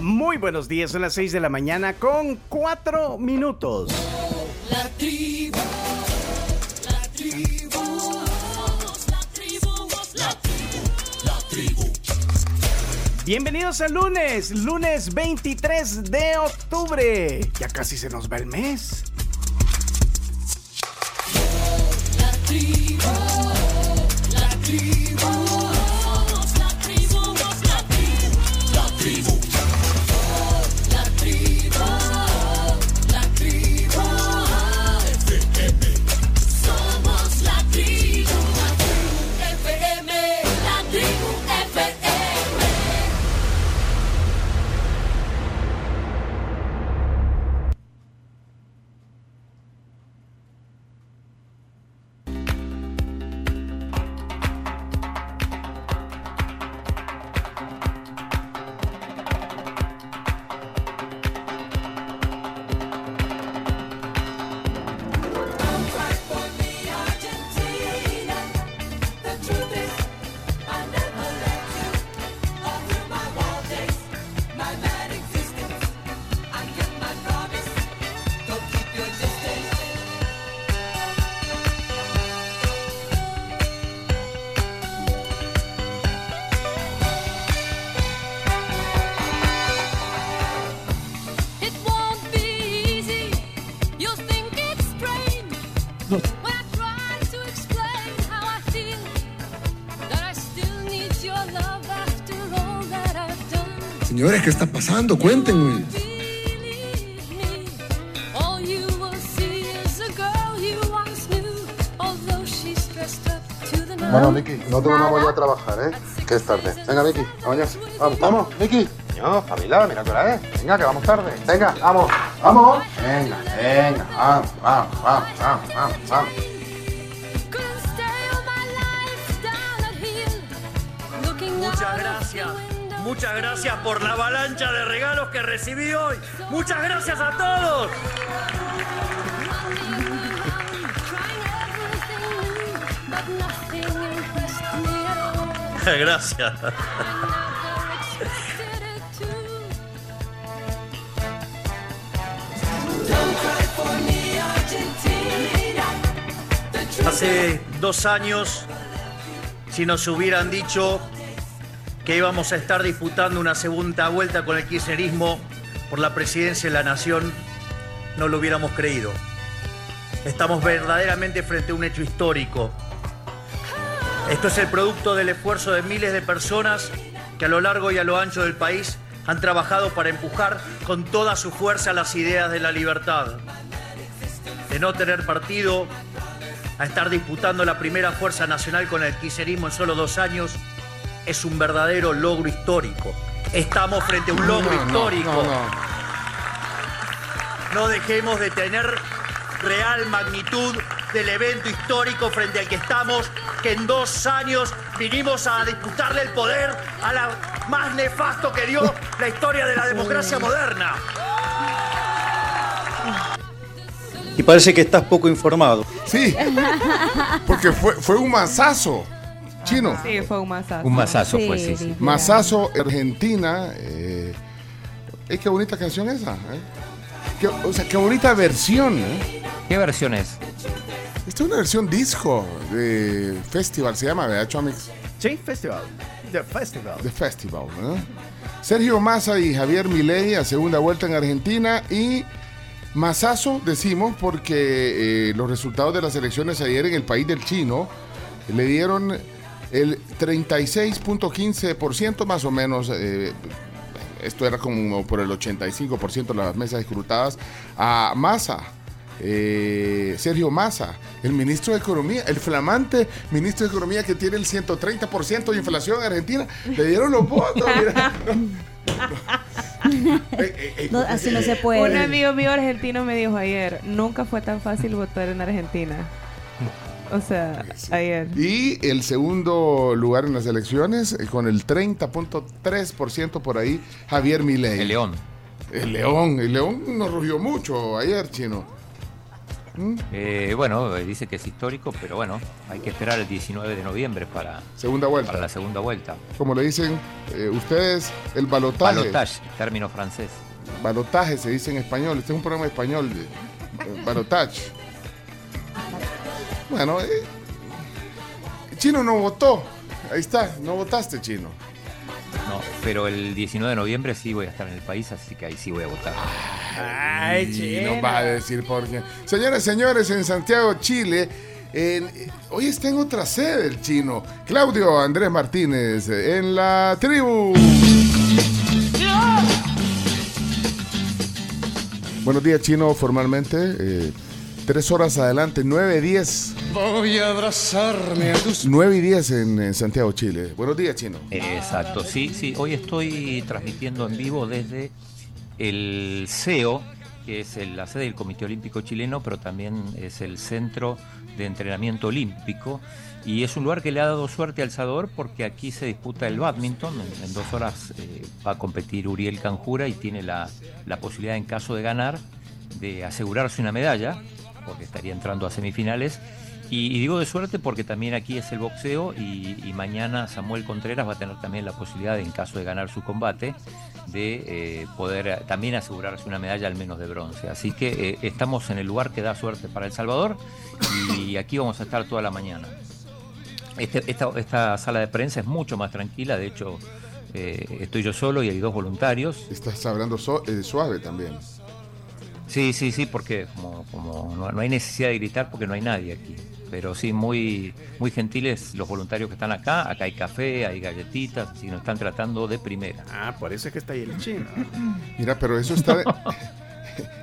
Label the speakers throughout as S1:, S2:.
S1: Muy buenos días, son las 6 de la mañana con 4 minutos.
S2: La tribu, la tribu, somos la tribu, la tribu, la tribu.
S1: Bienvenidos al lunes, lunes 23 de octubre. Ya casi se nos va el mes.
S2: La tribu, la tribu, somos la tribu, la tribu, la tribu. La tribu, la tribu, FM. Somos la tribu, la tribu FM, la tribu FM. It won't be easy. You'll think it's strange when I try to explain how I feel. That I still need your love after all that I've done.
S3: Señores, ¿qué está pasando? Cuéntenme.
S2: Believe me, all you will see is a girl you once knew, although she's dressed up to the
S4: Bueno,
S2: nines.
S4: Miki, no te van a voy a trabajar, ¿eh? Que es tarde. Venga, Miki, a bañarse. Vamos, vamos, Miki. No, familia, mira que hora es. Venga, que vamos tarde. Venga, vamos, vamos. Venga, venga, vamos, vamos, vamos, vamos, vamos, vamos.
S5: Muchas gracias. Muchas gracias por la avalancha de regalos que recibí hoy. Muchas gracias a todos. Gracias. Hace dos años, si nos hubieran dicho que íbamos a estar disputando una segunda vuelta con el kirchnerismo por la presidencia de la nación, no lo hubiéramos creído. Estamos verdaderamente frente a un hecho histórico. Esto es el producto del esfuerzo de miles de personas que a lo largo y a lo ancho del país han trabajado para empujar con toda su fuerza las ideas de la libertad. De no tener partido a estar disputando la primera fuerza nacional con el kirchnerismo en solo dos años es un verdadero logro histórico. Estamos frente a un logro histórico.
S3: No, no, no.
S5: No dejemos de tener real magnitud del evento histórico frente al que estamos, que en dos años vinimos a disputarle el poder a la más nefasto que dio la historia de la democracia moderna.
S6: Y parece que estás poco informado.
S3: Sí, porque fue, fue un masazo chino.
S7: Sí, fue un masazo.
S8: Un masazo fue, sí, sí.
S7: literal.
S3: Masazo Argentina. Eh, eh, qué bonita canción esa. eh. Qué, o sea, qué bonita versión. eh.
S8: ¿Qué versión es?
S3: Esta es una versión disco de festival, se llama, ¿verdad, Chomix?
S1: Sí, festival. The festival.
S3: The Festival. ¿no? Sergio Massa y Javier Milei a segunda vuelta en Argentina y Masazo, decimos, porque eh, los resultados de las elecciones ayer en el país del chino le dieron el 36.15% más o menos. eh, esto era como por el 85% de las mesas escrutadas a Massa. eh, Sergio Massa, el ministro de Economía, el flamante ministro de Economía que tiene el 130% de inflación en Argentina, le dieron los votos. mira. Eh, eh, eh,
S9: No, así no se
S7: Un
S9: puede.
S7: amigo mío argentino me dijo ayer, nunca fue tan fácil votar en Argentina. O sea, ayer.
S3: Y el segundo lugar en las elecciones, eh, con el 30.3% por ahí, Javier Milei.
S8: El león.
S3: El león, el león nos rugió mucho ayer, chino. Mm.
S8: Eh, bueno, eh, dice que es histórico, pero bueno, hay que esperar el 19 de noviembre para,
S3: Segunda vuelta.
S8: para la segunda vuelta.
S3: Como le dicen eh, ustedes, el balotaje.
S8: Balotage, término francés.
S3: Balotaje se dice en español. Este es un programa español. de- eh, Balotage. Bueno, eh, Chino no votó. Ahí está, no votaste, Chino.
S8: No, pero el 19 de noviembre sí voy a estar en el país, así que ahí sí voy a votar.
S1: Ay,
S3: y
S1: chino.
S3: nos va a decir por qué. Señoras, señores, en Santiago, Chile, en- eh, hoy está en otra sede el chino. Claudio Andrés Martínez, eh, en la tribu. Buenos días, chino, formalmente. eh, tres horas adelante, 9 y 10.
S9: Voy a abrazarme a tus...
S3: 9 y 10 en, en Santiago, Chile. Buenos días, chino.
S8: Eh, Exacto, sí, sí. Hoy estoy transmitiendo en vivo desde el CEO, que es el- la sede del Comité Olímpico Chileno, pero también es el centro de entrenamiento olímpico. Y es un lugar que le ha dado suerte al Salvador porque aquí se disputa el badminton. En, en dos horas eh, va a competir Uriel Canjura y tiene la, la posibilidad, en caso de ganar, de asegurarse una medalla, porque estaría entrando a semifinales. Y, y digo de suerte porque también aquí es el boxeo y, y mañana Samuel Contreras va a tener también la posibilidad, en caso de ganar su combate, de eh, poder eh, también asegurarse una medalla al menos de bronce. Así que eh, estamos en el lugar que da suerte para El Salvador y aquí vamos a estar toda la mañana. Este- esta, esta sala de prensa es mucho más tranquila, de hecho eh, estoy yo solo y hay dos voluntarios.
S3: Estás hablando so- eh, suave también.
S8: Sí, sí, sí, porque como, como no, no hay necesidad de gritar porque no hay nadie aquí. Pero sí, muy, muy gentiles los voluntarios que están acá. Acá hay café, hay galletitas, así que nos están tratando de primera.
S1: Ah, por eso es que está ahí el chino.
S3: Mira, pero eso está. de-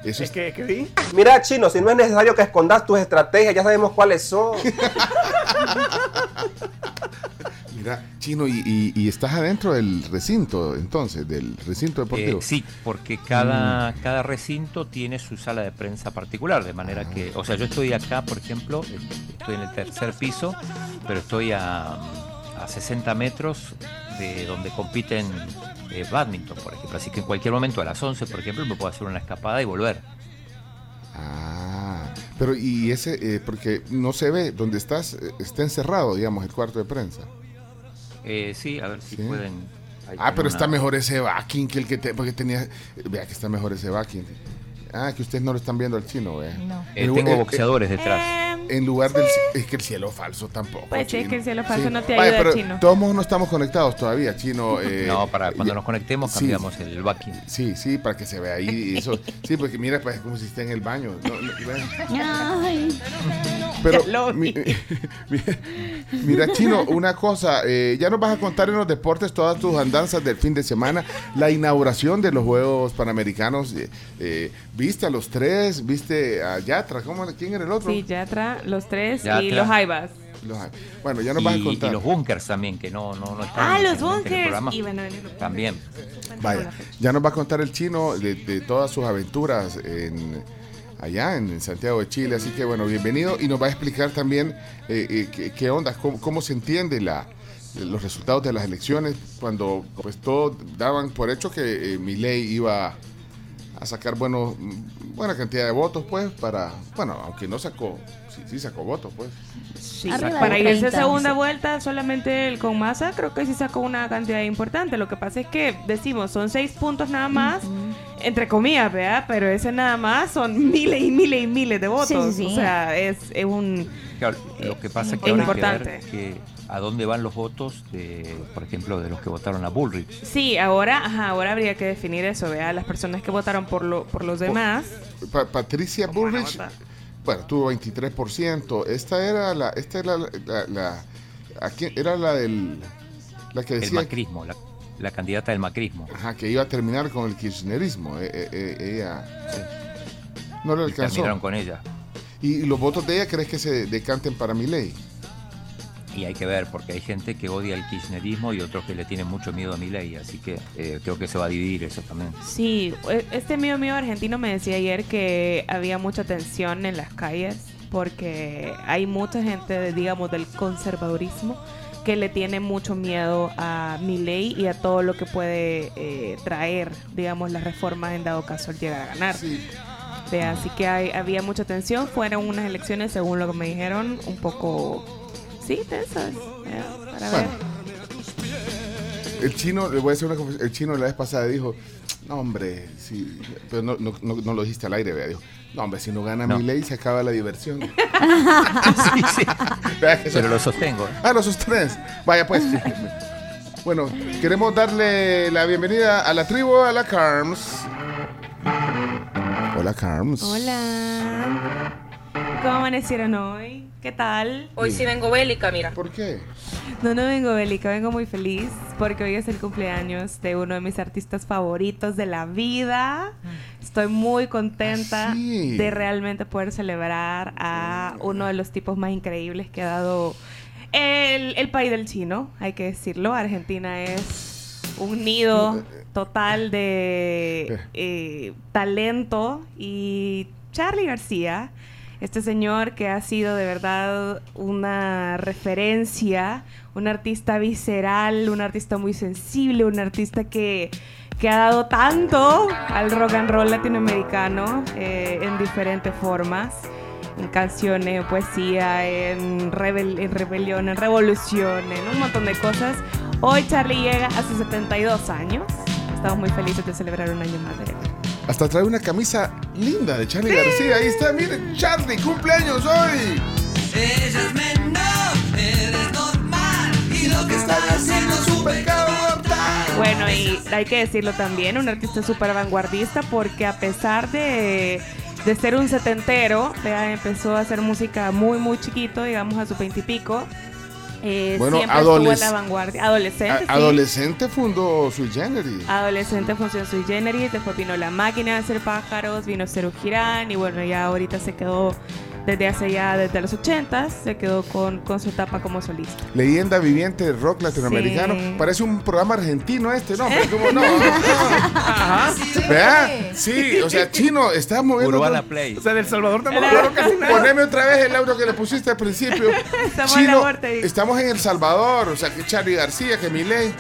S3: eso
S1: Es
S3: es-
S1: que, que vi.
S10: Mira, chino, si no es necesario que escondas tus estrategias, ya sabemos cuáles son.
S3: Mira, Chino, y, y- y estás adentro del recinto, entonces, del recinto deportivo. Mm.
S8: Eh, sí, porque cada, cada recinto tiene su sala de prensa particular, de manera que, o sea, yo estoy acá, por ejemplo, eh, estoy en el tercer piso, pero estoy a, a 60 metros de donde compiten eh, badminton, por ejemplo. Así que en cualquier momento, a las 11, por ejemplo, me puedo hacer una escapada y volver.
S3: Ah, pero y ese, eh, porque no se ve donde estás, eh, está encerrado, digamos, el cuarto de prensa.
S8: Eh, sí, a ver si
S3: Sí.
S8: pueden. ahí
S3: Ah,
S8: tengo
S3: pero
S8: una-
S3: está mejor ese backing que el que te, porque tenía, vea que está mejor ese backing. Ah, que ustedes no lo están viendo al chino, vea.
S11: No.
S8: Eh,
S3: El-
S8: tengo
S3: el-
S8: boxeadores detrás.
S7: Em,
S3: En lugar del, es que el cielo falso tampoco.
S7: Pues sí, es
S3: Chino.
S7: que el cielo falso no te ayuda,
S3: pero
S7: Chino.
S3: Todos no estamos conectados todavía, chino. eh,
S8: no, para cuando
S3: ya-
S8: nos conectemos
S3: sí.
S8: cambiamos el backing.
S3: Sí, sí, para que se vea ahí. Eso. Sí, porque mira, parece como si está en el baño. No, no, bueno. Pero,
S7: Ya lo
S3: mi-
S7: vi.
S3: mira, mira, Chino, una cosa. eh, ya nos vas a contar en los deportes todas tus andanzas del fin de semana. La inauguración de los Juegos Panamericanos. eh, eh, ¿Viste a los tres? ¿Viste a Yatra? ¿Cómo, ¿Quién era el otro?
S7: Sí, Yatra, los tres y
S8: Yatra.
S7: los Jaivas.
S3: Los- bueno, ya nos vas a
S8: Y,
S3: contar.
S8: y los bunkers también, que no, no, no están.
S7: Ah,
S8: en- en
S7: los
S8: este
S7: bunkers.
S8: programa.
S7: Y bueno, en-
S8: También.
S3: Vaya, ya nos va a contar el chino de, de todas sus aventuras en, allá en, en Santiago de Chile. Así que bueno, bienvenido y nos va a explicar también eh, eh, qué, qué onda, cómo, cómo se entiende la, los resultados de las elecciones cuando pues todos daban por hecho que eh, Milei iba a sacar buenos, buena cantidad de votos, pues, para, bueno, aunque no sacó, sí, sí sacó votos, pues.
S7: Sí,
S11: Arriba de
S7: para irse a
S11: 30,
S7: segunda
S11: dice.
S7: vuelta, solamente el con masa creo que sí sacó una cantidad importante. Lo que pasa es que decimos, son seis puntos nada más, entre comillas, ¿verdad? Pero ese nada más son miles y miles y miles de votos.
S11: sí, sí.
S7: O sea, es, es un...
S8: Claro, lo que pasa es que
S7: Es
S8: ahora hay que ver
S7: importante.
S8: que a dónde van los votos de, por ejemplo, de los que votaron a Bullrich.
S7: Sí, ahora, ajá, ahora habría que definir eso, ¿verdad? Las personas que votaron por, lo, por los demás.
S3: Pa- Patricia
S7: ¿Cómo van a
S3: Bullrich,
S7: votar?
S3: bueno, tuvo 23%. Esta era la, esta era la, la- la- ¿a quién? era la del, la que
S8: El
S3: decía
S8: macrismo, la, la candidata del macrismo.
S3: ajá, que iba a terminar con el kirchnerismo. eh, eh, eh, ella eh,
S8: Sí.
S3: no le
S8: Y terminaron
S3: alcanzó.
S8: con ella.
S3: Y los votos de ella, ¿crees que se decanten para mi ley?
S8: Y hay que ver, porque hay gente que odia el kirchnerismo y otros que le tienen mucho miedo a Milei, así que eh, creo que se va a dividir eso también.
S7: Sí, e- este mío mío argentino me decía ayer que había mucha tensión en las calles porque hay mucha gente, de, digamos, del conservadurismo que le tiene mucho miedo a Milei y a todo lo que puede eh, traer, digamos, las reformas en dado caso él llega a ganar. Este, así que hay- había mucha tensión. Fueron unas elecciones, según lo que me dijeron, un poco, sí, tensas. eh, para ver.
S3: Bueno. El chino, le voy a hacer una confesión, el chino la vez pasada dijo, no hombre, si-" pero no, no- no- no lo dijiste al aire, vea, dijo, no hombre, si no gana mi ley se acaba la diversión. sí, sí.
S8: Pero lo sostengo.
S3: Ah, los sostenes. Vaya pues. bueno, queremos darle la bienvenida a la tribu, a la Carms. Hola Carms.
S7: Hola. ¿Cómo amanecieron hoy? ¿Qué tal?
S11: Hoy sí vengo bélica, mira.
S3: ¿Por qué?
S7: No, no vengo bélica, vengo muy feliz porque hoy es el cumpleaños de uno de mis artistas favoritos de la vida. Estoy muy contenta de realmente poder celebrar a uno de los tipos más increíbles que ha dado el, el país del chino, hay que decirlo. Argentina es un nido total de eh, talento y Charlie García. Este señor que ha sido de verdad una referencia, un artista visceral, un artista muy sensible, un artista que, que ha dado tanto al rock and roll latinoamericano eh, en diferentes formas, en canciones, en poesía, en, rebel- en rebelión, en revolución, en un montón de cosas. Hoy Charlie llega a sus 72 años. Estamos muy felices de celebrar un año más de él.
S3: Hasta trae una camisa linda de Charlie García. Ahí está, miren, Charlie, cumpleaños hoy.
S12: Ella es menor, eres normal y lo que están haciendo es un pecado mortal.
S7: Bueno, y hay que decirlo también, un artista súper vanguardista porque a pesar de, de ser un setentero, ¿verdad? empezó a hacer música muy, muy chiquito, digamos a su veintipico. Eh,
S3: Bueno,
S7: siempre estuvo en
S3: adoles-
S7: la vanguardia. Adolescente,
S3: A-
S7: sí. Ah.
S3: adolescente fundó Sui Generis.
S7: Adolescente función sui generis, después vino La Máquina de Hacer Pájaros, vino Cero Girán y bueno, ya ahorita se quedó desde hace ya, desde los ochentas, se quedó con, con su etapa como solista.
S3: Leyenda viviente del rock latinoamericano.
S7: Sí.
S3: Parece un programa argentino este, ¿no? Pero ¿Cómo no? Ah, ¿Verdad? Sí, o sea, chino, está moviendo.
S8: Urbana
S3: otro-
S8: Play.
S1: O sea, del Salvador tampoco
S3: Claro, Poneme otra vez el audio que le pusiste al principio.
S7: Estamos en la
S3: Chino,
S7: muerte, dice.
S3: estamos en El Salvador, o sea, que Charlie García, que Ah. Milei.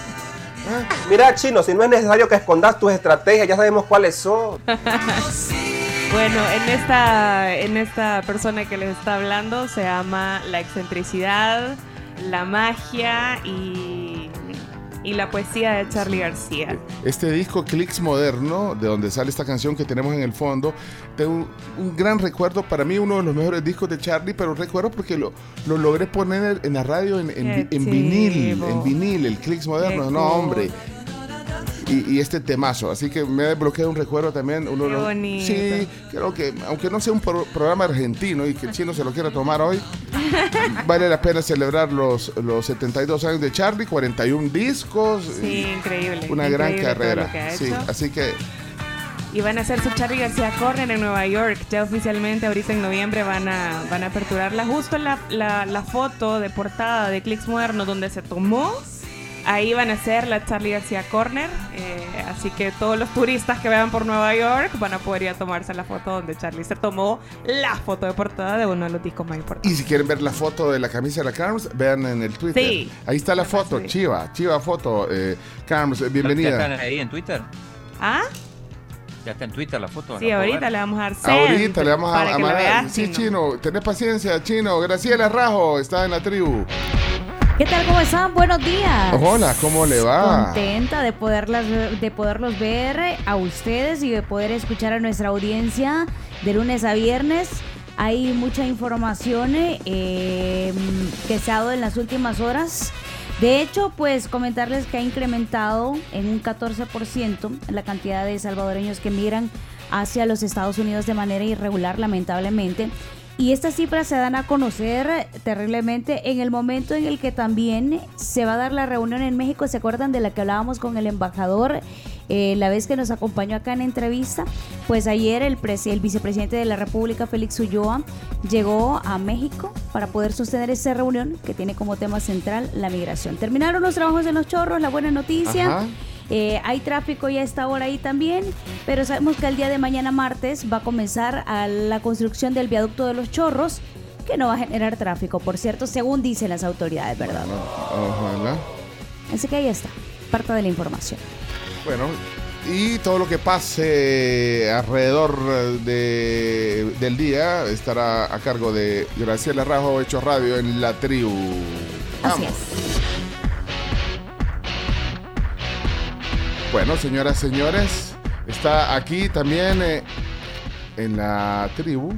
S10: Mira, chino, si no es necesario que escondas tus estrategias, ya sabemos cuáles son.
S7: Bueno, en esta, en esta persona que les está hablando se ama la excentricidad, la magia y, y la poesía de Charlie García.
S3: Este disco Clicks Moderno, de donde sale esta canción que tenemos en el fondo, tengo un, un gran recuerdo, para mí uno de los mejores discos de Charlie, pero recuerdo porque lo, lo logré poner en la radio en, en vi-
S7: Qué
S3: en vinil,
S7: chivo.
S3: en vinil, el Clicks Moderno,
S7: Qué
S3: no
S7: cool.
S3: hombre. Y, y este temazo, así que me desbloquea un recuerdo también. Uno
S7: Qué
S3: de los-
S7: bonito.
S3: Sí, creo que aunque no sea un pro- programa argentino y que el chino se lo quiera tomar hoy, vale la pena celebrar los, los 72 años de Charlie, 41 discos.
S7: Sí, increíble.
S3: Una gran
S7: increíble todo lo que
S3: carrera.
S7: ha
S3: Sí,
S7: hecho.
S3: así que
S7: Y van a hacer su Charlie García Corner en Nueva York. Ya oficialmente ahorita en noviembre van a, van a aperturarla. Justo la, la, la foto de portada de Clicks Modernos donde se tomó. Ahí van a hacer la Charlie García Corner. Eh, así que todos los turistas que vean por Nueva York van a poder ir a tomarse la foto donde Charlie se tomó la foto de portada de uno de los discos más importantes.
S3: y si quieren ver la foto de la camisa de la Carms, vean en el Twitter.
S7: Sí.
S3: Ahí está la foto, chiva, chiva foto. eh, Carms, eh,
S8: ¿Ya
S3: bienvenida.
S8: están ahí en Twitter?
S7: ¿Ah?
S8: ¿Ya está en Twitter la foto?
S7: Sí,
S8: ¿La puedo
S7: ahorita
S8: ver?
S7: le vamos a dar send
S3: pues Ahorita le vamos
S7: para
S3: a, a
S7: que la
S3: mandar.
S7: veas,
S3: Sí,
S7: Chino.
S3: chino. tenés paciencia, chino. Graciela Rajo está en la tribu.
S13: ¿Qué tal? ¿Cómo están? Buenos días.
S3: Hola, ¿cómo le va?
S13: Contenta de, poderlas, de poderlos ver a ustedes y de poder escuchar a nuestra audiencia de lunes a viernes. Hay mucha información eh, que se ha dado en las últimas horas. De hecho, pues comentarles que ha incrementado en un 14% la cantidad de salvadoreños que migran hacia los Estados Unidos de manera irregular, lamentablemente. Y estas cifras se dan a conocer terriblemente en el momento en el que también se va a dar la reunión en México. ¿Se acuerdan de la que hablábamos con el embajador eh, la vez que nos acompañó acá en entrevista? Pues ayer el, presi- el vicepresidente de la República, Félix Ulloa, llegó a México para poder sostener esa reunión que tiene como tema central la migración. Terminaron los trabajos en los chorros, la buena noticia.
S12: Ajá.
S13: Eh, hay tráfico ya a esta hora ahí también, pero sabemos que el día de mañana martes va a comenzar a la construcción del viaducto de los chorros, que no va a generar tráfico, por cierto, según dicen las autoridades, ¿verdad?
S3: Ojalá.
S13: Así que ahí está, parte de la información.
S3: Bueno, Y todo lo que pase alrededor eh, de- del día estará a cargo de Graciela Rajo, Hecho Radio en la tribu.
S13: Así es.
S3: Bueno, señoras, señores, está aquí también eh, en la tribu.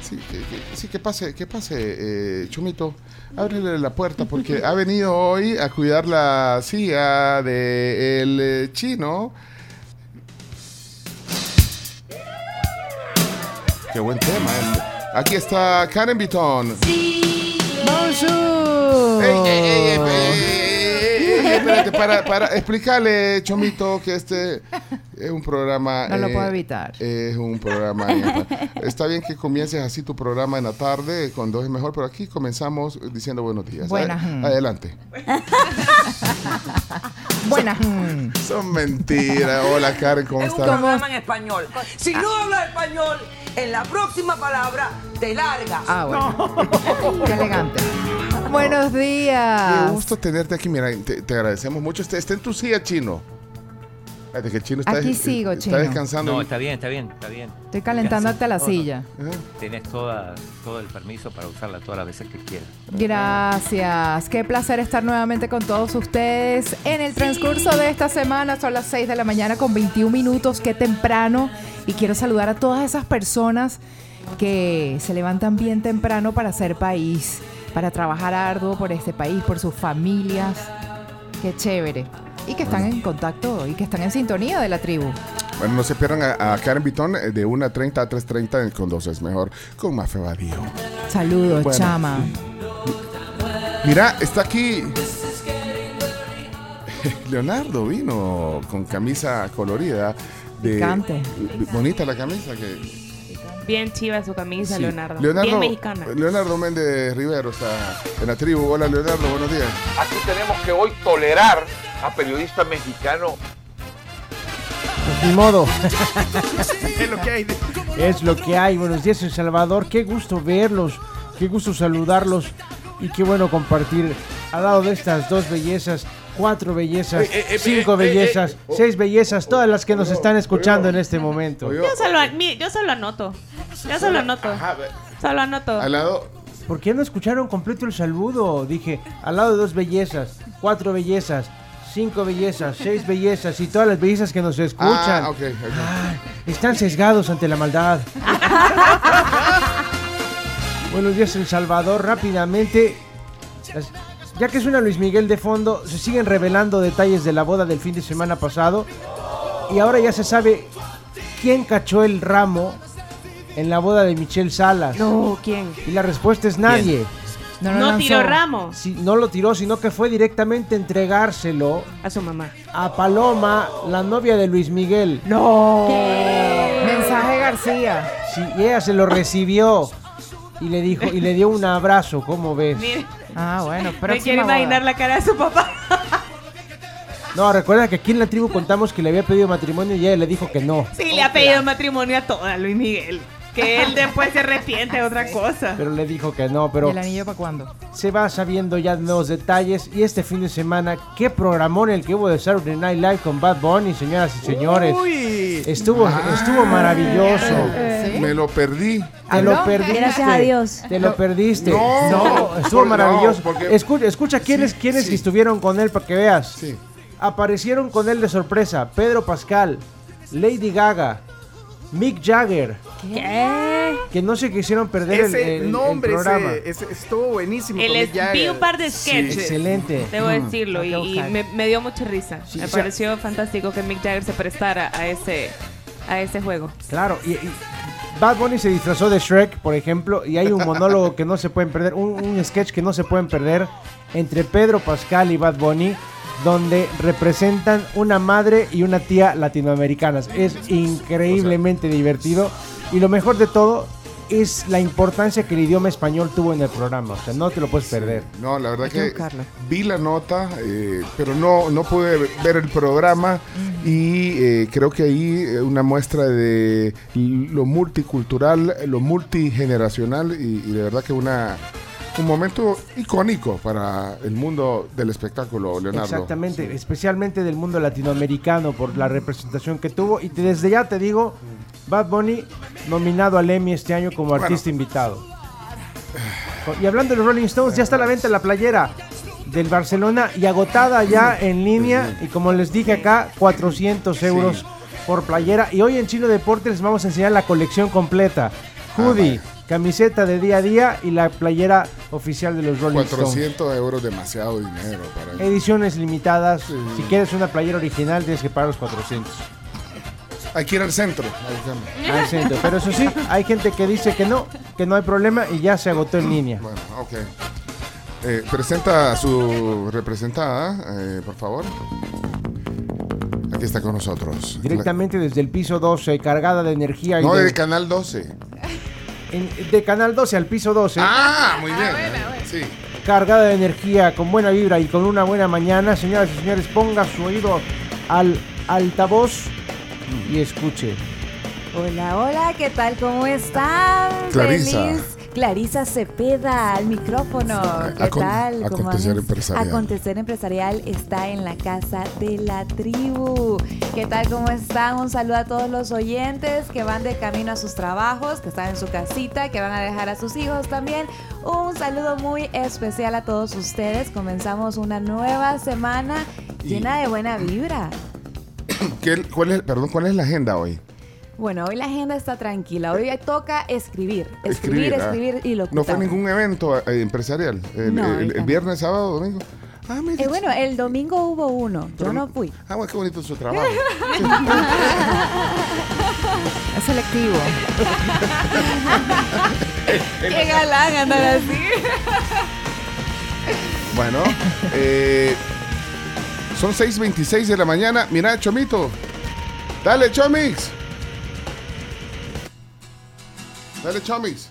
S3: Sí, que, que- sí, que pase, que pase, eh, Chumito. Ábrele la puerta porque ha venido hoy a cuidar la silla del chino. Qué buen tema este. Aquí está Karen Bitton.
S13: Bonjour.
S3: Ey, ey, ey, ey, ey, ey, ey, espérate, para, para explicarle, Chomito, que este es un programa.
S11: No lo
S3: eh,
S11: puedo evitar.
S3: Es un programa. eh, Está bien que comiences así tu programa en la tarde, con dos es mejor, pero aquí comenzamos diciendo buenos días.
S11: Buenas.
S3: Ade- Adelante.
S11: Buenas.
S3: Son mentiras. Hola, Karen, ¿cómo
S14: Es un
S3: estás?
S14: programa en español. Si no
S11: Ah.
S14: hablas español, en la próxima palabra te largas.
S11: Ah, bueno. Qué elegante. Buenos
S3: Qué
S11: días.
S3: gusto tenerte aquí. Mira, te, te agradecemos mucho. Está, está en tu silla, chino. Espérate, que el chino está,
S11: Aquí
S3: des-
S11: sigo,
S3: está
S11: Chino.
S3: descansando.
S8: No, está bien, está bien, está bien.
S11: Estoy calentándote la
S8: Descansa.
S11: silla.
S8: Tenés toda, todo el permiso para usarla todas las veces que quieras.
S11: Gracias. Qué placer estar nuevamente con todos ustedes. En el transcurso de esta semana son las 6 de la mañana con 21 minutos. Qué temprano. Y quiero saludar a todas esas personas que se levantan bien temprano para hacer país, para trabajar arduo por este país, por sus familias. Qué chévere. Y que están en contacto y que están en sintonía de la tribu.
S3: Bueno, no se pierdan a, a Karen Bitón eh, de 1.30 a 3.30 en con 12 es mejor, con Mafe Badío.
S11: Saludos,
S3: Bueno.
S11: chama.
S3: Mira, está aquí. Leonardo vino con camisa colorida. De,
S7: Picante.
S3: Bonita la camisa que.
S7: Bien chiva su camisa,
S3: sí.
S7: Leonardo.
S3: Leonardo,
S7: Bien mexicana.
S3: Leonardo Méndez Rivero está en la tribu. Hola Leonardo, buenos días.
S15: Aquí tenemos que hoy tolerar a periodistas mexicanos.
S16: Pues Ni modo.
S1: Es lo que hay.
S16: Es lo que hay. Buenos días, El Salvador. Qué gusto verlos. Qué gusto saludarlos. Y qué bueno compartir al lado de estas dos bellezas, cuatro bellezas,
S3: Eh, eh, eh,
S16: cinco
S3: eh, eh,
S16: bellezas,
S3: eh,
S16: seis bellezas, todas las que nos están escuchando en este momento.
S7: Yo solo, mi- yo solo anoto. Yo solo anoto. Solo anoto.
S3: Al lado.
S16: ¿Por qué no escucharon completo el saludo? Dije, al lado de dos bellezas, cuatro bellezas, cinco bellezas, seis bellezas y todas las bellezas que nos escuchan.
S3: Ah, ok, ok.
S16: Están sesgados ante la maldad. Buenos días, El Salvador. Rápidamente, las- ya que suena Luis Miguel de fondo, se siguen revelando detalles de la boda del fin de semana pasado. Y ahora ya se sabe quién cachó el ramo en la boda de Michelle Salas.
S7: No, ¿quién?
S16: Y la respuesta es nadie.
S7: No lo No lanzó. tiró ramo.
S16: Sí, no lo tiró, sino que fue directamente a entregárselo
S7: a su mamá.
S16: A Paloma, la novia de Luis Miguel.
S11: No. Mensaje García.
S16: Sí, y ella se lo recibió y le dijo y le dio un abrazo, ¿cómo ves?
S11: Ah, bueno, pero.
S7: Me quiero imaginar la cara de su papá.
S16: No, recuerda que aquí en la tribu contamos que le había pedido matrimonio y ella le dijo que no.
S7: Sí, le ha pedido matrimonio a toda Luis Miguel. Que él después se arrepiente de otra cosa.
S16: Pero le dijo que no, pero
S11: ¿El anillo para cuándo?
S16: se va sabiendo ya nuevos detalles y este fin de semana qué programón el que hubo de Saturday Night Live con Bad Bunny, señoras y señores. Estuvo
S3: Ah.
S16: estuvo maravilloso.
S3: Me lo perdí.
S16: Te lo
S3: Habló.
S16: perdiste.
S3: Gracias a Dios.
S16: Te lo perdiste.
S3: No.
S16: No, estuvo
S3: Porque-
S16: maravilloso.
S3: no, porque-
S16: escucha, escucha quiénes, quiénes que estuvieron con él para que veas. Aparecieron con él de sorpresa Pedro Pascal, Lady Gaga, Mick Jagger.
S7: ¿Qué?
S16: Que no se quisieron perder el- el,
S1: Ese
S16: el
S1: nombre ese-
S16: programa.
S1: ese estuvo buenísimo.
S7: Él
S1: con
S7: es-
S1: Mick Jagger.
S7: vi un par de
S1: Sí.
S7: sketches.
S16: excelente. Mm.
S7: Debo
S16: Ujú.
S7: decirlo, y, y me, me dio mucha risa. me
S16: o sea-
S7: pareció fantástico que Mick Jagger se prestara a ese, a ese juego.
S16: Claro, y, y Bad Bunny se disfrazó de Shrek, por ejemplo, y hay un monólogo que no se pueden perder, un, un sketch que no se pueden perder entre Pedro Pascal y Bad Bunny, donde representan una madre y una tía latinoamericanas. Es increíblemente divertido y lo mejor de todo es la importancia que el idioma español tuvo en el programa, o sea, no te lo puedes perder.
S3: No, la verdad
S16: Hay que
S3: que
S16: buscarlo.
S3: vi la nota, eh, pero no, no pude ver el programa y eh, creo que ahí eh, una muestra de lo multicultural, lo multigeneracional y, y de verdad que una un momento icónico para el mundo del espectáculo, Leonardo.
S16: Exactamente, especialmente del mundo latinoamericano por la representación que tuvo. Y te- desde ya te digo, Bad Bunny nominado al Emmy este año como artista invitado. Y hablando de los Rolling Stones, ya está a la venta la playera del Barcelona y agotada ya en línea. Y como les dije acá, 400 euros por playera. Y hoy en Chino Deportes les vamos a enseñar la colección completa. Hoodie, camiseta de día a día y la playera oficial de los Rolling Stones.
S3: 400 euros, demasiado dinero para
S16: Ediciones limitadas. Si quieres una playera original, tienes que pagar los 400.
S3: Hay que ir al centro. a buscarlo.
S16: Al centro. Pero eso sí, hay gente que dice que no, que no hay problema y ya se agotó en línea.
S3: Bueno, ok. Eh, presenta a su representada, eh, por favor. Aquí está con nosotros.
S16: Directamente desde el piso 12, cargada de energía. y
S3: No,
S16: de-
S3: de Canal 12.
S16: en- de Canal 12 al piso 12.
S3: Ah, muy bien. Sí.
S16: cargada de energía, con buena vibra y con una buena mañana, señoras y señores, ponga su oído al altavoz y escuche.
S17: Hola, hola, ¿qué tal? ¿Cómo están?
S3: Clarisa.
S17: Feliz Clarisa Cepeda al micrófono. ¿Qué
S3: Acon-
S17: tal? ¿Cómo
S3: Acontecer
S17: andas?
S3: Empresarial.
S17: Acontecer Empresarial está en la casa de la tribu. ¿Qué tal? ¿Cómo están? Un saludo a todos los oyentes que van de camino a sus trabajos, que están en su casita, que van a dejar a sus hijos también. Un saludo muy especial a todos ustedes. Comenzamos una nueva semana
S3: Y-
S17: llena de buena vibra.
S3: ¿Qué- cuál, es, perdón, ¿Cuál es la agenda hoy?
S17: Bueno, hoy la agenda está tranquila. Hoy toca escribir. Escribir,
S3: Escribir, ah.
S17: escribir, y lo
S3: No fue ningún evento eh, empresarial. El,
S17: No,
S3: el-
S17: ahorita
S3: el
S17: no.
S3: viernes, sábado, domingo.
S17: Eh, bueno, el domingo hubo uno. Yo no fui.
S3: Ah, bueno, qué bonito su trabajo.
S11: Es selectivo.
S17: Qué galán andar así.
S3: Bueno, eh, son 6.26 de la mañana. Mira, Chomito. Dale, Chomix. Dale, Chomix.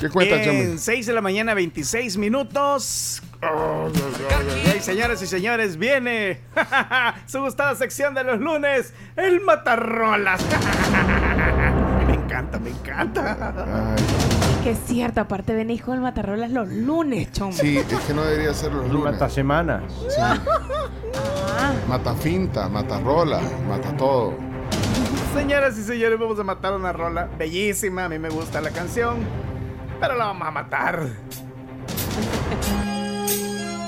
S3: ¿Qué cuenta, Chomix?
S1: Bien, 6 de la mañana, 26 minutos. Y señoras y señores, viene su gustada sección de los lunes, el Matarrolas. me encanta, me encanta.
S7: Que es cierto, aparte venís con el matarrolas los lunes, chombo.
S3: Sí, es que no debería ser los lunes. Mata
S16: semanas.
S3: Mata finta, mata rola, mata todo.
S1: Señoras y señores, vamos a matar una rola bellísima. A mí me gusta la canción, pero la vamos a matar.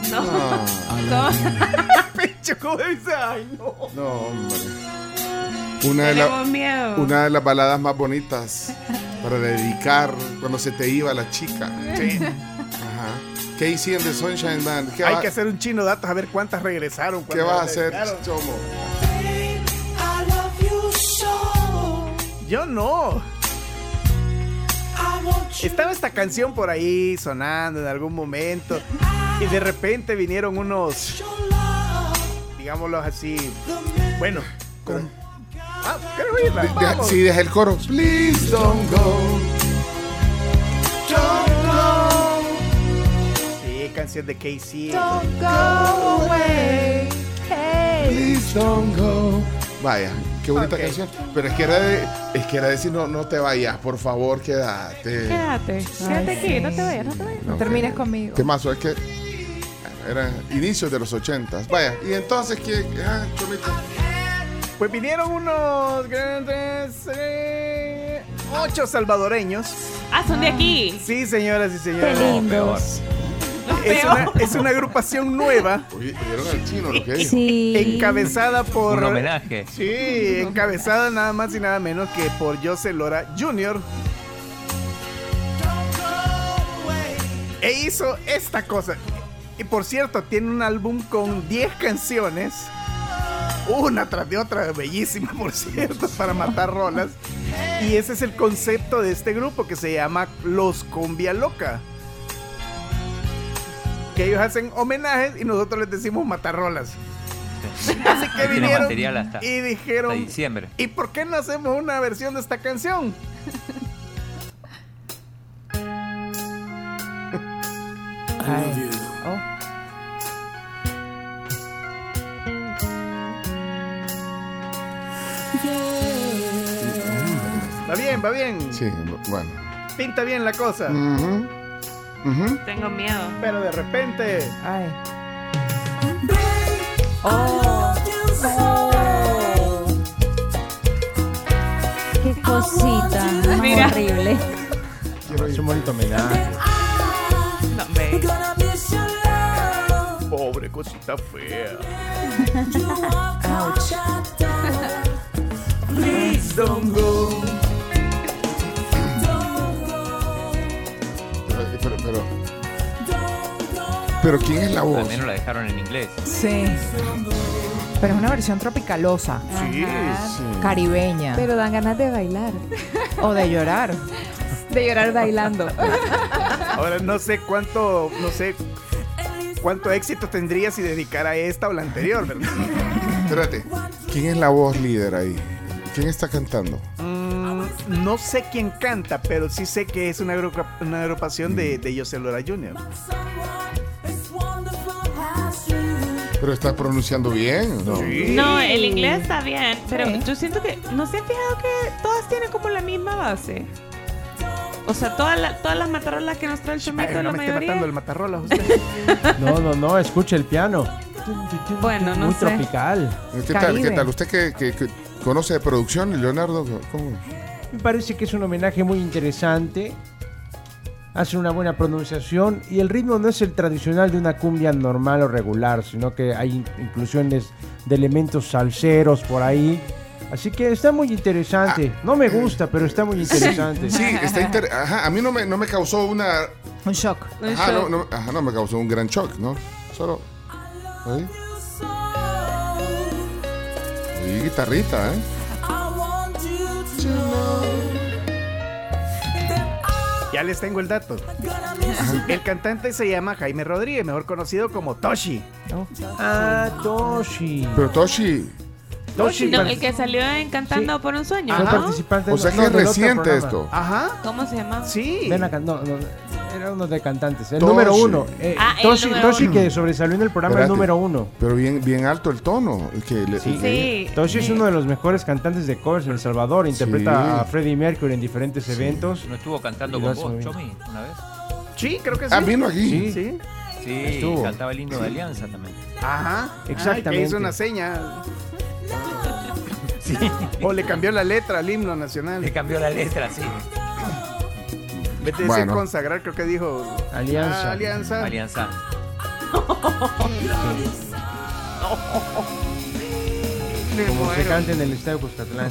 S12: No.
S1: Ah.
S3: No.
S1: Pinche, ¿cómo dice? Ay, no.
S3: No, hombre. Una de, la-
S1: Tenemos miedo.
S3: una de las baladas más bonitas para dedicar cuando se te iba la chica.
S1: Sí.
S3: Ajá. ¿Qué hicieron de Sunshine Band? ¿Qué,
S1: Hay
S3: va-
S1: que hacer un chino datos a ver cuántas regresaron.
S3: qué vas a hacer, Chomo?
S1: Yo no. Estaba esta canción por ahí sonando en algún momento y de repente vinieron unos, digámoslo así, bueno, con- Ah, quiero oírla,
S3: De- deja-
S1: vamos.
S3: sí, deja el coro. Please don't go.
S1: Sí, canción de KC.
S12: Don't go away.
S3: Please don't go. Vaya, qué bonita canción. Pero es que era de, es que era decir, no, no te vayas, por favor, quédate.
S7: Quédate, quédate aquí, no te vayas, no te vayas.
S3: No
S11: termines conmigo.
S3: Temazo, es que eran inicios de los ochentas. Vaya, y entonces que ah, Chomito.
S1: Pues vinieron unos grandes eh, ocho salvadoreños.
S7: Ah, son de aquí.
S1: Sí, señoras y señores.
S7: Qué lindos.
S1: Es una, es una agrupación nueva.
S3: Oyeron al chino lo que dijo.
S1: Sí. Encabezada por.
S8: Un homenaje.
S1: Sí, encabezada nada más y nada menos que por José Lora Jr. E hizo esta cosa. Y por cierto, tiene un álbum con 10 canciones. Una tras de otra, bellísima, por cierto, para matar rolas. Y ese es el concepto de este grupo que se llama Los Cumbia Loca. Que ellos hacen homenajes y nosotros les decimos matar rolas. Así que
S8: Ahí tiene
S1: vinieron
S8: material hasta-
S1: y dijeron,
S8: hasta diciembre.
S1: ¿y por qué no hacemos una versión de esta canción? Va bien, va bien.
S3: Sí, bueno.
S1: Pinta bien la cosa.
S3: Ujú, ujú.
S1: Tengo miedo. Pero de repente.
S11: Ay.
S1: Oh.
S13: Qué cosita más
S12: Mira.
S13: horrible.
S16: Es un bonito homenaje.
S1: Pobre cosita fea.
S12: Please don't go.
S3: Pero, pero, pero. Pero ¿quién es la voz?
S8: Al menos la dejaron en inglés.
S11: Sí. Pero es una versión tropicalosa.
S8: Sí,
S11: Ajá.
S8: sí.
S11: Caribeña.
S17: Pero dan ganas de bailar.
S11: O de llorar.
S17: De llorar bailando.
S1: Ahora no sé cuánto, no sé cuánto éxito tendría si dedicara esta o la anterior, ¿verdad?
S3: Espérate. ¿Quién es la voz líder ahí? ¿Quién está cantando?
S1: Mm, no sé quién canta, pero sí sé que es una, agrupa- una agrupación de, de José Lora Jr.
S3: Pero está pronunciando bien. ¿no?
S7: No, el inglés está bien, pero yo siento que. ¿No se han fijado que todas tienen como la misma base? O sea, todas la- todas las matarolas que nos trae el chomito,
S1: Ay,
S7: la
S1: no me esté
S7: mayoría.
S1: matando el matarrola, usted.
S16: No, no, no, escucha el piano.
S7: Bueno, no
S16: Muy
S7: sé.
S16: tropical.
S3: ¿Qué tal? ¿Qué tal? ¿Usted que, que- que conoce de producción, Leonardo? ¿Cómo?
S16: Me parece que es un homenaje muy interesante. Hace una buena pronunciación y el ritmo no es el tradicional de una cumbia normal o regular, sino que hay in- inclusiones de elementos salseros por ahí. Así que está muy interesante. No me gusta, pero está muy interesante.
S3: Ah. Sí, está inter- Ajá, a mí no me, no me causó una.
S11: Un shock.
S3: Ajá no, no- ajá, no me causó un gran shock, ¿no? Solo. Ahí. Oye, guitarrita, ¿eh?
S1: Ya les tengo el dato. El cantante se llama Jaime Rodríguez, mejor conocido como Toshi.
S16: Ah, Toshi.
S3: Pero Toshi.
S16: Toshi
S7: No,
S16: par-
S7: el que salió encantado por un sueño.
S16: fue
S7: ¿no?
S16: participante
S3: O sea
S16: no,
S3: que es
S16: del otro
S3: reciente
S16: programa. Ah,
S3: esto.
S1: Ah, Ajá.
S7: ¿Cómo se llama?
S1: Sí.
S16: Ven acá, no, no, era uno de cantantes. El
S3: Toshi.
S16: número uno. eh,
S7: Ah, el
S16: Toshi,
S7: número
S16: Toshi
S7: uno.
S16: que sobresalió en el programa el
S3: Espérate.
S16: número uno.
S3: Pero bien, bien alto el tono. Que le-
S16: Sí.
S3: le-
S16: Toshi es uno de los mejores cantantes de covers en El Salvador. Interpreta
S3: Sí.
S16: a Freddie Mercury en diferentes eventos.
S8: ¿No estuvo cantando
S16: Y lo
S8: con
S16: hace muy
S8: vos,
S16: bien.
S8: Chomi, una vez?
S1: Sí, creo que sí.
S3: Ah, vino aquí.
S1: Sí.
S8: Sí,
S16: Estuvo.
S8: cantaba el himno de Alianza también.
S1: Ajá. Ay, que
S16: Exactamente.
S1: hizo una seña. O le cambió la letra al himno nacional.
S8: Le cambió la letra, sí.
S1: En vez de decir
S8: Bueno.
S1: consagrar, creo que dijo.
S16: Alianza.
S1: Ah, alianza.
S8: Alianza.
S16: Como se canta en el estadio Cuscatlán.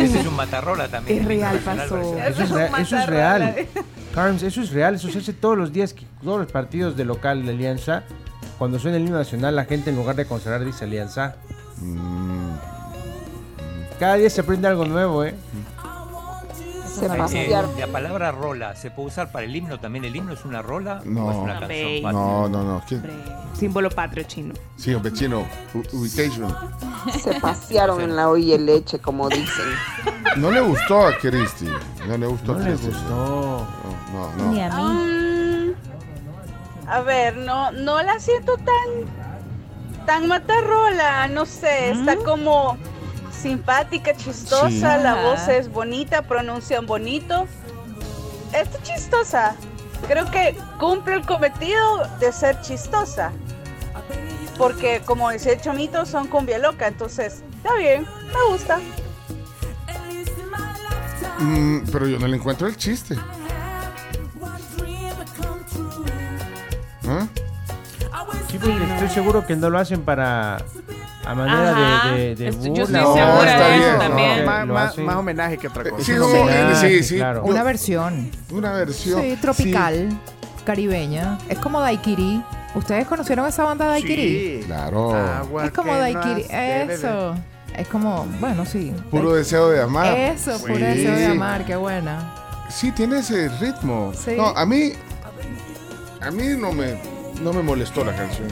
S8: Ese es un matarrola también.
S16: Es real,
S8: Nacional
S16: pasó.
S8: Barcelona.
S16: Eso es, eh. rea- eso es real. Carms, eso es real. Eso se hace todos los días, que- todos los partidos de local de Alianza. Cuando suena el himno nacional, la gente en lugar de consagrar dice Alianza.
S6: Mm.
S16: Cada día se aprende algo nuevo, ¿eh?
S17: Se
S8: Ay,
S17: va a
S8: eh,
S17: cambiar.
S8: la palabra rola, ¿se puede usar para el himno también? ¿El himno es una rola o es
S3: No.
S8: una canción? patria?
S3: No, no, no. ¿Qué?
S7: Símbolo patrio chino.
S3: Sí, hombre, chino. u- Ubication.
S18: Se pasearon en la olla y leche, como dicen.
S3: No le gustó a Christy. No le gustó
S16: No
S3: a
S16: le
S3: Christy.
S16: gustó.
S3: No, no. no.
S19: Mm, a ver, no, no la siento tan, tan matarrola, no sé, está como simpática, chistosa,
S12: Sí.
S19: la
S12: Ajá.
S19: voz es bonita, pronuncian bonito. Está chistosa. Creo que cumple el cometido de ser chistosa. Porque como decía el Chomito, son cumbia loca, entonces está bien, me gusta.
S3: Mm, pero yo no le encuentro el chiste.
S1: ¿Mm?
S3: ¿Ah?
S16: Sí, porque estoy seguro que no lo hacen para. A manera
S1: Ajá.
S16: de, de, de
S1: Estoy-
S16: burla.
S1: yo estoy
S16: o-
S1: segura de Está eso bien, también.
S16: lo
S1: Más- más-
S16: hacen-
S1: más homenaje que otra cosa.
S3: Eh, Sí,
S16: Es
S3: como- eh,
S16: un homenaje,
S3: sí, sí.
S16: claro.
S11: Una versión.
S3: Una versión.
S11: Sí, tropical, caribeña. Es como Daiquiri. ¿Ustedes conocieron esa banda Daiquiri?
S3: Claro.
S11: Es como eh. Daiquiri. Eso. Es como, bueno, sí.
S3: Puro deseo de
S16: Ah,
S3: amar.
S11: Eso,
S3: Sí.
S11: puro deseo de amar, qué buena.
S3: Sí, tiene ese ritmo.
S11: Sí.
S3: No, a mí. A mí no me, no me molestó la canción.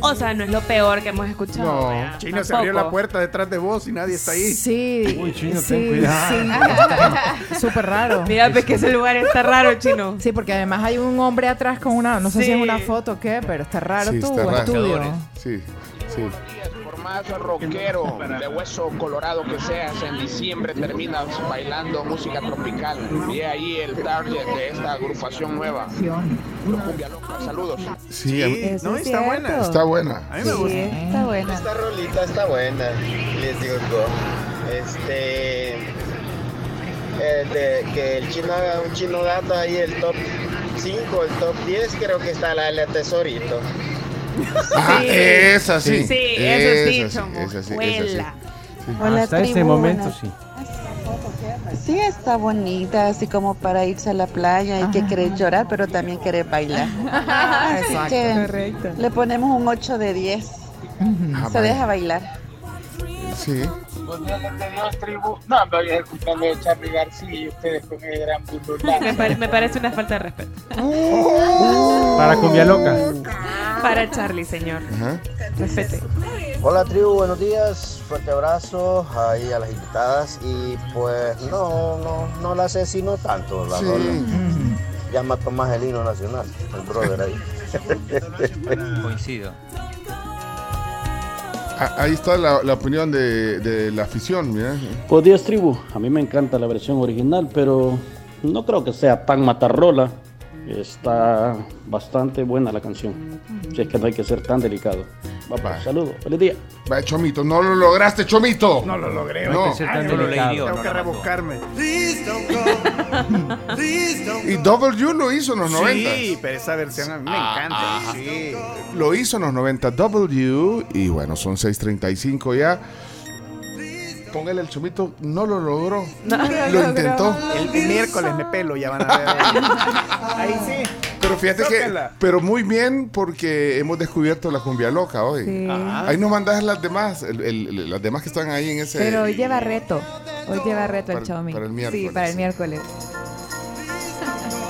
S7: O sea, no es lo peor que hemos escuchado.
S3: No.
S7: ¿verdad?
S1: Chino se abrió
S7: Tampoco.
S1: la puerta detrás de vos y nadie está ahí.
S11: Sí.
S1: Uy,
S16: Chino,
S11: ten sí,
S7: Ah.
S11: cuidado. Súper raro.
S7: Mira, pues que ese lugar está raro, chino.
S11: Sí, porque además hay un hombre atrás con una, no sé si es una foto o qué, pero está raro
S3: sí, eh.
S11: tu
S3: está raro.
S11: estudio.
S3: Sí, sí.
S20: más rockero de hueso colorado que seas, en diciembre terminas bailando música tropical. Y ahí el target de esta agrupación nueva. Los Cumbia Locas, saludos.
S3: Sí,
S20: Sí,
S3: a mí-
S20: eso No, es está cierto. buena.
S3: Está buena.
S20: A mí me Sí, gusta.
S17: está buena.
S21: Esta rolita está buena, les digo yo. Este. el de- que el chino haga un chino gato ahí, el top 5, el top 10, creo que está la del tesorito.
S3: Ah, esa sí.
S21: Sí,
S3: Esa
S2: Eh,
S21: eso sí,
S3: sí,
S21: chamo.
S3: esa sí, esa
S21: Huela.
S3: sí.
S18: Hola,
S16: Hasta ese
S18: tribuna.
S16: momento sí.
S18: Sí, está bonita, así como para irse a la playa y que querés llorar, pero también querés bailar. Así
S17: Exacto.
S18: que
S17: Correcto.
S18: le ponemos un 8 de 10.
S3: Ah,
S18: Se
S3: vaya.
S18: deja bailar.
S3: Sí.
S22: tribu. No, me voy a escuchando de Charlie García y ustedes con el gran burlulazo.
S7: Me, pare- me parece una falta de respeto.
S16: Para cumbia loca.
S7: Para Charlie, señor.
S3: Ajá.
S7: Respete.
S21: Hola tribu, buenos días, fuerte abrazo ahí a las invitadas y pues no, no, no la asesino tanto la
S3: Sí.
S21: rola.
S10: Mm.
S21: Ya mató más el himno nacional, el brother ahí.
S8: Coincido.
S3: Ah, Ahí está la, la opinión de, de la afición, mira.
S23: Pues Dios Tribu, a mí me encanta la versión original, pero no creo que sea tan matarrola. Está bastante buena la canción. Si es que no hay que ser tan delicado. Va, pues, saludos, feliz día.
S3: Va, Chomito, no lo lograste, Chomito.
S1: No lo logré.
S3: No. este
S1: Ay,
S3: No lo leí yo,
S1: Tengo
S3: no
S1: que
S3: la mandó.
S1: rebuscarme.
S3: Y Double You lo hizo en los 90.
S1: Sí, pero esa versión a mí me
S3: Ah,
S1: encanta.
S3: ajá.
S1: Sí.
S3: Lo hizo en los 90 W y bueno, son 6.35 ya. Póngale el chomito, no lo logró. lo intentó.
S1: El, el miércoles me pelo, ya van a ver. Ahí sí.
S3: Pero fíjate que,
S1: Tócala.
S3: pero muy bien porque hemos descubierto la cumbia loca hoy.
S11: Sí. Ajá.
S3: Ahí nos mandas las demás, el- el- las demás que están ahí en ese.
S11: Pero hoy lleva reto. Hoy lleva reto
S3: Para-
S11: el Chomi.
S3: para el
S11: Sí,
S3: miércoles.
S11: para el miércoles.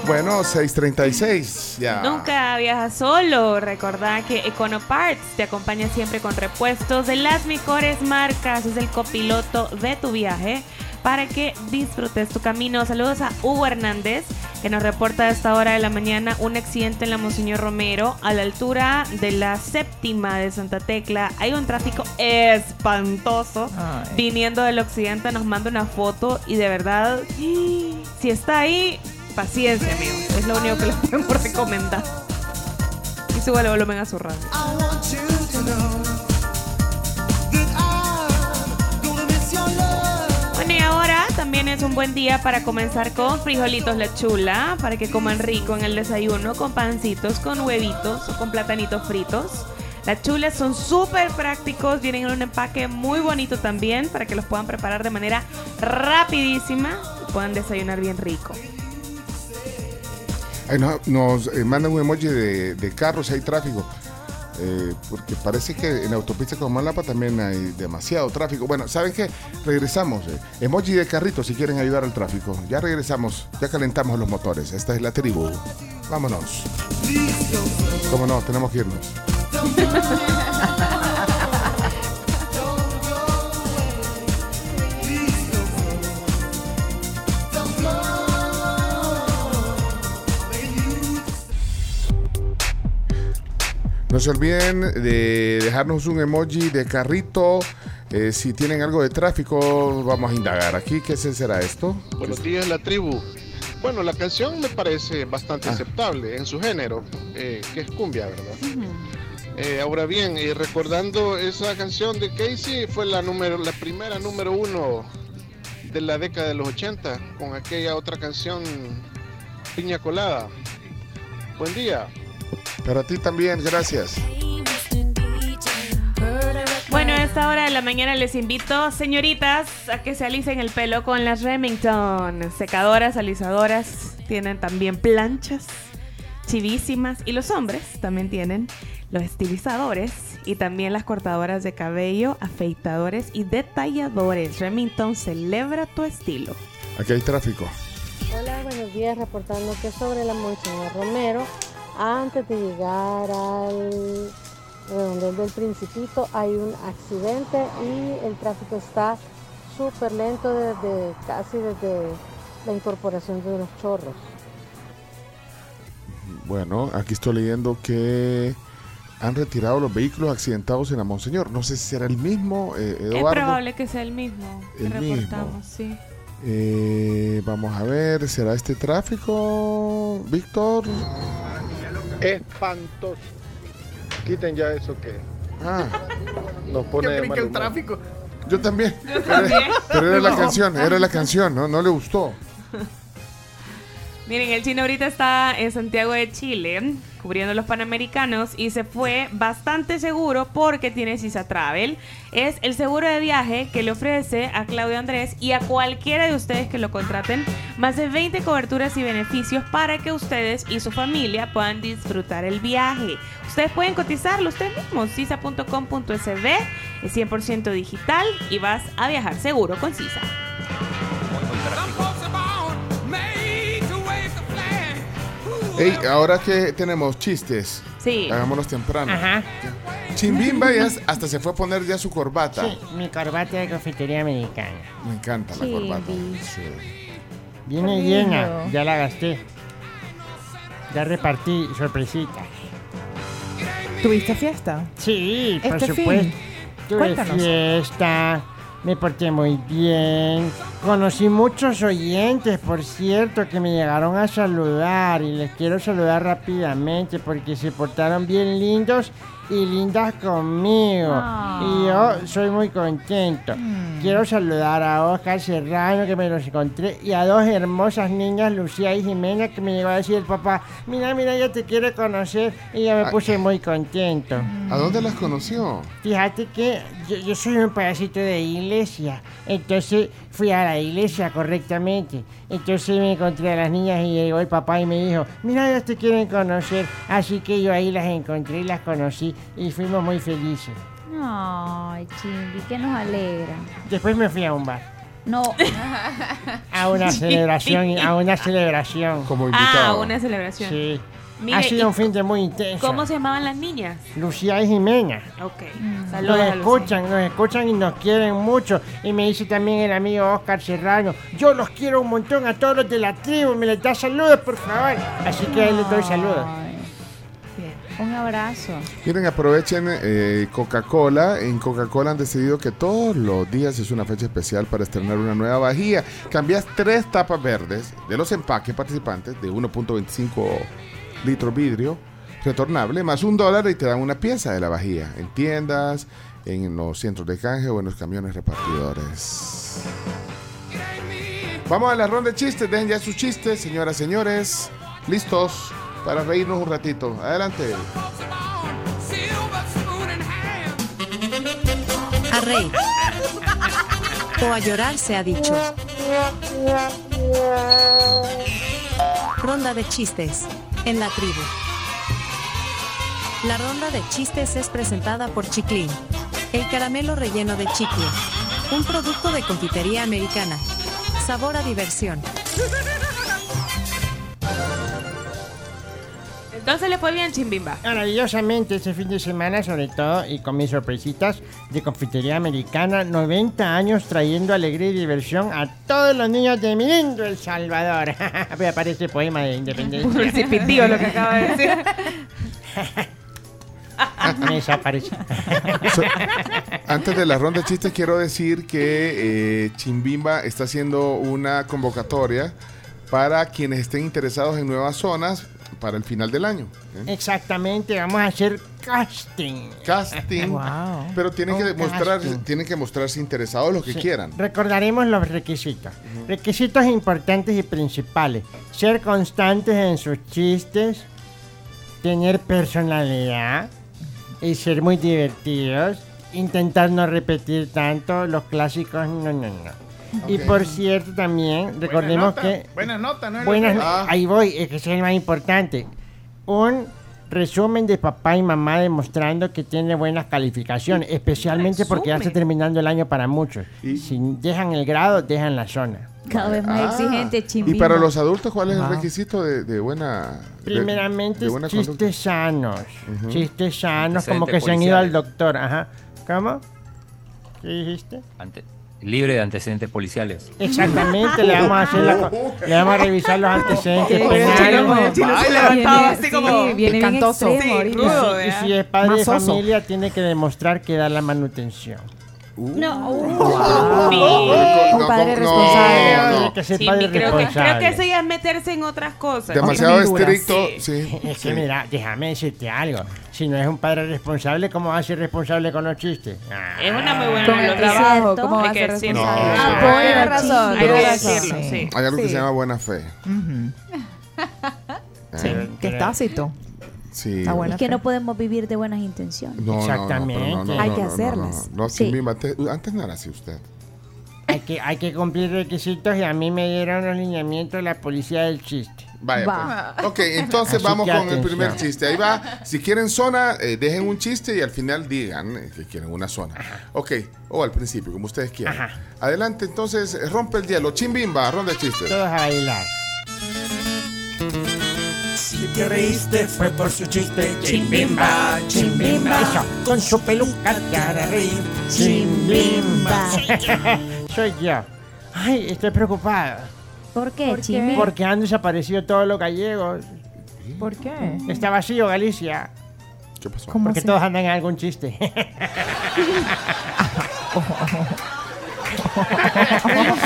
S3: Bueno, 6.36 ya.
S7: Nunca viajas solo. Recordá que EconoParts te acompaña siempre con repuestos de las mejores marcas. Es el copiloto de tu viaje para que disfrutes tu camino. Saludos a Hugo Hernández, que nos reporta a esta hora de la mañana un accidente en la Monseñor Romero a la altura de la séptima de Santa Tecla. Hay un tráfico espantoso. Viniendo del occidente nos manda una foto y de verdad, si está ahí, paciencia, amigos. Es lo único que les podemos recomendar. Y sube el volumen a su radio. Bueno, y ahora también es un buen día para comenzar con frijolitos la chula, para que coman rico en el desayuno, con pancitos, con huevitos o con platanitos fritos. Las chulas son súper prácticos, vienen en un empaque muy bonito también, para que los puedan preparar de manera rapidísima y puedan desayunar bien rico.
S3: Ay, no, nos eh, mandan un emoji de, de carros, hay tráfico. Eh, porque parece que en la autopista Comalapa también hay demasiado tráfico. Bueno, ¿saben qué? Regresamos. eh. Emoji de carrito si quieren ayudar al tráfico. Ya regresamos, ya calentamos los motores. Esta es la tribu. Vámonos. ¿Cómo no? Tenemos que irnos. No se olviden de dejarnos un emoji de carrito. Eh, si tienen algo de tráfico, vamos a indagar aquí. ¿Qué se- será esto?
S4: Buenos días, la tribu. Bueno, la canción me parece
S3: Ah.
S4: bastante aceptable en su género, eh, que es cumbia, ¿verdad? Eh, ahora bien, eh, recordando esa canción de Casey, fue la, número, la primera número uno de la década de los 80, con aquella otra canción, Piña Colada. Buen día.
S3: Para ti también, gracias.
S7: Bueno, a esta hora de la mañana les invito, señoritas, a que se alicen el pelo con las Remington. Secadoras, alisadoras, tienen también planchas chivísimas. Y los hombres también tienen los estilizadores y también las cortadoras de cabello, afeitadores y detalladores. Remington celebra tu estilo.
S3: Aquí hay tráfico.
S2: Hola, buenos días. Reportando que sobre la Monseñor Romero, antes de llegar al redondel del Principito, hay un accidente y el tráfico está súper lento desde casi desde la incorporación de los chorros.
S3: Bueno, aquí estoy leyendo que han retirado los vehículos accidentados en la Monseñor. No sé si será el mismo, eh, Eduardo.
S7: Es probable que sea el mismo que
S3: El mismo.
S7: reportamos, sí.
S3: Eh, vamos a ver, ¿será este tráfico, Víctor?
S23: Espantoso. Quiten ya eso que
S3: Ah,
S23: nos pone de mal humor.
S3: yo también.
S23: Yo
S3: Pero-
S23: también.
S3: Pero era la
S23: No.
S3: canción, era la canción, ¿no? No le gustó.
S7: Miren, el chino ahorita está en Santiago de Chile cubriendo los Panamericanos y se fue bastante seguro porque tiene Sisa Travel. Es el seguro de viaje que le ofrece a Claudio Andrés y a cualquiera de ustedes que lo contraten más de 20 coberturas y beneficios para que ustedes y su familia puedan disfrutar el viaje. Ustedes pueden cotizarlo ustedes mismos, sisa.com.sb, es 100% digital y vas a viajar seguro con Sisa.
S3: Ey, ahora que tenemos chistes,
S7: Sí.
S3: hagámoslos temprano.
S21: Ajá.
S3: Chimbimba ya hasta se fue a poner ya su corbata.
S21: Sí, mi corbata de confitería americana.
S3: Me encanta la
S21: Sí,
S3: corbata.
S21: vi.
S3: Sí.
S21: Viene
S3: Qué
S21: llena,
S3: lindo.
S21: ya la gasté. Ya repartí sorpresita.
S2: ¿Tuviste fiesta?
S21: Sí, por
S2: Este fin.
S21: supuesto. Tuve
S2: Cuéntanos.
S21: fiesta, me porté muy bien. Conocí muchos oyentes, por cierto, que me llegaron a saludar y les quiero saludar rápidamente porque se portaron bien lindos y lindas conmigo.
S24: Ah.
S21: Y yo soy muy contento. Quiero saludar a Oscar Serrano que me los encontré y a dos hermosas niñas, Lucía y Jimena, que me llegó a decir el papá, mira, mira, ella te quiere conocer y yo me
S3: Ah.
S21: puse muy contento.
S3: ¿A dónde las conoció?
S21: Fíjate que yo, yo soy un pedacito de iglesia, entonces fui a la iglesia correctamente. Entonces me encontré a las niñas y llegó el papá y me dijo, mira, ellas te quieren conocer. Así que yo ahí las encontré y las conocí y fuimos muy felices.
S13: Ay, Chimbi, que nos alegra.
S21: Después me fui a un bar,
S13: No.
S21: a una celebración, a una celebración.
S3: Como
S7: Ah, una celebración.
S21: Sí.
S7: Mire,
S21: ha
S7: ¿y
S21: sido un fin de muy intenso.
S7: ¿Cómo se llamaban las niñas?
S21: Lucía y Jimena.
S7: Ok.
S21: Nos
S7: Saludos a Lucía.
S21: escuchan, nos escuchan y nos quieren mucho. Y me dice también el amigo Oscar Serrano, yo los quiero un montón a todos los de la tribu, me les da saludos, por favor. Así que ahí les doy saludos.
S13: Un abrazo.
S3: Miren, aprovechen eh, Coca-Cola. En Coca-Cola han decidido que todos los días es una fecha especial para estrenar una nueva vajilla. Cambias tres tapas verdes de los empaques participantes de 1.25 litros vidrio retornable más un dólar y te dan una pieza de la vajilla en tiendas, en los centros de canje o en los camiones repartidores. Vamos a la ronda de chistes. Dejen ya sus chistes, señoras, señores. Listos para reírnos un ratito. Adelante.
S12: A reír. O a llorar se ha dicho. Ronda de chistes. En la tribu. La ronda de chistes es presentada por Chiclin. El caramelo relleno de chicle. Un producto de confitería americana. Sabor a diversión.
S7: Entonces le fue bien Chimbimba.
S21: Maravillosamente este fin de semana, sobre todo, y con mis sorpresitas de confitería americana, 90 años trayendo alegría y diversión a todos los niños de mi lindo El Salvador. Me aparece poema de independencia.
S7: Puro cipitío lo que acaba de decir.
S21: Me desapareció.
S3: So- antes de la ronda de chistes, quiero decir que eh, Chimbimba está haciendo una convocatoria para quienes estén interesados en nuevas zonas para el final del año. ¿eh?
S21: Exactamente, vamos a hacer casting.
S3: Casting. Pero tienen
S11: Oh,
S3: que, demostrar, tienen que mostrarse interesados los que
S21: Sí.
S3: quieran.
S21: Recordaremos los requisitos. Requisitos importantes y principales. Ser constantes en sus chistes, tener personalidad y ser muy divertidos. Intentar no repetir tanto los clásicos. No, no, no. Y
S1: Ok.
S21: por cierto también, recordemos
S1: nota,
S21: que...
S1: Buenas notas, ¿no?
S21: Buenas,
S1: Ah.
S21: ahí voy, es que es el más importante. Un resumen de papá y mamá demostrando que tiene buenas calificaciones, especialmente porque ya está terminando el año para muchos. Si dejan el grado, dejan la zona.
S13: Cada vez más
S21: Ah.
S13: exigente, Chimbi.
S3: Y para los adultos, ¿cuál es
S21: Ah.
S3: el requisito de, de buena. de-
S21: Primeramente,
S3: de buena
S21: chistes
S3: conducta?
S21: sanos.
S3: Ujú.
S21: Chistes sanos, como que
S8: Antecedentes
S21: se han ido al doctor. Ajá. ¿Cómo? ¿Qué dijiste?
S8: Ante- Libre de antecedentes policiales.
S21: Exactamente, le vamos a hacer la, le vamos a revisar los antecedentes
S8: Sí,
S21: penales.
S8: sí, sí,
S7: levantaba así como
S11: picantoso.
S21: Y si-
S7: rudo,
S21: y,
S7: ¿verdad?
S21: si es padre de
S11: Mazoso.
S21: familia, tiene que demostrar que da la manutención.
S13: No.
S21: Un padre responsable. Tiene que ser
S7: Sí,
S21: padre
S7: creo, que, creo que
S21: responsable.
S7: eso ya es meterse en otras cosas.
S3: Demasiado estricto, sí.
S21: Es
S3: sí.
S21: que mira, déjame decirte algo. Si no es un padre responsable, ¿cómo va a ser responsable con los chistes? Ah.
S7: Es una muy buena
S11: Con el
S7: regla de trabajo,
S11: cierto.
S7: ¿cómo
S11: Hay
S7: hay que
S11: que
S7: decirlo?
S3: No, sí.
S7: Hay
S11: razón,
S7: que
S11: Ah, tiene razón.
S7: decirlo, sí.
S3: Hay algo que
S11: Sí.
S3: se llama buena fe.
S11: Sí,
S3: Eh,
S11: que es tácito.
S3: Sí.
S11: Está buena
S13: Es que
S11: fe.
S13: no podemos vivir de buenas intenciones.
S3: No, no, no, pero no, no, no,
S13: Hay
S3: no,
S13: que
S3: no, no,
S13: hacerlas.
S3: No, sí, misma, antes, antes no era así usted.
S21: Hay que, hay que cumplir requisitos y a mí me dieron los lineamientos de la policía del chiste.
S3: Vaya, pues. Ok, entonces
S21: Así
S3: vamos
S21: que
S3: con el
S21: atención.
S3: primer chiste. Ahí va. Si quieren zona, eh, dejen un chiste y al final digan eh, que quieren una zona. Ok, o al principio, como ustedes quieran. Adelante, entonces, eh, rompe el hielo. Chimbimba, ronda de chistes.
S21: Todos a bailar.
S25: Si te reíste fue por su chiste, chimbimba, chimbimba.
S21: Eso, con su peluca te hará reír. Chimbimba. Soy yo. Ay, estoy preocupada.
S13: ¿Por qué, Chimi?
S21: Porque han desaparecido todos los gallegos.
S11: ¿Por qué?
S21: Está vacío Galicia.
S3: ¿Qué pasó?
S11: ¿Cómo
S21: Porque
S11: así?
S21: todos andan en algún chiste.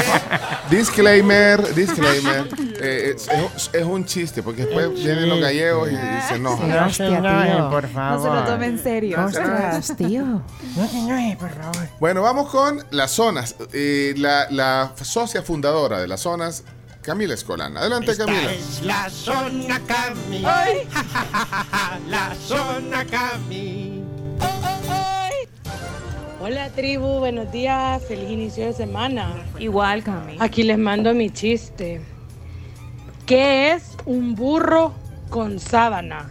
S3: Disclaimer, disclaimer. Eh, es, es- es un chiste, porque después
S21: Es
S3: vienen los
S21: chiste.
S3: gallegos y, y se enojan.
S21: No se enojen, por
S11: No se
S21: favor.
S11: lo tome en serio.
S3: Ostras,
S11: tío.
S21: No se enojen, por favor.
S3: Bueno, vamos con las zonas. Eh, la, la socia fundadora de las zonas, Camila Escolán. Adelante,
S25: Esta
S3: Camila.
S25: es la zona Cami. Ja, ja, ja, ja, la zona Cami.
S26: Hola tribu, buenos días, feliz inicio de semana.
S7: Igual, Cami.
S26: Aquí les mando mi chiste. ¿Qué es un burro con sábana?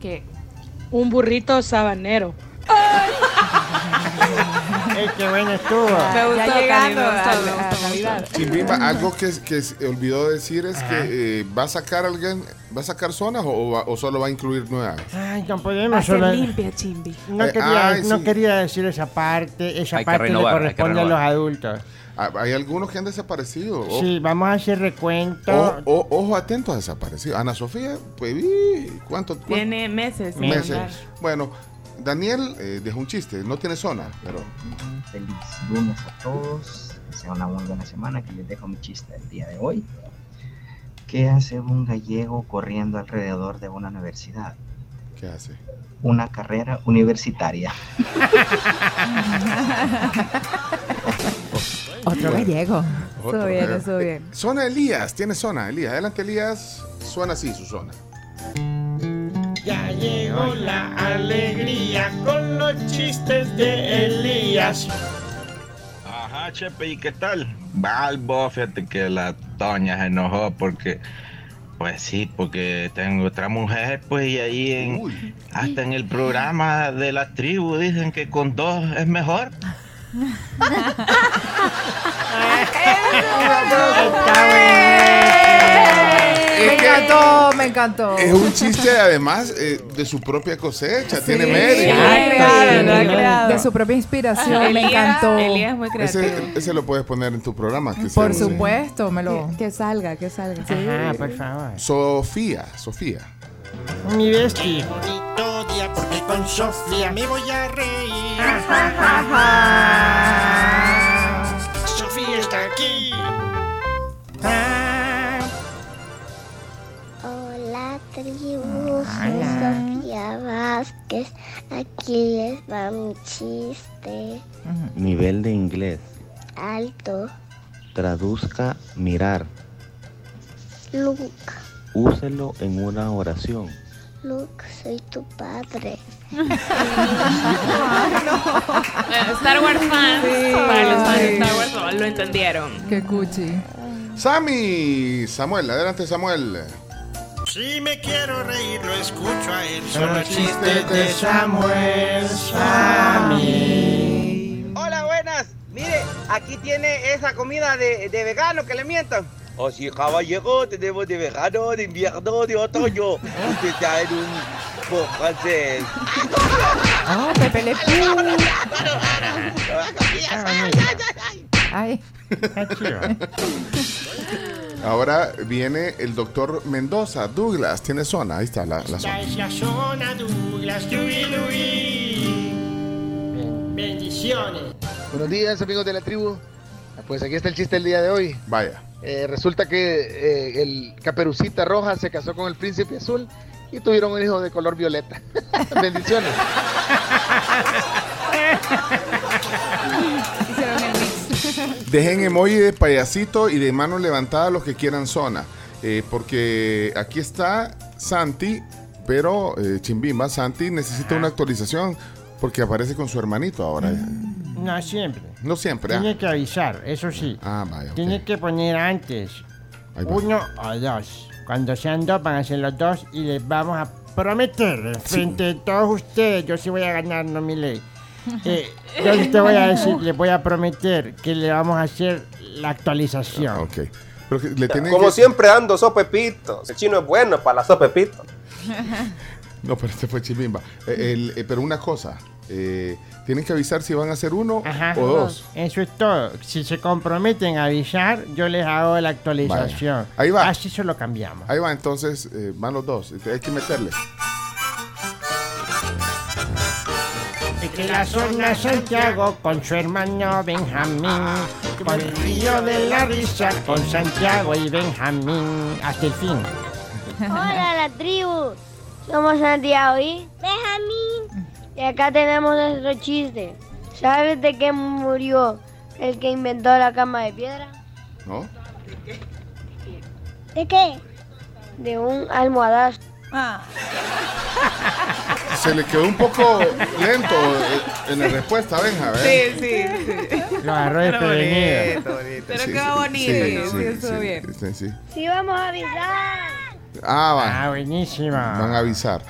S7: ¿Qué?
S26: Un burrito sabanero.
S21: Ey, qué bueno estuvo.
S26: Me gustó, Cami, me gustó, me
S11: gustó, Navidad.
S3: Chimbimba, algo que, que se olvidó decir es que eh, va a sacar alguien, va a sacar zonas o, o va- o solo va a incluir nuevas.
S21: Ay, no
S7: Va a
S21: podemos
S7: ser
S21: solo-
S7: limpia, Chimbi.
S21: No
S3: Eh,
S21: quería,
S3: ay,
S21: no
S3: sí.
S21: quería decir esa parte. Esa
S3: Hay que
S21: parte
S3: renovar, hay
S21: le
S3: que
S21: corresponde a los
S3: renovar.
S21: adultos.
S3: Ah, Hay algunos que han desaparecido. O-
S21: Sí, vamos a hacer recuento.
S3: o- o- ojo atento a desaparecido. Ana Sofía, pues, ih, ¿cuánto? cuánto?
S7: Tiene meses. sin
S3: Meses.
S7: hablar.
S3: Bueno, Daniel eh, dejó un chiste, no tiene zona, pero.
S27: Feliz lunes a todos. Que sea una muy buena semana. Que les dejo mi chiste del día de hoy. ¿Qué hace un gallego corriendo alrededor de una universidad?
S3: ¿Qué hace?
S27: Una carrera universitaria.
S11: Otro gallego.
S3: Otro,
S11: Estuvo bien,
S3: eh.
S11: estuvo bien.
S3: Zona Elías, tiene zona Elías. Adelante, Elías. Suena así su zona.
S21: Ya llegó la
S25: Alegría con los chistes de Elías. Ajá, Chepe, ¿y qué tal?
S16: Balbo, fíjate que la doña se enojó porque, pues sí, porque tengo otra mujer, pues y ahí en, hasta en el programa de la tribu dicen que con dos es mejor.
S11: ¡Eh! Me
S3: Es que-
S11: encantó, me encantó.
S3: Es un chiste, además, eh, de su propia cosecha. Tiene mérito.
S11: De su propia inspiración. me encantó.
S3: Ese, ese lo puedes poner en tu programa. que
S11: Por
S3: se use.
S11: supuesto, me lo.
S12: Que salga, que salga.
S21: Ajá, por favor.
S3: Sofía, Sofía.
S21: Mi bestia.
S25: Bonito día porque con Sofía me voy a reír. Sofía está aquí.
S28: Hola tribu, soy
S25: Hola.
S28: Sofía Vázquez. Aquí les va mi chiste
S16: Nivel de inglés.
S28: alto.
S16: Traduzca mirar.
S28: Luke,
S16: Úselo en una oración.
S28: Luke, soy tu padre.
S7: Bueno, Star Wars fans,
S28: Sí.
S7: para los fans de
S3: Ay.
S7: Star Wars, oh, lo entendieron.
S11: Qué cuchi.
S3: Sammy, Samuel, adelante, Samuel.
S25: Si me quiero reír, lo escucho a él.
S3: Son los chistes de
S25: Samuel.
S2: Hola, buenas. Mire, aquí tiene esa comida de, de vegano que le mientan.
S29: Así Oh, caballero, tenemos de verano, de invierno, de otoño. Usted está en un por francés.
S11: Ah, Pepe Le Pew.
S2: Ay.
S3: Ahora viene el doctor Mendoza. Douglas, tiene zona. Ahí está la,
S30: Esta
S3: la zona.
S30: es la zona Douglas, Dui Dui. Bendiciones.
S23: Buenos días, amigos de la tribu. Pues aquí está el chiste del día de hoy.
S3: Vaya.
S23: Eh, resulta que eh, el Caperucita Roja se casó con el Príncipe Azul y tuvieron un hijo de color violeta. Bendiciones.
S2: Hicieron el mix.
S3: Dejen emoji de payasito y de mano levantada los que quieran zona. Eh, porque aquí está Santi, pero eh, Chimbimba, Santi necesita una actualización porque aparece con su hermanito ahora.
S21: No siempre.
S3: No siempre. ah.
S21: Tiene que avisar, eso sí.
S3: Ah, vaya.
S21: Tiene que poner antes.
S3: Ahí va.
S21: Uno o dos. Cuando sean dos, van a ser los dos y les vamos a prometer frente a todos ustedes. Yo sí voy a ganar, no mi ley. Eh, yo sí te voy a decir, les voy a prometer que le vamos a hacer la actualización.
S3: ok. Pero que le tienen
S6: Como
S3: que-
S6: siempre ando sopepito. El chino es bueno para la sopepito.
S3: No, pero este fue Chimbimba. Eh, el- eh, pero una cosa, eh, tienen que avisar si van a hacer uno
S21: Ajá.
S3: o dos.
S21: Eso es todo. Si se comprometen a avisar, yo les hago la actualización.
S3: Ahí va.
S21: Así se lo cambiamos.
S3: Ahí va, entonces eh, van los dos. Este, Hay que meterle.
S21: Y que la zona Santiago con su hermano Benjamín, con el río de la risa, con Santiago y Benjamín, hasta el fin.
S28: Hola, la tribu. Somos Santiago y Benjamín. Y acá tenemos nuestro chiste. ¿Sabes de qué murió el que inventó la cama de piedra?
S3: ¿No?
S28: ¿De qué? De un almohadazo.
S7: Ah.
S3: Se le quedó un poco lento eh, en la respuesta, Benja. ¿eh?
S7: sí, sí.
S21: Lo agarró
S7: Pero
S21: desprevenido.
S7: bonito, bonito. Pero
S3: Sí,
S7: qué
S3: sí,
S7: bonito.
S3: sí, sí,
S7: estuvo
S3: sí,
S7: bien.
S3: sí, sí.
S28: Sí, vamos a avisar.
S3: Ah, va.
S21: Ah, buenísima.
S3: Van a avisar.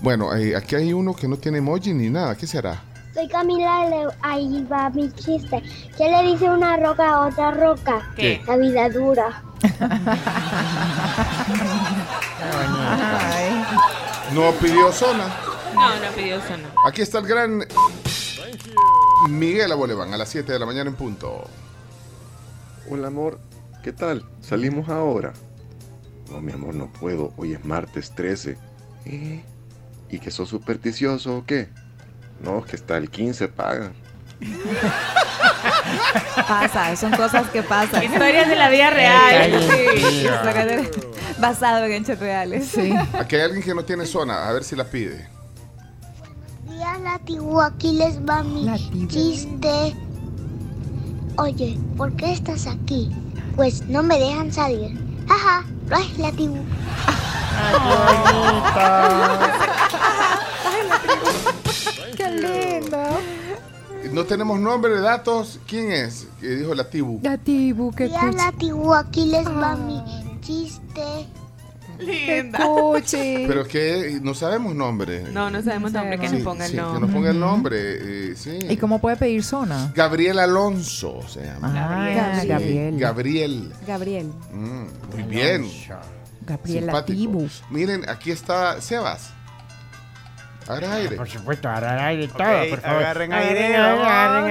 S3: Bueno, eh, aquí hay uno que no tiene emoji ni nada. ¿Qué será?
S28: Soy Camila, le- ahí va mi chiste. ¿Qué le dice una roca a otra roca?
S3: ¿Qué?
S28: La vida dura.
S21: Ah,
S3: No pidió zona.
S7: No, no pidió eso, no.
S3: Aquí está el gran Miguel Aboleván a las 7 de la mañana en punto.
S4: Hola amor, ¿qué tal? ¿Salimos ahora? No, mi amor, no puedo. Hoy es martes 13. "¿Eh? ¿Y que sos supersticioso o qué? No, es que está el 15 paga.
S12: Pasa, son cosas que pasan.
S7: Historias de la vida
S3: real.
S12: Sí,
S3: Sí.
S12: historias de- Basado en hechos reales.
S3: Aquí hay alguien que no tiene zona. A ver si la pide.
S28: Día nativo, aquí les va mi chiste. Oye, ¿por qué estás aquí? Pues no me dejan salir. Jaja, lo es lativo.
S2: Qué lindo.
S3: No tenemos nombre de datos. ¿Quién es? Que dijo la Tibu.
S28: La tibu, qué Día nativo, aquí les va mi chiste.
S7: Linda.
S3: Pero es que eh, no sabemos nombre.
S7: No, no sabemos nombre, que
S3: Sí,
S7: nos ponga
S3: sí,
S7: el nombre.
S3: Que nos ponga el nombre. eh, sí.
S2: ¿Y cómo puede pedir zona?
S3: Gabriel Alonso se llama.
S2: Ah,
S3: Sí,
S2: Gabriel.
S3: Gabriel.
S12: Gabriel.
S3: Mm, muy bien.
S2: Gabriel
S3: Simpático.
S2: Atibu.
S3: Miren, aquí está Sebas. Agarra aire.
S21: Por supuesto, agarrar aire todo,
S3: Ok,
S21: por favor.
S3: agarren
S21: aire, agarren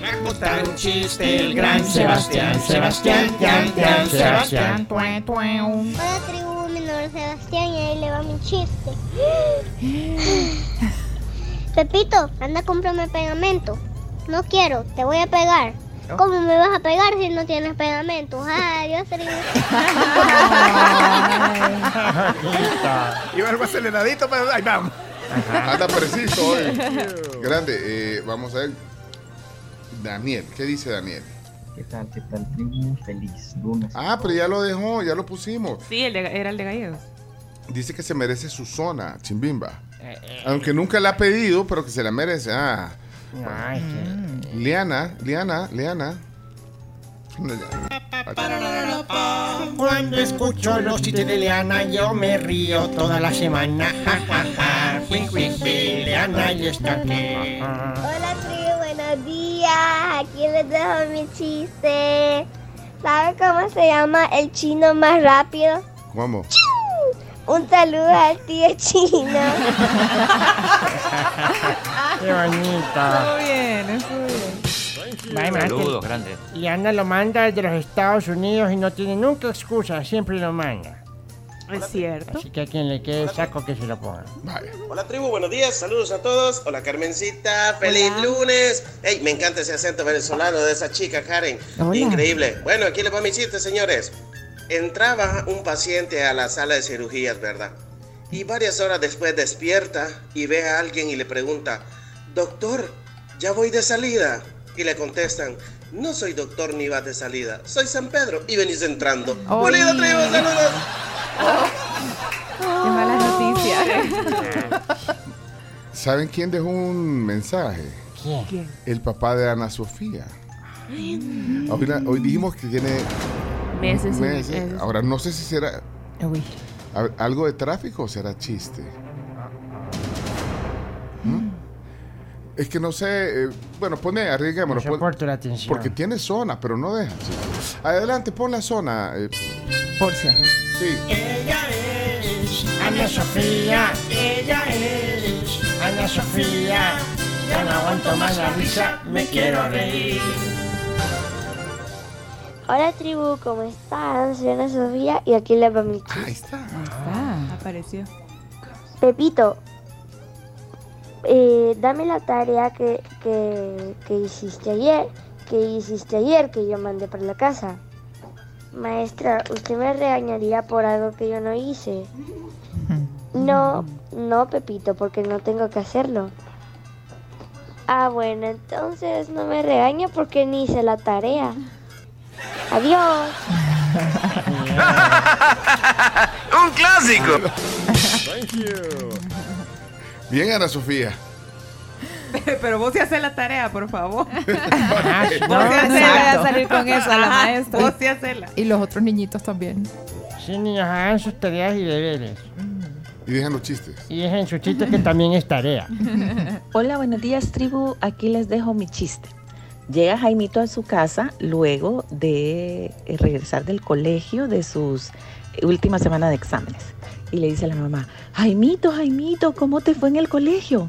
S30: Me va a contar un chiste
S21: el gran Sebastián, Sebastián, Sebastián, Sebastián, Sebastián.
S28: Hola tribu, mi nombre es Sebastián y ahí le va mi chiste. Pepito, anda, cómprame pegamento. No quiero, te voy a pegar. ¿Cómo me vas a pegar si no tienes pegamento? Adiós, tribu.
S1: Iba algo aceleradito, pero ahí vamos.
S3: Anda preciso hoy. Grande. eh, vamos a ver. Daniel, ¿qué dice Daniel?
S31: ¿Qué tal? ¿Qué tal, tribu? Feliz lunes.
S3: Ah, pero ya lo dejó, ya lo pusimos.
S7: Sí, el de- era el de Gallegos.
S3: Dice que se merece su zona, Chimbimba. Aunque nunca la ha pedido, pero que se la merece. Ah.
S21: Ay,
S3: Liana, Liana, Liana.
S21: Cuando escucho los chistes de Leana, yo me río toda la semana. Ja, ja, ja. Jui, jui, jui, Leana ya está aquí.
S28: Hola tribu, buenos días. Aquí les dejo mi chiste. ¿Sabe cómo se llama el chino más rápido?
S3: ¿Cómo?
S28: Un saludo al tío chino.
S21: Qué bonita.
S7: Estuvo bien, estuvo bien.
S21: Vaya, man,
S8: Saludos,
S21: que-
S8: grande.
S21: Leana lo manda desde los Estados Unidos y no tiene nunca excusa, siempre lo manda.
S7: Es cierto.
S21: Así que a quien le quede saco que se lo ponga.
S29: Hola tribu, buenos días, saludos a todos. Hola Carmencita, feliz lunes. Hey, me encanta ese acento venezolano de esa chica Karen.
S28: Hola.
S29: Increíble. Bueno, aquí les va mi chiste, señores. Entraba un paciente a la sala de cirugías, ¿verdad? Y varias horas después despierta y ve a alguien y le pregunta, doctor, ya voy de salida. Y le contestan, no soy doctor ni vas de salida, soy San Pedro y venís entrando. Bonita tribu, saludos.
S11: Qué malas noticias.
S3: ¿Saben quién dejó un mensaje?
S11: ¿Quién?
S3: El papá de Ana Sofía. Hoy, la- hoy dijimos que tiene
S7: Meses y
S3: meses.
S7: meses.
S3: Ahora no sé si será
S11: Ah, Uy.
S3: a- algo de tráfico o será chiste. ¿Mm? Es que no sé. eh, bueno, pone, arriesguémonos.
S21: No soporto la atención.
S3: Porque tiene zona, pero no deja. chiste. Adelante, pon la zona. eh.
S11: Porcia.
S3: Sí.
S21: Ella es Ana Sofía, ella es Ana Sofía. Ya no aguanto más la risa, me quiero reír.
S28: Hola tribu, ¿cómo están? Soy Ana Sofía y aquí les va mi chiste. Ahí
S3: está.
S7: Apareció.
S28: Pepito, eh, dame la tarea que, que- que hiciste ayer, que hiciste ayer, que yo mandé para la casa. Maestra, usted me regañaría por algo que yo no hice. No, no, Pepito, porque no tengo que hacerlo. Ah, bueno, entonces no me regaña porque ni hice la tarea. Adiós.
S3: ¡Un clásico! Thank you. Bien, Ana Sofía.
S7: Pero vos sí haces la tarea, por favor.
S11: Ah, No,
S7: Vos sí
S11: exacto.
S7: hacela.
S11: Voy a salir con esa, la
S7: Ajá,
S11: maestra.
S7: Vos sí hacela.
S11: Y los otros niñitos también.
S21: Sí, niños, hagan sus tareas y deberes.
S3: Y dejan los chistes.
S21: Y dejen su chiste que también es tarea.
S12: Hola, buenos días, tribu. Aquí les dejo mi chiste. Llega Jaimito a su casa luego de eh, regresar del colegio de sus últimas semanas de exámenes. Y le dice a la mamá, Jaimito, Jaimito, ¿cómo te fue en el colegio?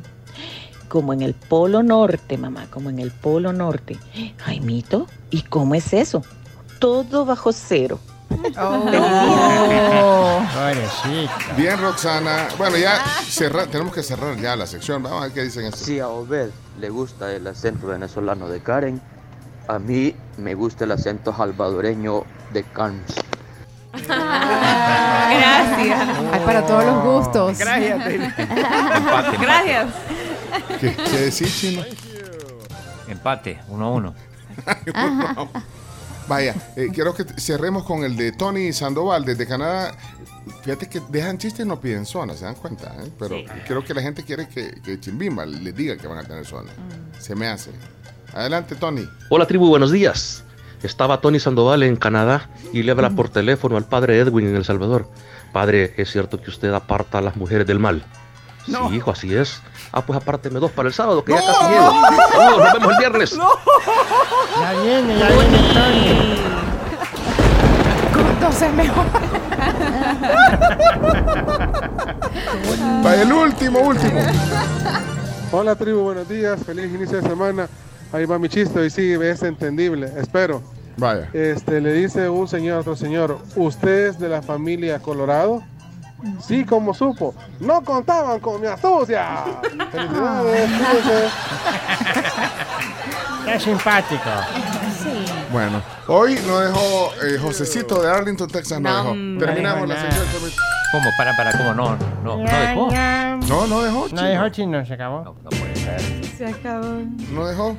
S12: Como en el Polo Norte, mamá, como en el Polo Norte. Jaimito, ¿y cómo es eso? Todo bajo cero. Ah.
S3: Oh. Bien, Roxana. Bueno, ya cerra- tenemos que cerrar ya la sección. Vamos a ver qué dicen esto.
S32: Si a Obed le gusta el acento venezolano de Karen, a mí me gusta el acento salvadoreño de Carms.
S11: Gracias. Hay para todos los gustos.
S33: Gracias, baby.
S8: Empate.
S7: Gracias.
S3: ¿Qué, qué decís, Chino?
S8: Empate, uno a uno.
S3: Vaya, eh, quiero que cerremos con el de Tony Sandoval desde Canadá. Fíjate que dejan chistes y no piden zona, se dan cuenta, ¿eh? Pero creo que la gente quiere que, que Chimbimba les diga que van a tener zona. Se me hace. Adelante, Tony.
S23: Hola tribu, buenos días. Estaba Tony Sandoval en Canadá y le habla por teléfono al padre Edwin en El Salvador. Padre, ¿es cierto que usted aparta a las mujeres del mal? Sí, hijo, así es. Ah, pues apárteme dos para el sábado, que ya casi llego. Saludos, nos vemos el viernes.
S21: Ya viene, ya viene Tony.
S11: Entonces mejor.
S3: Para el último, último.
S2: Hola tribu, buenos días, feliz inicio de semana. Ahí va mi chiste, y sí, es entendible, espero.
S3: Vaya.
S2: Este, le dice un señor a otro señor, ¿usted es de la familia Colorado? Sí, como supo, no contaban con mi astucia. Felicidades, cuídense.
S21: Está simpático.
S13: Sí.
S3: Bueno, hoy no dejó eh, Josecito de Arlington, Texas, no dejó. Terminamos la sección.
S8: ¿Cómo? Para, para, ¿cómo? No, no, no dejó.
S3: No, no dejó.
S21: Oh. No dejó chino, se acabó.
S11: Se acabó.
S3: No dejó.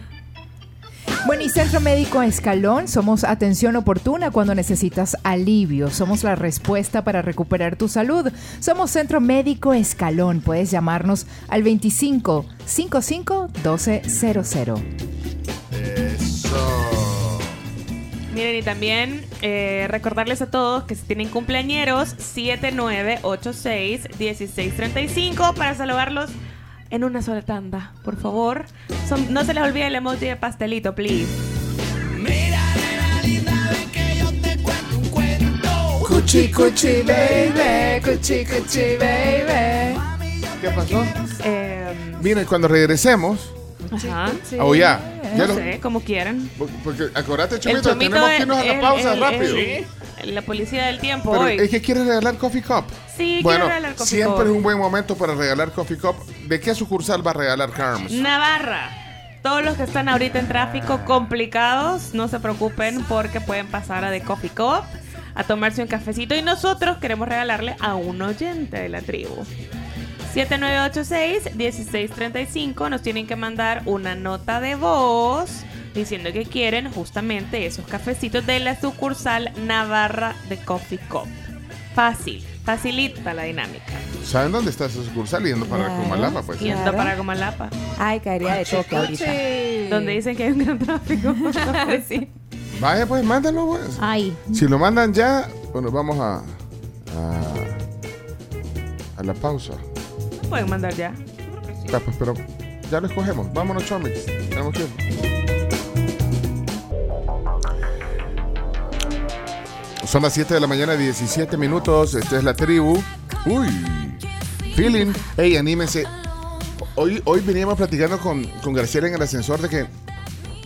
S11: Bueno, y Centro Médico Escalón, somos atención oportuna cuando necesitas alivio. Somos la respuesta para recuperar tu salud. Somos Centro Médico Escalón. Puedes llamarnos al 25 55 1200.
S3: Eso.
S7: Miren, y también eh, recordarles a todos que si tienen cumpleañeros, 7986-1635 para saludarlos en una sola tanda, por favor. Son- no se les olvide el emoji de pastelito, please.
S11: Cuchi, cuchi, baby. Cuchi, cuchi, baby.
S3: ¿Qué pasó?
S7: Eh,
S3: Miren, cuando regresemos,
S7: ajá.
S3: o ya, Oh, Ya
S7: no
S3: lo-
S7: sé, como quieran.
S3: Porque acordate,
S7: El
S3: Chomito, tenemos que
S7: es-
S3: irnos a
S7: es-
S3: la pausa
S7: es-
S3: rápido.
S7: es La policía del tiempo
S3: Pero
S7: hoy.
S3: es que quieres regalar Coffee Cup.
S7: Sí, quiero
S3: bueno,
S7: regalar Coffee
S3: siempre
S7: Cup.
S3: es un buen momento para regalar Coffee Cup. ¿De qué sucursal va a regalar Carms?
S7: Navarra. Todos los que están ahorita en tráfico complicados, no se preocupen porque pueden pasar a The Coffee Cup a tomarse un cafecito y nosotros queremos regalarle a un oyente de la tribu. 7986-1635 nos tienen que mandar una nota de voz diciendo que quieren justamente esos cafecitos de la sucursal Navarra de Coffee Cup. Fácil, facilita la dinámica.
S3: ¿Saben dónde está esa sucursal? Yendo para
S7: Claro,
S3: Comalapa, pues.
S7: Yendo para Comalapa.
S17: Ay, caería de toque ahorita.
S7: Donde dicen que hay un gran tráfico. Pues sí.
S3: Vaya, pues, mándalo, pues.
S13: Ay.
S3: Si lo mandan ya, bueno, vamos a. a, a la pausa.
S7: Pueden mandar ya.
S3: Ya, pues, pero ya lo escogemos. Vámonos, Chomix. Tenemos tiempo. Son las 7 de la mañana, 17 minutos. Esta es la tribu. Uy, feeling. Hey, anímense. Hoy, hoy veníamos platicando con, con Graciela en el ascensor de que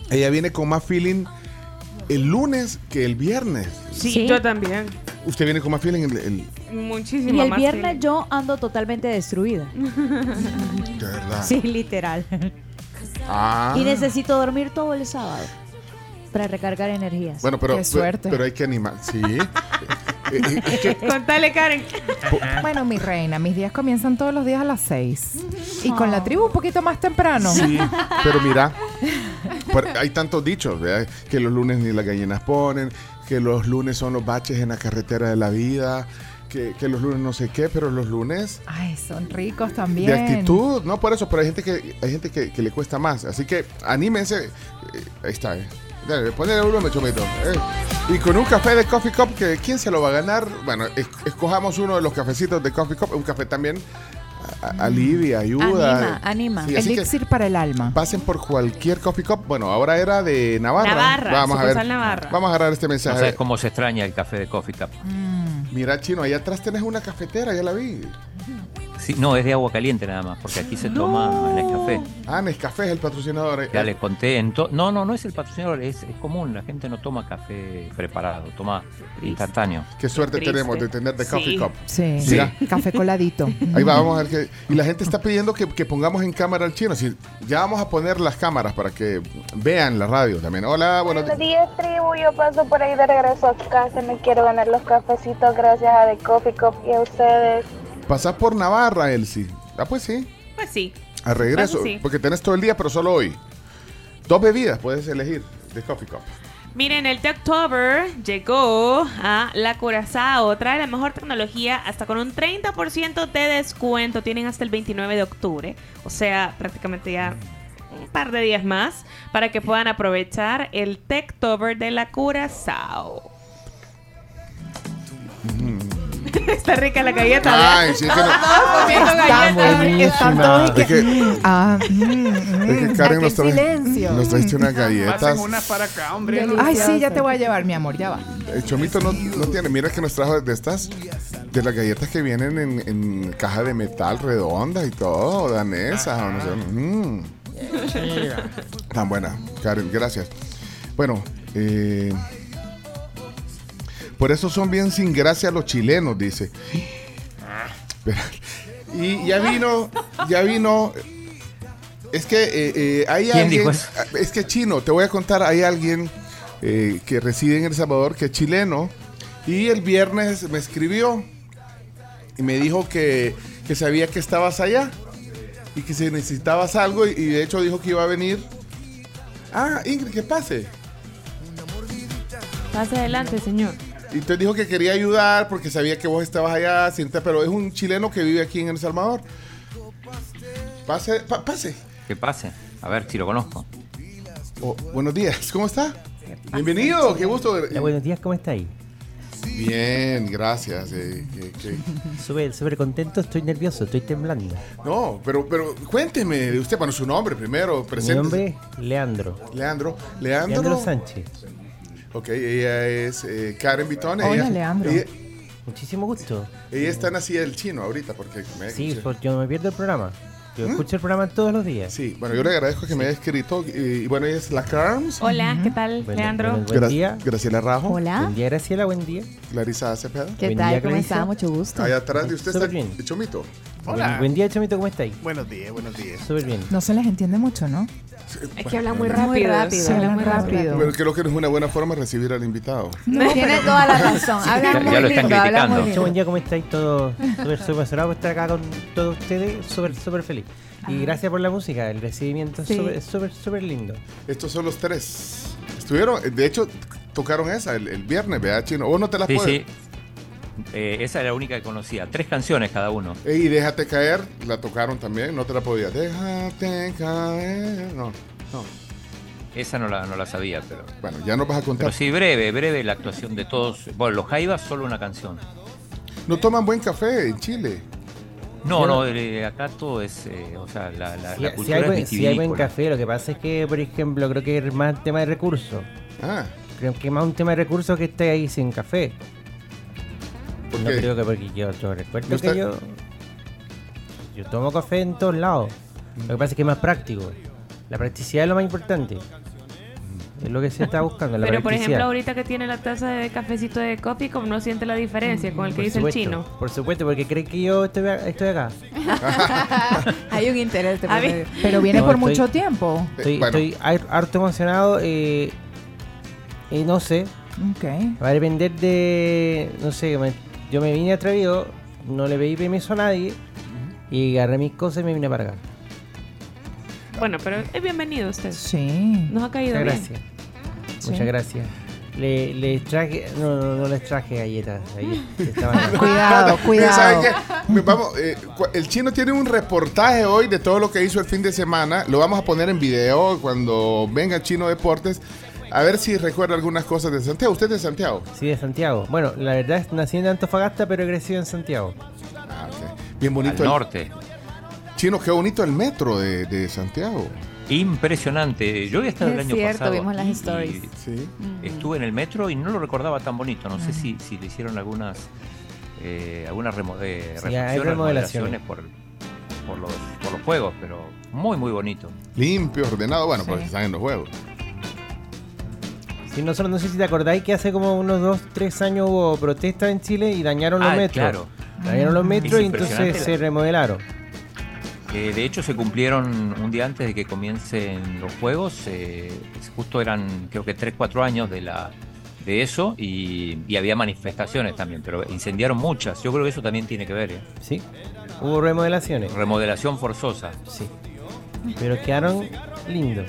S3: ella viene con más feeling el lunes que el viernes.
S7: Sí, yo también.
S3: Usted viene con más feeling el, el-
S7: Muchísimo
S13: Y el
S7: más
S13: viernes yo ando totalmente destruida.
S3: de verdad.
S13: sí, literal.
S3: Ah.
S13: Y necesito dormir todo el sábado para recargar energías.
S3: Bueno, pero, pe- pero hay que animar. Sí. Eh, eh, es que
S7: Contale, Karen.
S11: Bueno, mi reina, mis días comienzan todos los días a las 6. Y con
S7: Ah.
S11: la tribu un poquito más temprano.
S3: Sí, pero mira, por- hay tantos dichos, ¿verdad? que los lunes ni las gallinas ponen, que los lunes son los baches en la carretera de la vida, que, que los lunes no sé qué, pero los lunes
S11: Ay, son ricos también.
S3: de actitud, no por eso, pero hay gente que hay gente que, que le cuesta más, así que anímense, Eh, ahí está, eh. Dale, ponle el volumen, chomito. eh. Y con un café de Coffee Cup, que ¿quién se lo va a ganar? Bueno, es- escojamos uno de los cafecitos de Coffee Cup, un café también a- a- alivia, ayuda.
S11: Anima, anima.
S3: Sí, así que-
S11: Elixir para el alma.
S3: Pasen por cualquier coffee cup. Bueno, ahora era de Navarra.
S11: Navarra,
S3: vamos a ver.
S11: sucursal Navarra.
S3: Vamos a agarrar este
S8: No sabes
S3: mensaje.
S8: cómo se extraña el café de Coffee Cup.
S3: Mira, chino, ahí atrás tenés una cafetera, ya la vi.
S8: Sí, no, es de agua caliente nada más, porque aquí se toma en el café.
S3: Ah, Nescafé es el patrocinador. eh.
S8: Ya les conté. ento- no, no, no es el patrocinador, es, es común. La gente no toma café preparado, toma instantáneo.
S3: Qué suerte tenemos de tener de coffee cup.
S11: Sí.
S3: Mira,
S11: Café coladito.
S3: ahí va, vamos a ver que. Y la gente está pidiendo que, que pongamos en cámara al chino. Sí, ya vamos a poner las cámaras para que vean la radio también. Hola, buenos días.
S5: Buenos días, tribu. Yo paso por ahí de regreso a casa. Me quiero ganar los cafecitos gracias a The Coffee Cup y a ustedes.
S3: Pasás por Navarra, Elsie. Ah, pues sí.
S7: Pues sí.
S3: A regreso,
S7: Bueno, sí.
S3: porque tenés todo el día, pero solo hoy. Dos bebidas puedes elegir de Coffee Cup.
S7: Miren, el de October llegó a La Curazao. Trae la mejor tecnología hasta con un 30% de descuento. Tienen hasta el 29 de octubre. O sea, prácticamente ya un par de días más para que puedan aprovechar el Techtober de La Curazao. Está rica la galleta. ¿verdad?
S3: Ay, sí, es que no-
S7: Todos comiendo
S11: Está
S7: galletas.
S11: Están todos y
S3: Es
S11: que-
S3: que,
S11: Ah, mm,
S3: es que
S11: mm,
S3: Karen
S11: aquí
S3: nos,
S11: en
S3: trae-
S11: silencio.
S3: nos trajiste unas galletas.
S1: Pasen una para acá, hombre.
S11: Ay, sí, ya te voy a llevar, mi amor, ya va.
S3: El Eh, chomito no, no tiene. Mira que nos trajo de estas, de las galletas que vienen en, en caja de metal redonda y todo, danesas. o no sé, mm, tan buena, Karen, gracias. Bueno, eh, por eso son bien sin gracia los chilenos, dice. Espera. Y ya vino, ya vino. Es que eh, eh, hay
S8: ¿Quién
S3: alguien.
S8: dijo eso?
S3: Es que chino, te voy a contar, hay alguien eh, que reside en El Salvador que es chileno. Y el viernes me escribió y me dijo que, que sabía que estabas allá y que si necesitabas algo. Y, y de hecho dijo que iba a venir. Ah, Ingrid, que pase.
S7: Pase adelante, señor.
S3: Y entonces dijo que quería ayudar porque sabía que vos estabas allá, sienta- pero es un chileno que vive aquí en El Salvador. Pase, pa- pase.
S8: Que pase. A ver si lo conozco.
S3: Oh, buenos días, ¿cómo está? Bienvenido, qué gusto. ver-
S26: Hola, buenos días, ¿cómo estáis?
S3: Bien, gracias. eh, que- que-
S26: Súper, súper contento, estoy nervioso, estoy temblando.
S3: No, pero, pero cuénteme de usted, bueno, su nombre primero, presente.
S26: Mi nombre es Leandro.
S3: Leandro. Leandro.
S26: Leandro Sánchez.
S3: Ok, ella es eh, Karen Vitón.
S26: Hola,
S3: ella,
S26: Leandro.
S3: Ella,
S26: Muchísimo gusto.
S3: ella está nacida del chino ahorita porque me ¿Mm?
S26: Sí, porque me pierdo el programa.
S34: Yo escucho el programa todos los días.
S3: Sí, bueno, yo le agradezco que me haya escrito. Y, y bueno, ella es la Carms.
S7: Hola, ¿qué tal,
S34: Bueno,
S7: Leandro?
S34: bueno, buen
S3: Gra-
S34: día.
S3: Graciela Rajo.
S34: Hola. Buen día, Graciela. Buen día.
S3: Clarisa Cepeda.
S34: ¿Qué Buen tal? día, ¿Cómo Clarisa. está? Mucho gusto.
S3: Allá atrás de usted está
S34: Súper bien.
S3: Chomito.
S34: Buen, buen día, Chomito, ¿cómo estáis?
S1: Buenos días, buenos días.
S34: Súper bien.
S11: No se les entiende mucho, ¿no?
S7: Es que habla
S3: muy
S11: Muy
S7: rápido,
S11: rápido.
S7: se habla
S11: hablan
S7: muy
S11: rápido.
S3: Pero creo que no es una buena forma de recibir al invitado.
S11: Tiene toda la razón. Hablan muy lindo, hablan muy
S34: Che,
S11: lindo.
S34: Buen día, ¿cómo estáis? Todo súper, súper emocionado por estar acá con todos ustedes. Súper, súper feliz. Y
S11: Ah.
S34: gracias por la música, el recibimiento es
S3: Sí.
S34: súper, súper, súper lindo.
S3: Estos son los tres. Estuvieron, eh, de hecho, tocaron esa el, el viernes, ¿verdad, Chino? Vos no te las
S8: Sí,
S3: puedes.
S8: sí. Eh, esa era la única que conocía. Tres canciones cada uno.
S3: Eh, Y déjate caer, la tocaron también, no te la podías. Déjate caer. No, no.
S8: Esa no la, no la sabía, pero.
S3: Bueno, ya nos vas a contar.
S8: Pero sí, breve, breve la actuación de todos. Bueno, los Jaivas, solo una canción.
S3: No toman buen café en Chile.
S8: No, no, eh, acá todo es. eh, o sea, la, la-
S34: Si,
S8: la
S34: si
S8: cultura
S34: hay,
S8: es
S34: buen, si hay buen
S8: vitivinícola.
S34: café, lo que pasa es que, por ejemplo, creo que es más tema de recursos.
S3: Ah.
S34: Creo que más un tema de recursos que esté ahí sin café. No
S3: qué?
S34: creo que porque yo, yo recuerdo
S3: ¿No está-
S34: que yo, yo tomo café en todos lados. Lo que pasa es que es más práctico. La practicidad es lo más importante. Es lo que se está buscando. La
S7: Pero por
S34: practicidad.
S7: ejemplo, ahorita que tiene la taza de cafecito de coffee, como no siente la diferencia con el que
S34: Por
S7: dice
S34: supuesto,
S7: el chino.
S34: Por supuesto, porque cree que yo estoy, estoy acá.
S11: Hay un interés
S7: de por medio.
S11: Pero viene
S34: No,
S11: por
S34: estoy-
S11: mucho tiempo.
S34: Estoy, estoy har- harto emocionado eh, y no sé.
S11: Ok.
S34: Va a depender de. No sé, me- yo me vine atrevido, no le pedí permiso a nadie y agarré mis cosas y me vine para acá.
S7: Bueno, pero es bienvenido usted.
S11: Sí.
S7: Nos ha caído
S34: Muchas
S7: bien.
S34: gracias. Muchas gracias. Le, les traje. No, no, no les traje galletas. galletas, estaban-
S11: Cuidado, cuidado.
S3: ¿Saben qué? Me- Vamos, eh, cu- el chino tiene un reportaje hoy de todo lo que hizo el fin de semana. Lo vamos a poner en video cuando venga Chino Deportes. A ver si recuerda algunas cosas de Santiago. ¿Usted es de Santiago?
S34: Sí, de Santiago. Bueno, la verdad es nací en Antofagasta, pero he crecido en Santiago.
S3: Ah, Bien bonito.
S8: Al
S3: el-
S8: norte.
S3: Chino, qué bonito el metro de, de Santiago.
S8: Impresionante. Yo había estado el
S35: Es
S8: año
S35: cierto,
S8: pasado.
S35: vimos las
S8: y-
S35: stories.
S8: y
S3: Sí.
S8: Estuve en el metro y no lo recordaba tan bonito. No sé si, si le hicieron algunas eh, algunas remo- eh,
S34: Sí, hay
S8: refacciones,
S34: remodelaciones.
S8: remodelaciones por, por, los, por los juegos, pero muy, muy bonito.
S3: Limpio, ordenado. Bueno,
S8: Sí.
S3: porque están en los juegos.
S34: Si nosotros no sé si te acordáis que hace como unos 2, 3 años hubo protestas en Chile y dañaron los
S8: Ah,
S34: metros.
S8: claro.
S34: Dañaron
S11: Mm.
S34: los
S8: Es
S34: metros y
S8: impresionante
S34: entonces
S8: la-
S34: se remodelaron.
S8: Eh, de hecho, se cumplieron un día antes de que comiencen los juegos. eh, justo eran, creo que 3, 4 años de la de eso y, y había manifestaciones también, pero incendiaron muchas. Yo creo que eso también tiene que ver. ¿eh?
S34: Sí. Hubo remodelaciones.
S8: Remodelación forzosa.
S34: Sí. Pero quedaron lindos.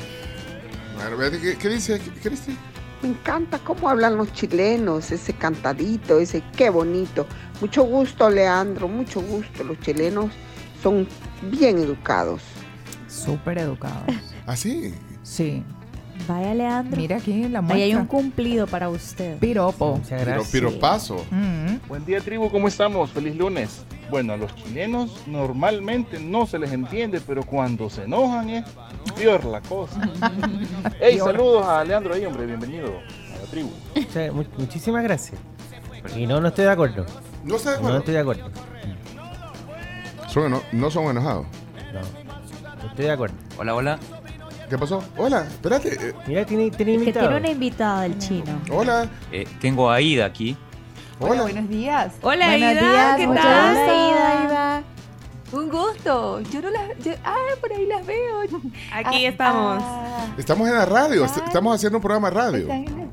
S3: Bueno, vete, ¿qué, qué dice? ¿Qué, qué dice?
S14: Me encanta cómo hablan los chilenos, ese cantadito, ese qué bonito. Mucho gusto, Leandro, mucho gusto. Los chilenos son bien educados.
S11: Súper educado.
S3: ¿Ah, sí?
S11: Sí.
S12: Vaya, Leandro.
S11: Mira aquí la muestra.
S12: Ahí hay un cumplido para usted.
S11: Piropo. Mm,
S3: Piro- piropazo.
S23: Buen día, tribu, ¿cómo estamos? Feliz lunes. Bueno, a los chilenos normalmente no se les entiende, pero cuando se enojan es peor la cosa. Hey,
S34: Peor.
S23: saludos a Leandro ahí, hombre, bienvenido a la tribu.
S34: O sea, mu- muchísimas gracias. Y no, no estoy de acuerdo.
S3: No está de
S34: No
S3: acuerdo.
S34: estoy de acuerdo.
S3: Son eno- no son enojados.
S34: No. No estoy de acuerdo.
S8: Hola, hola.
S3: ¿Qué pasó? Hola, espérate. eh,
S34: Mira, tiene, tiene
S12: Que tiene
S34: invitado.
S12: una invitada el chino.
S3: Hola.
S8: Eh, tengo a Aida aquí.
S15: buenos días.
S7: Hola,
S15: buenos
S7: Aida,
S15: días,
S7: ¿qué
S15: mucho
S7: tal?
S15: gusto.
S7: Hola,
S15: Un gusto. Yo no las. yo- ah, por ahí las veo.
S7: Aquí
S15: Ah,
S7: estamos.
S3: Estamos en la radio. est- Estamos haciendo un programa de radio.
S15: están en el-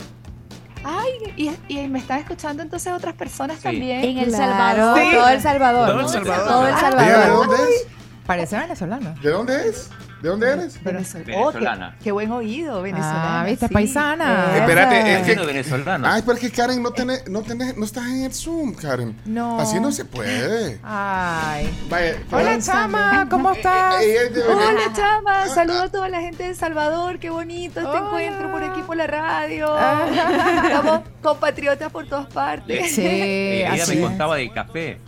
S15: Ay, y, y me están escuchando entonces otras personas también. Ah,
S12: En El Salvador, todo El Salvador.
S3: Todo El Salvador.
S12: Todo El
S3: Ella,
S12: Salvador.
S3: ¿De dónde es?
S11: Ah, Parece venezolano.
S3: ¿De dónde es? ¿De dónde eres?
S15: Venezolana. Qué buen oído, venezolana.
S11: Ah, viste,
S15: sí. Eh,
S11: paisana.
S3: Espérate, es que.
S8: Siendo venezolano.
S3: Ay, pero es que Karen no tenés, no tenés, no estás en el Zoom, Karen.
S11: No.
S3: Así no se puede.
S11: Ay.
S3: Vaya,
S11: Hola, chama, ¿cómo estás?
S3: Eh, eh, eh,
S15: Hola, chama. Saludo a toda la gente de El Salvador. Qué bonito este encuentro por aquí por la radio.
S12: Ah.
S15: Estamos compatriotas por todas
S8: Le-
S15: partes.
S8: Eh, Aida me contaba del café.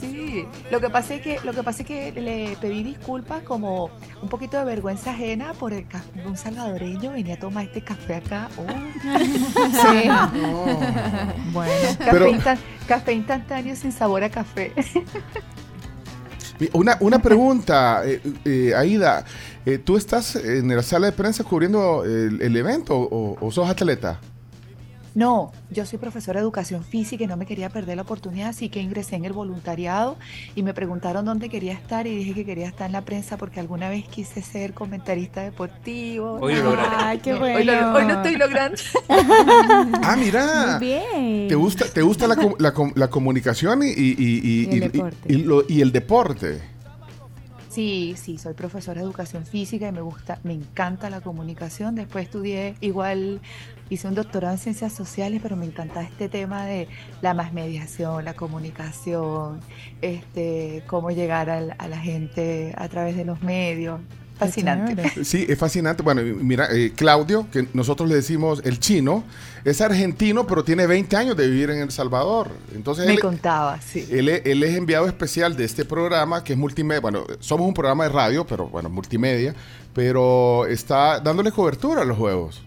S15: Sí, lo que pasa es que lo que pasa es que le pedí disculpas como un poquito de vergüenza ajena por el ca- un salvadoreño venía a tomar este café acá. Oh.
S11: Sí. Bueno.
S15: Café,
S11: Pero-
S15: instan- café instantáneo sin sabor a café.
S3: Y Una, una pregunta, eh, eh, Aida. eh, ¿Tú estás en la sala de prensa cubriendo el, el evento o, o sos atleta?
S15: No, yo soy profesora de educación física y no me quería perder la oportunidad, así que ingresé en el voluntariado y me preguntaron dónde quería estar y dije que quería estar en la prensa porque alguna vez quise ser comentarista deportivo.
S3: Hoy lo lograste.
S15: Ay,
S11: qué
S15: Hoy, lo-
S11: bueno.
S15: hoy lo estoy logrando.
S3: Ah, mira.
S15: Muy bien.
S3: ¿Te gusta, te gusta la, com- la com- la comunicación y, y- y-
S15: Y el
S3: y- y-
S15: deporte.
S3: y lo- y el deporte?
S15: Sí, sí, soy profesora de educación física y me gusta, me encanta la comunicación. Después estudié, igual hice un doctorado en ciencias sociales, pero me encanta este tema de la más mediación, la comunicación, este, cómo llegar al- a la gente a través de los medios. Fascinante.
S3: Sí, es fascinante. Bueno, y mira, eh, Claudio, que nosotros le decimos el chino, es argentino, pero tiene 20 años de vivir en El Salvador. Entonces,
S15: Me
S3: él-
S15: contaba, sí.
S3: Él, es- él es enviado especial de este programa que es multimedia. Bueno, somos un programa de radio, pero bueno, multimedia. Pero está dándole cobertura a los juegos.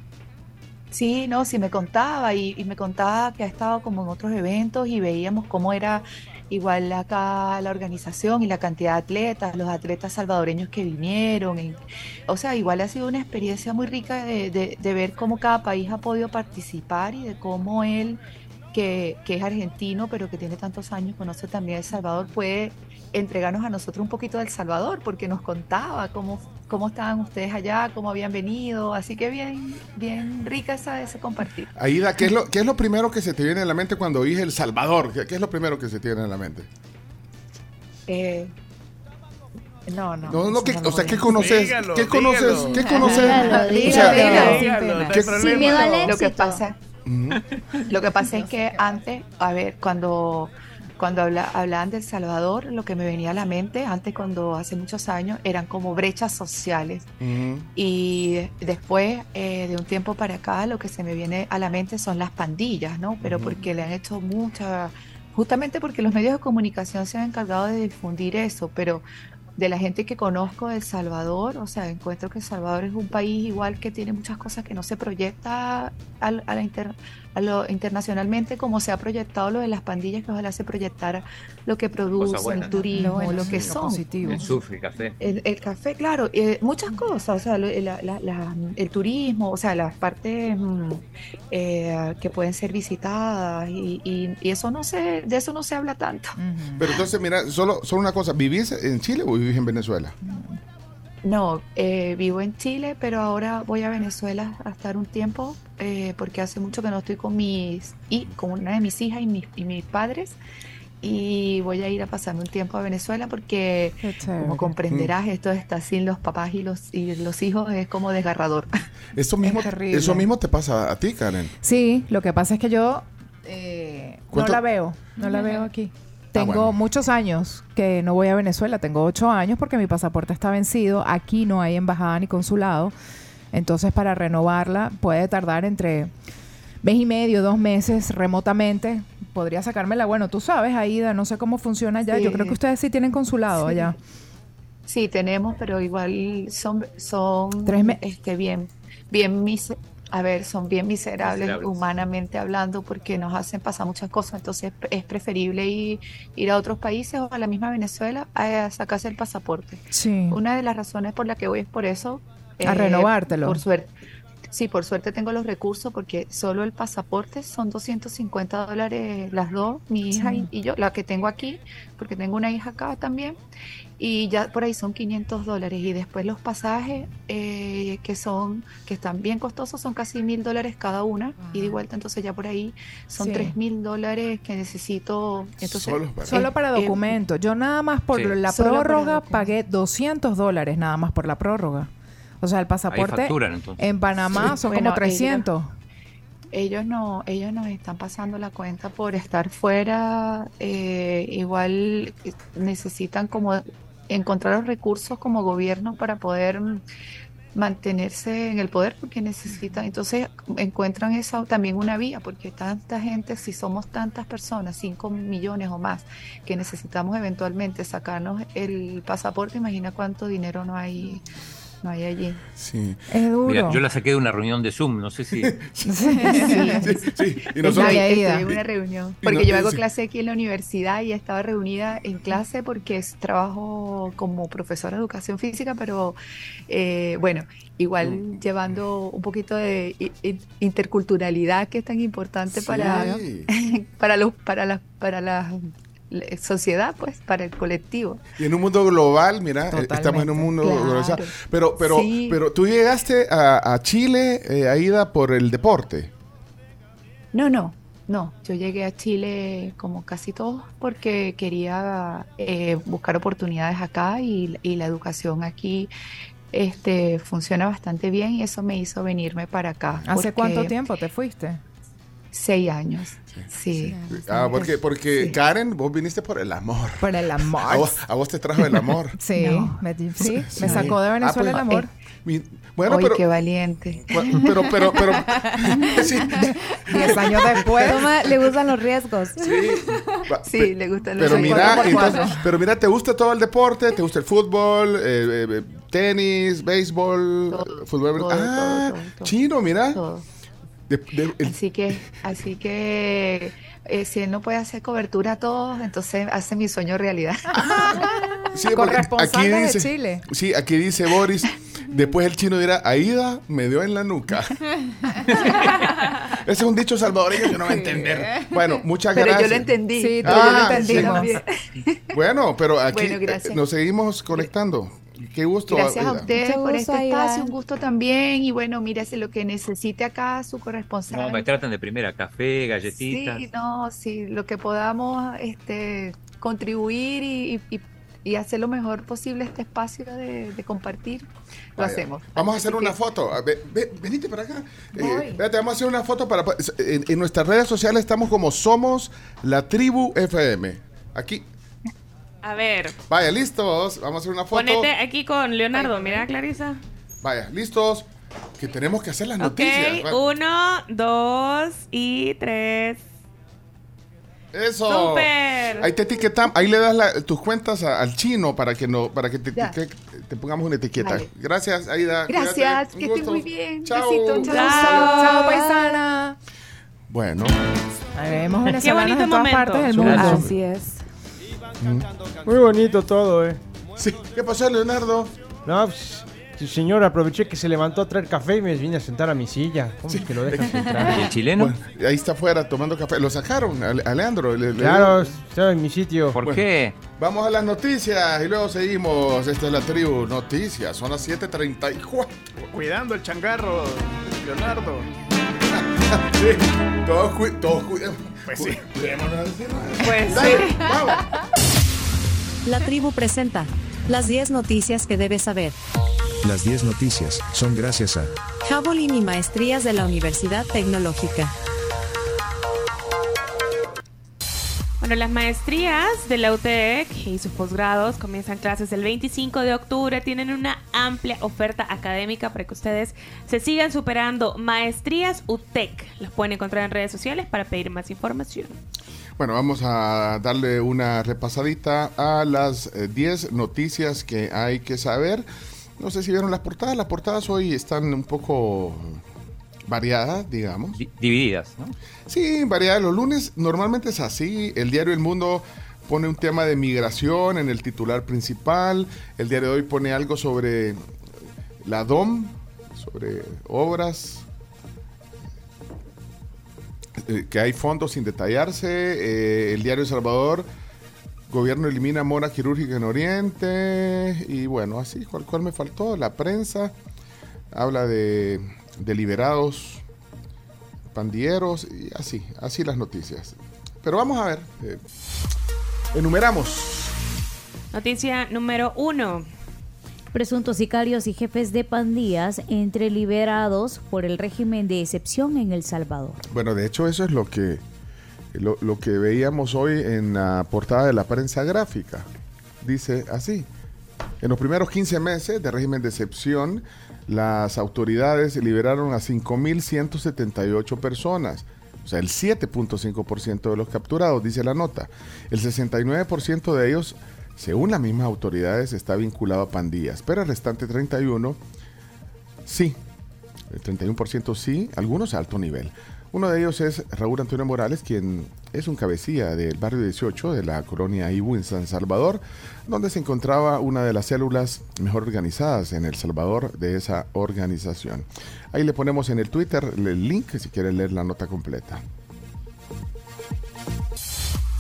S15: Sí, no, sí me contaba y, y me contaba que ha estado como en otros eventos y veíamos cómo era igual acá la organización y la cantidad de atletas, los atletas salvadoreños que vinieron. y- o sea, igual ha sido una experiencia muy rica de, de- de ver cómo cada país ha podido participar y de cómo él, que, que es argentino, pero que tiene tantos años, conoce también El Salvador, puede entregarnos a nosotros un poquito del Salvador, porque nos contaba cómo, cómo estaban ustedes allá, cómo habían venido, así que bien, bien rica esa, ese compartir.
S3: Aida, ¿qué es, lo, ¿qué es lo primero que se te viene a la mente cuando oís El Salvador? ¿Qué, qué es lo primero que se tiene en la mente?
S15: Mm. Eh, no, no.
S3: No, no,
S15: eso
S3: que-
S15: lo
S3: o sea,
S15: voy a
S3: ¿qué
S15: decir.
S3: conoces? ¿Qué conoces? ¿Qué conoces?
S15: Dígalo,
S3: O sea,
S15: dígalo,
S3: ¿qué-
S15: dígalo,
S3: qué-
S15: sin pena. Lo que
S13: éxito.
S15: pasa, lo que pasa es que antes, a ver, cuando cuando habla- hablaban del Salvador, lo que me venía a la mente antes, cuando hace muchos años, eran como brechas sociales. Y de- después, eh, de un tiempo para acá, lo que se me viene a la mente son las pandillas, ¿no? Pero
S12: Ujú.
S15: porque le han hecho mucha... Justamente porque los medios de comunicación se han encargado de difundir eso, pero de la gente que conozco de El Salvador, o sea, encuentro que El Salvador es un país igual que tiene muchas cosas que no se proyecta al- a la inter- a lo internacionalmente como se ha proyectado lo de las pandillas, que ojalá se proyectara lo que producen,
S8: buena.
S15: el turismo,
S8: Lo bueno,
S15: lo
S8: sí,
S15: que
S8: lo
S15: son.
S8: El sufre, café.
S15: El, el café, claro, eh, muchas cosas, o sea, lo- la- la- la- el turismo, o sea, las partes mm, eh, que pueden ser visitadas y, y- y eso no se, de eso no se habla tanto.
S3: Pero entonces, mira, solo, solo una cosa. ¿Vivís en Chile o vivís en Venezuela?
S15: No, eh, vivo en Chile, pero ahora voy a Venezuela a estar un tiempo eh, porque hace mucho que no estoy con mis y con una de mis hijas y mis, y mis padres y voy a ir a pasarme un tiempo a Venezuela porque como comprenderás esto de estar sin los papás y los y los hijos es como desgarrador.
S3: Eso mismo,
S11: terrible.
S3: eso mismo te pasa a ti, Karen.
S11: Sí, lo que pasa es que yo
S3: Ah,
S11: eh, no
S3: ¿Cuánto-
S11: la veo, no la veo aquí. Tengo
S3: bueno.
S11: muchos años que no voy a Venezuela, tengo ocho años porque mi pasaporte está vencido, aquí no hay embajada ni consulado, entonces para renovarla puede tardar entre mes y medio, dos meses remotamente, podría sacármela, bueno, tú sabes, Aida, no sé cómo funciona allá, yo creo
S15: Sí.
S11: que ustedes sí tienen consulado
S15: Sí.
S11: allá.
S15: Sí, tenemos, pero igual son, son este, bien, bien mis, a ver, son bien miserables,
S12: Miserables.
S15: humanamente hablando porque nos hacen pasar muchas cosas, entonces es preferible ir, ir a otros países o a la misma Venezuela a, sacarse el pasaporte.
S11: Sí.
S15: Una de las razones por la que voy es por eso. eh,
S11: A renovártelo.
S15: Por suerte. Sí, por suerte tengo los recursos porque solo el pasaporte son 250 dólares las dos, mi hija y-
S12: Sí.
S15: y yo, la que tengo aquí, porque tengo una hija acá también y ya por ahí son 500 dólares y después los pasajes eh, que son que están bien costosos son casi mil dólares cada una y de vuelta entonces ya por ahí son
S11: Sí.
S15: tres mil dólares que necesito entonces
S11: Solo para,
S15: eh, eh,
S11: documentos. Yo nada más por
S15: Sí.
S11: la
S15: Solo para
S11: prórroga pagué 200 dólares nada más por la prórroga. O sea, el pasaporte
S8: facturan, entonces.
S11: en Panamá
S15: Sí.
S11: son
S15: Bueno,
S11: como 300.
S15: ellos no ellos nos están pasando la cuenta por estar fuera eh, igual eh, necesitan como encontrar los recursos como gobierno para poder mm, mantenerse en el poder porque necesitan entonces encuentran esa también una vía porque tanta gente si somos tantas personas 5 millones o más que necesitamos eventualmente sacarnos el pasaporte imagina cuánto dinero no hay No hay allí.
S3: Sí.
S11: Es duro.
S8: Mira, yo la saqué de una reunión de Zoom, no sé si.
S15: Sí,
S3: Y
S15: sí. Estuve-
S3: nosotros-
S15: estuve en una reunión.
S3: y
S15: Porque
S3: no-
S15: yo hago
S3: sí.
S15: clase aquí en la universidad y estaba reunida en clase porque es- trabajo como profesora de educación física, pero eh, bueno, igual
S3: Mm.
S15: llevando un poquito de i- i- interculturalidad que es tan importante para,
S3: Sí.
S15: para, los, para, las para la la sociedad, pues, para el colectivo.
S3: Y en un mundo global, mira, eh, estamos en un mundo
S15: Claro.
S3: global. Pero, pero,
S15: Sí.
S3: pero tú llegaste a, a Chile, eh, Aida, por el deporte.
S15: No, no, no. Yo llegué a Chile como casi todos porque quería eh, buscar oportunidades acá y, y la educación aquí este, funciona bastante bien y eso me hizo venirme para acá.
S11: ¿Hace cuánto
S15: porque
S11: tiempo te fuiste?
S15: Seis años. Sí.
S3: Ah, porque, porque Karen, vos viniste por el amor.
S11: Por el amor.
S3: A vos, a vos te trajo el amor.
S11: Sí, me, sí,
S3: Sí.
S11: me sacó de
S3: Ah,
S11: Venezuela
S3: pues,
S11: el amor.
S3: Mi- bueno,
S15: Ay,
S3: pero,
S15: qué valiente.
S3: cua- pero, pero, pero, sí,
S11: Diez años
S15: Pues.
S11: después.
S17: Toma, le gustan los riesgos.
S3: va-
S15: Sí, le gustan los
S3: pero mira,
S15: cuatro por cuatro.
S3: entonces, pero mira, te gusta todo el deporte, te gusta el fútbol, eh, eh, tenis, béisbol, eh, fútbol.
S15: todo,
S3: ah,
S15: todo, todo, todo.
S3: chino, mira. De- de- el-
S15: Así que, así que eh, si él no puede hacer cobertura a todos, entonces hace mi sueño realidad.
S17: Ah,
S3: Sí, porque aquí dice, Sí, aquí dice Boris. Después el chino dirá, Aida me dio en la nuca. Ese es un dicho salvadoreño que no va a entender. Bueno, muchas
S15: Pero
S3: gracias.
S15: yo lo entendí.
S11: Sí,
S3: tú y yo lo Ah,
S15: entendí
S3: entendimos. sí. Bueno, pero aquí
S15: Bueno, gracias.
S3: eh, nos seguimos conectando. Qué gusto.
S15: Gracias a
S3: Aida.
S15: ustedes
S17: Mucho
S15: por
S17: gusto,
S15: este
S17: Aida.
S15: espacio, un gusto también. Y bueno, mira, si lo que necesite acá, su corresponsal.
S8: No, me tratan de primera, café, galletitas.
S15: sí, no, sí, lo que podamos este, contribuir y, y- y- y hacer lo mejor posible este espacio de, de compartir, lo
S3: Vaya.
S15: hacemos.
S3: Vamos a hacer una foto. A ver, ve- venite para acá. Eh, espérate, vamos a hacer una foto para. En, en nuestras redes sociales estamos como Somos la Tribu FM. Aquí.
S7: A ver,
S3: Vaya, listos. Vamos a hacer una foto.
S7: ponete aquí con Leonardo. Mira, Clarisa.
S3: Vaya, listos. Que tenemos que hacer las
S7: Ok,
S3: noticias. Va-
S7: uno, dos y tres.
S3: Eso.
S7: ¡Súper!
S3: Oh. Ahí te etiquetamos. Ahí le das la- tus cuentas a- al chino para que no, para que te,
S15: Ya.
S3: te- te pongamos una etiqueta.
S15: Vale.
S3: Ah, Gracias, Aida.
S15: Gracias,
S3: Cuídate.
S15: que
S3: Un
S15: estén
S3: gusto.
S15: muy bien.
S3: Chao.
S15: Besito,
S11: Chao, chao, paisana.
S3: Bueno.
S11: Vemos venezolanos
S7: bonito
S11: en todas
S7: momento.
S11: partes del mundo.
S17: Así es.
S36: Muy bonito todo, eh.
S3: Sí. ¿Qué pasó, Leonardo?
S36: No, pues, sí, señor, aproveché que se levantó a traer café y me vine a sentar a mi silla. ¿Cómo es que lo dejan entrar?
S8: chileno?
S3: ahí está afuera tomando café. Lo sacaron, a, a Leandro. le- le-
S36: Claro, estaba en mi sitio.
S8: ¿Por
S3: Bueno,
S8: qué?
S3: Vamos a las noticias y luego seguimos. Esta es la tribu Noticias. Son las 7:34.
S1: Cuidando el changarro, Leonardo.
S3: Sí, todos cuidamos. Todos cuidemos.
S1: Pues sí.
S7: Pues
S3: sí. Vamos.
S12: La tribu presenta las 10 noticias que debes saber.
S10: Las 10 noticias son gracias a
S12: Javelin y maestrías de la Universidad Tecnológica.
S7: Bueno, las maestrías de la UTEC y sus posgrados comienzan clases el 25 de octubre. Tienen una amplia oferta académica para que ustedes se sigan superando. Maestrías UTEC. Los pueden encontrar en redes sociales para pedir más información.
S3: Bueno, vamos a darle una repasadita a las eh, 10 noticias que hay que saber. No sé si vieron las portadas. Las portadas hoy están un poco variadas, digamos.
S8: Divididas, ¿no?
S3: Sí, variedad. Los lunes normalmente es así. El diario El Mundo pone un tema de migración en el titular principal. El diario de hoy pone algo sobre la DOM, sobre obras. eh, Que hay fondos sin detallarse. Eh, el diario El Salvador, gobierno elimina mora quirúrgica en Oriente. Y bueno, así, ¿cuál, cuál me faltó? La prensa habla de, de liberados pandilleros y así, así las noticias. Pero vamos a ver, eh, enumeramos.
S7: Noticia número uno.
S13: Presuntos sicarios y jefes de pandillas entre liberados por el régimen de excepción en El Salvador.
S3: Bueno, de hecho eso es lo que, lo, lo que veíamos hoy en la portada de la prensa gráfica. Dice así, en los primeros 15 meses de régimen de excepción, las autoridades liberaron a 5.178 personas. O sea, el 7.5% de los capturados, dice la nota. El 69% de ellos según las mismas autoridades, está vinculado a pandillas, pero el restante 31, sí, el 31% sí, algunos a alto nivel. Uno de ellos es Raúl Antonio Morales, quien es un cabecilla del barrio 18 de la colonia Ibu en San Salvador, donde se encontraba una de las células mejor organizadas en El Salvador de esa organización. Ahí le ponemos en el Twitter el link si quieren leer la nota completa.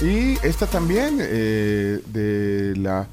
S3: Y esta también eh, de la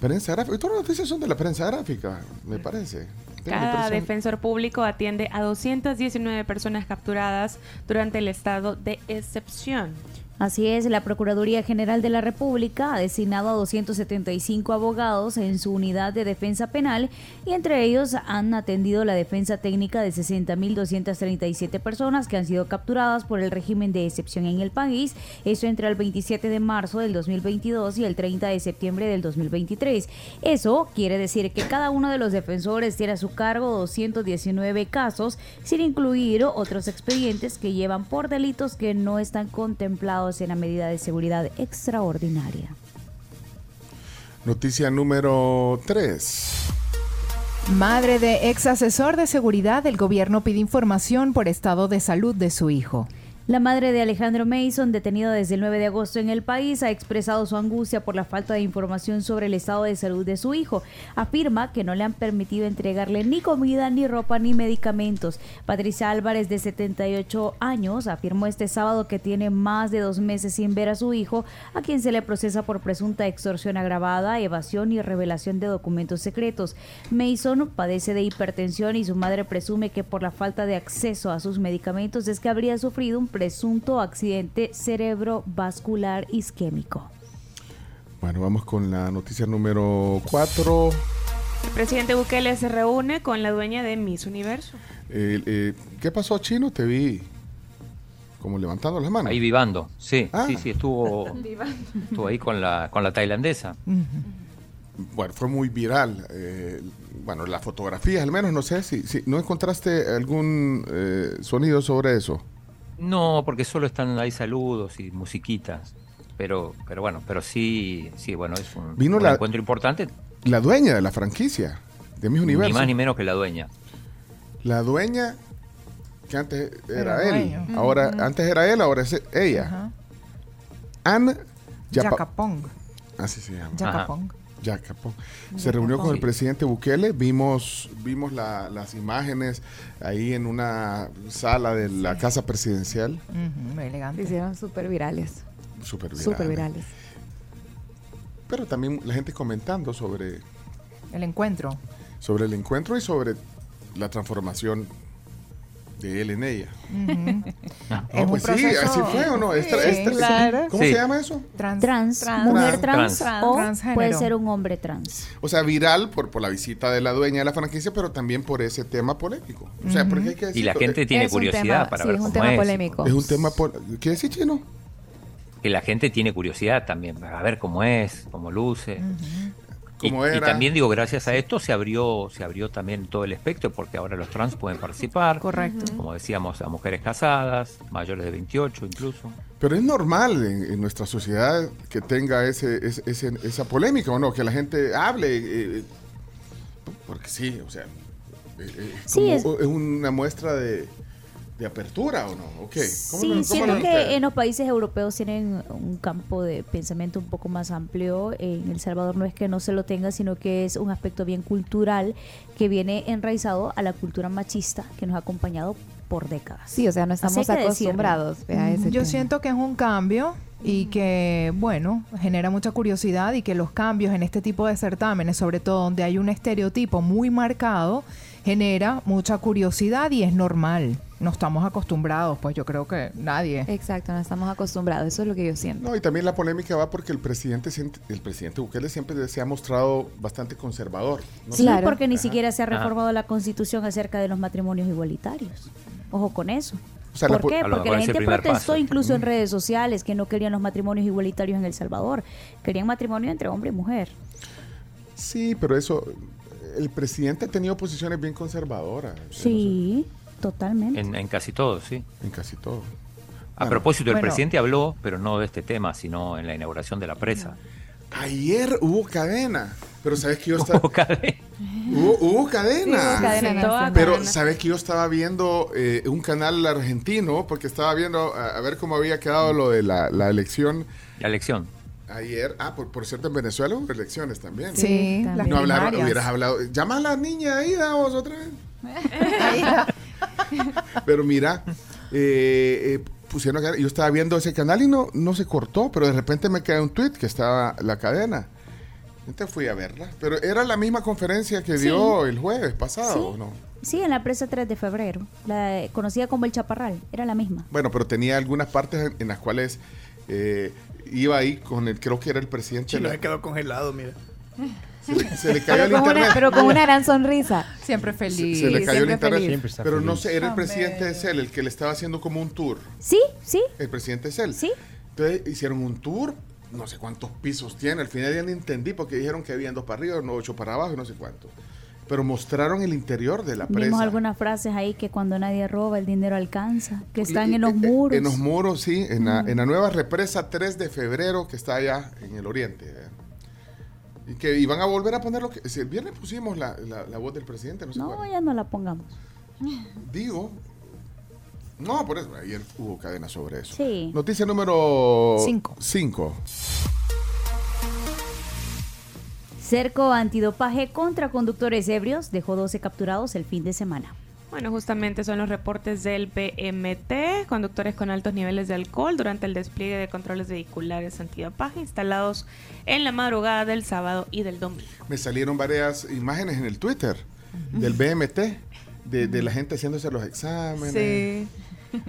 S3: prensa gráfica. Todas las noticias son de la prensa gráfica, me parece. Tengo la
S7: Cada
S3: impresión.
S7: defensor público atiende a 219 personas capturadas durante el estado de excepción.
S13: Así es, la Procuraduría General de la República ha designado a 275 abogados en su unidad de defensa penal y entre ellos han atendido la defensa técnica de 60.237 personas que han sido capturadas por el régimen de excepción en el país, eso entre el 27 de marzo del 2022 y el 30 de septiembre del 2023. Eso quiere decir que cada uno de los defensores tiene a su cargo 219 casos, sin incluir otros expedientes que llevan por delitos que no están contemplados en la medida de seguridad extraordinaria.
S3: Noticia número 3.
S11: Madre de ex asesor de seguridad del gobierno pide información por estado de salud de su hijo.
S13: La madre de Alejandro Mason, detenido desde el 9 de agosto en el país, ha expresado su angustia por la falta de información sobre el estado de salud de su hijo. Afirma que no le han permitido entregarle ni comida, ni ropa, ni medicamentos. Patricia Álvarez, de 78 años, afirmó este sábado que tiene más de dos meses sin ver a su hijo, a quien se le procesa por presunta extorsión agravada, evasión y revelación de documentos secretos. Mason padece de hipertensión y su madre presume que por la falta de acceso a sus medicamentos es que habría sufrido un presunto accidente cerebrovascular isquémico.
S3: Bueno, vamos con la noticia número 4.
S7: El presidente Bukele se reúne con la dueña de Miss Universo.
S3: eh, ¿Qué pasó, Chino? Te vi como levantando las manos.
S8: Ahí vivando, sí,
S3: Ah.
S8: sí, sí, estuvo, estuvo ahí con la, con la tailandesa.
S3: Bueno, fue muy viral. eh, bueno, las fotografías, al menos, no sé si, si no encontraste algún eh, sonido sobre eso.
S8: No, porque solo están ahí saludos y musiquitas. Pero, pero bueno, pero sí, sí, bueno, es un,
S3: Vino
S8: un
S3: la-
S8: encuentro importante,
S3: La dueña de la franquicia de mis
S8: ni
S3: Universo.
S8: más ni menos que la dueña.
S3: La dueña que antes era,
S8: Era
S3: él.
S8: dueño.
S3: Ahora,
S8: Ujú.
S3: antes era él, ahora es ella. Anne
S11: Yacapong.
S3: Así se llama.
S11: Yacapong.
S3: Yacapong. Se
S11: Yacapong.
S3: reunió con el
S11: Sí.
S3: presidente Bukele. Vimos, vimos la- las imágenes ahí en una sala de la casa presidencial.
S11: Ujú, muy elegante.
S17: Se hicieron súper virales.
S3: Súper virales.
S17: Súper virales.
S3: Pero también la gente comentando sobre,
S11: El encuentro.
S3: sobre el encuentro y sobre la transformación de él en ella. No,
S11: Es un
S3: pues sí,
S11: proceso-
S3: así fue o no. Es tra-
S11: Sí,
S3: es tra-
S11: claro.
S3: ¿Cómo
S11: Sí.
S3: se llama eso?
S11: Trans.
S13: Trans,
S11: Trans.
S3: Trans.
S13: mujer trans,
S11: Trans.
S13: o
S11: Transgénero.
S13: puede ser un hombre trans.
S3: O sea, viral por, por la visita de la dueña de la franquicia, pero también por ese tema polémico. O sea, porque hay que
S8: Y la
S3: decirlo,
S8: gente
S3: eh,
S8: tiene curiosidad para ver cómo es.
S3: Es un tema polémico. ¿Qué decís, Chino?
S8: Que la gente tiene curiosidad también, a ver cómo es, cómo luce. Y,
S3: Cómo
S8: y
S3: era.
S8: también digo, gracias a esto se abrió, se abrió también todo el espectro, porque ahora los trans pueden participar.
S11: Correcto.
S8: Como decíamos, a mujeres casadas, mayores de 28 incluso.
S3: Pero es normal en, en nuestra sociedad que tenga ese, ese- ese- esa polémica, ¿o no? Que la gente hable. eh, eh, porque sí, o sea, eh, eh, es
S13: Sí,
S3: como-
S13: es-
S3: es una muestra de, de apertura, ¿o no? ¿O qué? ¿Cómo
S13: Sí,
S3: lo- cómo
S13: siento
S3: lo-
S13: que eh, en los países europeos tienen un campo de pensamiento un poco más amplio. En El Salvador no es que no se lo tenga, sino que es un aspecto bien cultural que viene enraizado a la cultura machista que nos ha acompañado por décadas.
S17: Sí, o sea, no
S13: Así
S17: estamos
S13: hay que decirlo.
S17: acostumbrados a ese
S11: Yo
S17: tema.
S11: siento que es un cambio y que, bueno, genera mucha curiosidad y que los cambios en este tipo de certámenes, sobre todo donde hay un estereotipo muy marcado, genera mucha curiosidad y es normal. No estamos acostumbrados, pues yo creo que nadie.
S17: Exacto, no estamos acostumbrados, eso es lo que yo siento.
S3: No, y también la polémica va porque el presidente, siente- el presidente Bukele siempre se ha mostrado bastante conservador. ¿no?
S13: Sí, porque ni
S3: Ajá.
S13: siquiera se ha
S3: Ajá.
S13: reformado la constitución acerca de los matrimonios igualitarios. Ojo con eso.
S3: O sea, la po-
S13: ¿Por
S3: A
S13: qué?
S3: lo
S13: Porque
S3: mejor
S13: la
S3: es el
S13: gente
S3: primer
S13: protestó
S3: paso.
S13: incluso en
S3: Mm.
S13: redes sociales que no querían los matrimonios igualitarios en El Salvador. Querían matrimonio entre hombre y mujer.
S3: Sí, pero eso, el presidente ha tenido posiciones bien conservadoras.
S13: Sí, totalmente.
S8: En, en casi todo, sí.
S3: En casi todo.
S8: A propósito, el
S13: Bueno.
S8: presidente habló, pero no de este tema, sino en la inauguración de la presa.
S3: Ayer hubo cadena. Pero sabes que yo estaba. Hubo cadena. Hubo, cadena.
S7: Sí, hubo cadena, Sí, sí, toda
S3: pero
S7: cadena.
S3: sabes que yo estaba viendo eh, un canal argentino, porque estaba viendo a, a ver cómo había quedado lo de la, la elección.
S8: La elección.
S3: Ayer, ah, por, por cierto, en Venezuela hubo elecciones también.
S11: Sí, Sí, las
S3: No
S11: primarias.
S3: hablaron, hubieras hablado. Llama a la niña ahí, vos otra vez. Pero mira, eh, eh, pusieron acá- yo estaba viendo ese canal y no, no se cortó, pero de repente me cae un tweet que estaba la cadena. Entonces fui a verla. Pero era la misma conferencia que
S13: Sí.
S3: dio el jueves pasado,
S13: Sí.
S3: ¿o ¿no?
S13: Sí, en la presa 3 de febrero, la conocida como El Chaparral, era la misma.
S3: Bueno, pero tenía algunas partes en, en las cuales eh, iba ahí con el, creo que era el presidente.
S1: Chino
S3: de
S1: se quedó congelado, mira.
S3: la- se le cayó
S12: Pero
S3: el
S12: con,
S3: internet.
S12: una, pero con una gran sonrisa.
S11: Siempre feliz.
S3: Se le cayó el internet. pero no
S12: feliz.
S3: sé, era el
S12: Hombre.
S3: presidente de Cel, el que le estaba haciendo como un tour.
S13: Sí, sí.
S3: El presidente de Cel. Sí. Entonces hicieron un tour, no sé cuántos pisos tiene. Al final ya ni entendí porque dijeron que habían dos para arriba, no, ocho para abajo, y no sé cuántos. Pero mostraron el interior de la
S13: Vimos
S3: presa.
S13: algunas frases ahí que cuando nadie roba, el dinero alcanza, que están
S3: Y-
S13: en los
S3: eh, eh,
S13: muros.
S3: En los muros, sí. En,
S13: Mm.
S3: la, en la nueva represa 3 de febrero que está allá en el oriente. ¿eh? Y que iban a volver a poner lo que... si el viernes pusimos la, la- la voz del presidente, no sé
S13: No,
S3: cuál.
S13: ya no la pongamos.
S3: Digo... No, por eso. Ayer hubo cadena sobre eso.
S13: Sí.
S3: Noticia número...
S13: Cinco.
S3: 5.
S13: Cerco antidopaje contra conductores ebrios dejó 12 capturados el fin de semana.
S7: Bueno, justamente son los reportes del BMT, conductores con altos niveles de alcohol durante el despliegue de controles vehiculares antidopaje instalados en la madrugada del sábado y del domingo.
S3: Me salieron varias imágenes en el Twitter del BMT, de, de la gente haciéndose los exámenes.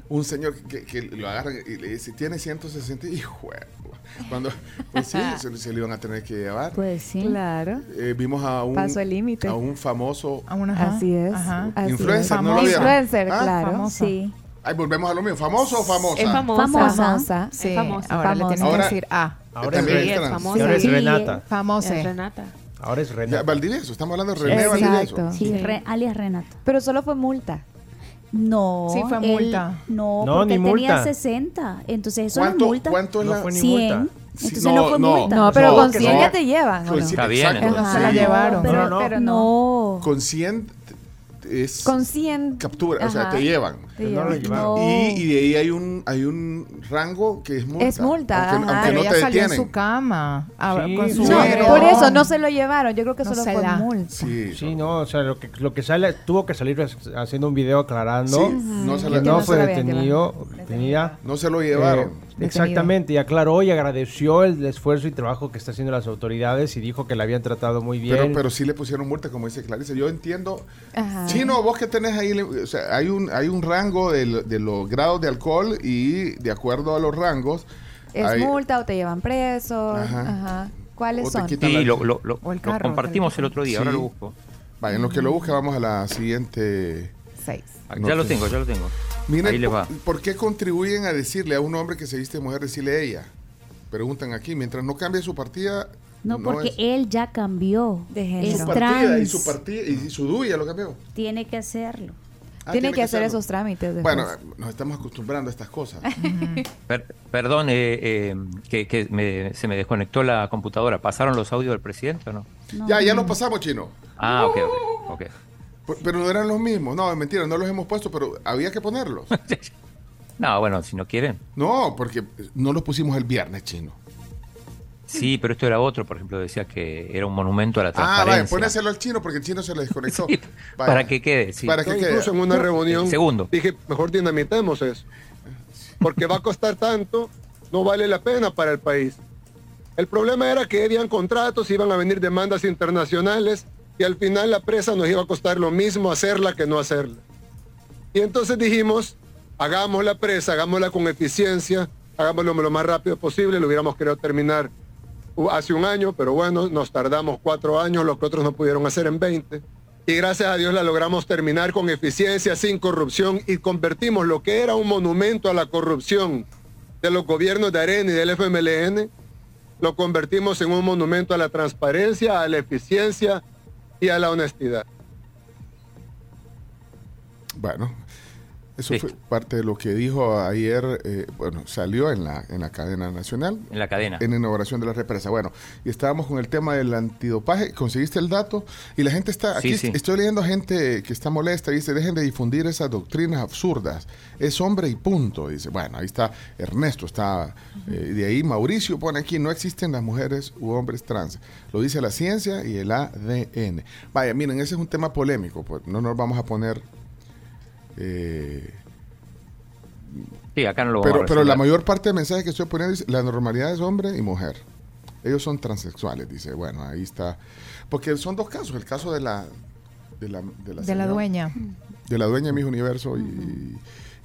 S3: un señor que, que lo agarran y le dice, tiene 160, hijo. de puta". Cuando, pues sí, se, se lo iban a tener que llevar.
S12: Pues sí. Claro.
S3: Eh, vimos a un,
S12: Pasó el límite.
S3: a un famoso...
S12: Así es. así
S3: Influencer,
S12: es.
S3: ¿no lo vieron?
S12: Influencer,
S3: Ah,
S12: claro.
S3: famosa.
S12: Sí.
S3: Ay, volvemos a lo mismo, famoso o famosa.
S12: Es famosa. Famosa. Famosa.
S11: Sí,
S12: Es famosa.
S11: ahora le
S12: Famosa.
S11: tienes
S3: Ahora-
S11: que decir A.
S3: Ahora También es es trans. famosa. Ahora es Renata.
S11: Famosa.
S7: Es Renata.
S3: Ahora es René. Valdivieso, estamos hablando de René
S12: Exacto.
S3: Valdivieso.
S13: Sí, Re- alias Renato.
S12: Pero solo fue multa.
S13: No.
S12: Sí, fue
S13: él-
S12: multa.
S13: no,
S3: No,
S13: porque
S3: ni
S13: él
S3: multa.
S13: tenía 60. Entonces eso
S3: ¿Cuánto-
S13: no es multa.
S3: cuánto es No la- fue ni multa.
S13: 100.
S3: Sí,
S13: Entonces
S3: no,
S13: no, fue
S3: no,
S13: multa.
S3: no, pero No, con que 100 no.
S12: ya te llevan,
S3: Pues
S12: ¿o Ah, no?
S3: sí, Está bien, exacto, entonces.
S12: Ajá, la
S3: sí.
S12: llevaron.
S3: No,
S12: Pero,
S3: no, no.
S12: pero no.
S3: Con 100 es...
S12: Con 100.
S3: Captura, o sea,
S12: Ajá.
S3: te llevan.
S12: Te Pero no llevan. lo llevaron.
S3: Y, y de ahí hay un, hay un rango que es multa.
S12: Es multa,
S3: Aunque,
S12: ajá.
S3: aunque
S11: Pero
S3: no
S11: ella
S3: te
S11: salió en
S3: detienen.
S11: su cama. a-
S16: Sí,
S11: con su
S12: No,
S11: edredón.
S12: por eso no se lo llevaron. Yo creo que
S11: No
S12: solo
S11: se
S12: fue
S11: la-
S12: multa.
S3: Sí,
S16: no, o sea, lo que, lo que sale, tuvo que salir ha- haciendo un video aclarando
S3: Sí,
S16: que
S3: no
S16: no,
S3: se la- Que no se
S16: fue
S3: la habían
S16: detenido, tenía-
S3: No se lo llevaron.
S16: Eh, exactamente, y aclaró y agradeció el esfuerzo y trabajo que está haciendo las autoridades y dijo que la habían tratado muy bien.
S3: Pero, pero sí le pusieron multa, como dice Clarice. Yo entiendo.
S12: Ajá.
S3: Chino, vos que tenés ahí, le- o sea, hay un, hay un rango del- de, los grados de alcohol y de acuerdo a los rangos.
S12: Es
S3: hay-
S12: multa o te llevan preso.
S3: Ajá.
S12: Ajá. ¿Cuáles
S3: O te
S12: son?
S3: quitan la-
S8: Sí, lo, lo- lo-
S12: O el
S8: lo
S12: carro,
S8: compartimos el otro día, ahora
S3: Sí.
S8: lo busco.
S3: Vaya, en lo que lo busca, vamos a la siguiente.
S11: Seis.
S8: Ah, ya lo tengo, ya lo tengo.
S3: Miren,
S8: Ahí les va.
S3: ¿por- ¿por qué contribuyen a decirle a un hombre que se viste de mujer, decirle ella? Preguntan aquí, mientras no cambie su partida.
S13: No, porque
S3: es-
S13: él ya cambió. De
S3: su
S13: es
S3: partida y
S13: trans.
S3: su partida y su duya lo cambió.
S13: Tiene que hacerlo.
S3: Ah,
S12: Tienen que hacer
S3: hacerlo.
S12: esos trámites. después.
S3: Bueno, nos estamos acostumbrando a estas cosas.
S8: Per- perdón, eh, eh, que, que me- se me desconectó la computadora. ¿Pasaron los audios del presidente o no?
S3: Ya, ya los pasamos, chino.
S8: Ah, ok, ok. ok.
S3: P- Pero no eran los mismos. No, es mentira, no los hemos puesto, pero había que ponerlos.
S8: No, bueno, si no quieren.
S3: No, porque no los pusimos el viernes, chino.
S8: Sí, pero esto era otro, por ejemplo, decía que era un monumento a la
S3: Ah, vaya,
S8: transparencia.
S3: póngaselo al chino porque el chino se le desconectó. Vaya.
S8: para que quede, sí.
S3: Para que
S4: Yo
S3: quede.
S4: incluso en una
S3: No,
S4: reunión
S8: el segundo.
S4: dije, mejor dinamitemos eso. Porque va a costar tanto, no vale la pena para el país. El problema era que habían contratos, iban a venir demandas internacionales y al final la presa nos iba a costar lo mismo hacerla que no hacerla. Y entonces dijimos, hagamos la presa, hagámosla con eficiencia, hagámoslo lo más rápido posible, lo hubiéramos querido terminar u- Uh, hace un año, pero bueno, nos tardamos cuatro años, lo que otros no pudieron hacer en 20. Y gracias a Dios la logramos terminar con eficiencia, sin corrupción, y convertimos lo que era un monumento a la corrupción de los gobiernos de Arena y del FMLN, lo convertimos en un monumento a la transparencia, a la eficiencia y a la honestidad.
S3: Bueno, Eso fue parte de lo que dijo ayer, eh, bueno, salió en la, en la cadena nacional.
S8: En la cadena.
S3: En la inauguración de la represa. Bueno, y estábamos con el tema del antidopaje, conseguiste el dato y la gente está, aquí
S8: Sí, sí.
S3: estoy leyendo gente que está molesta, dice, dejen de difundir esas doctrinas absurdas, es hombre y punto, dice. Bueno, ahí está Ernesto, está eh, de ahí Mauricio pone aquí, no existen las mujeres u hombres trans, lo dice la ciencia y el ADN. Vaya, miren, ese es un tema polémico, pues no nos vamos a poner... eh,
S8: Sí, acá no lo vamos
S3: pero,
S8: a
S3: pero la
S8: resolver.
S3: mayor parte de mensajes que estoy poniendo dice, la normalidad es hombre y mujer. Ellos son transexuales, dice. Bueno, ahí está. Porque son dos casos. El caso de la... De la, de la,
S11: De la
S3: señora-
S11: dueña.
S3: De la dueña de Mis Universo y,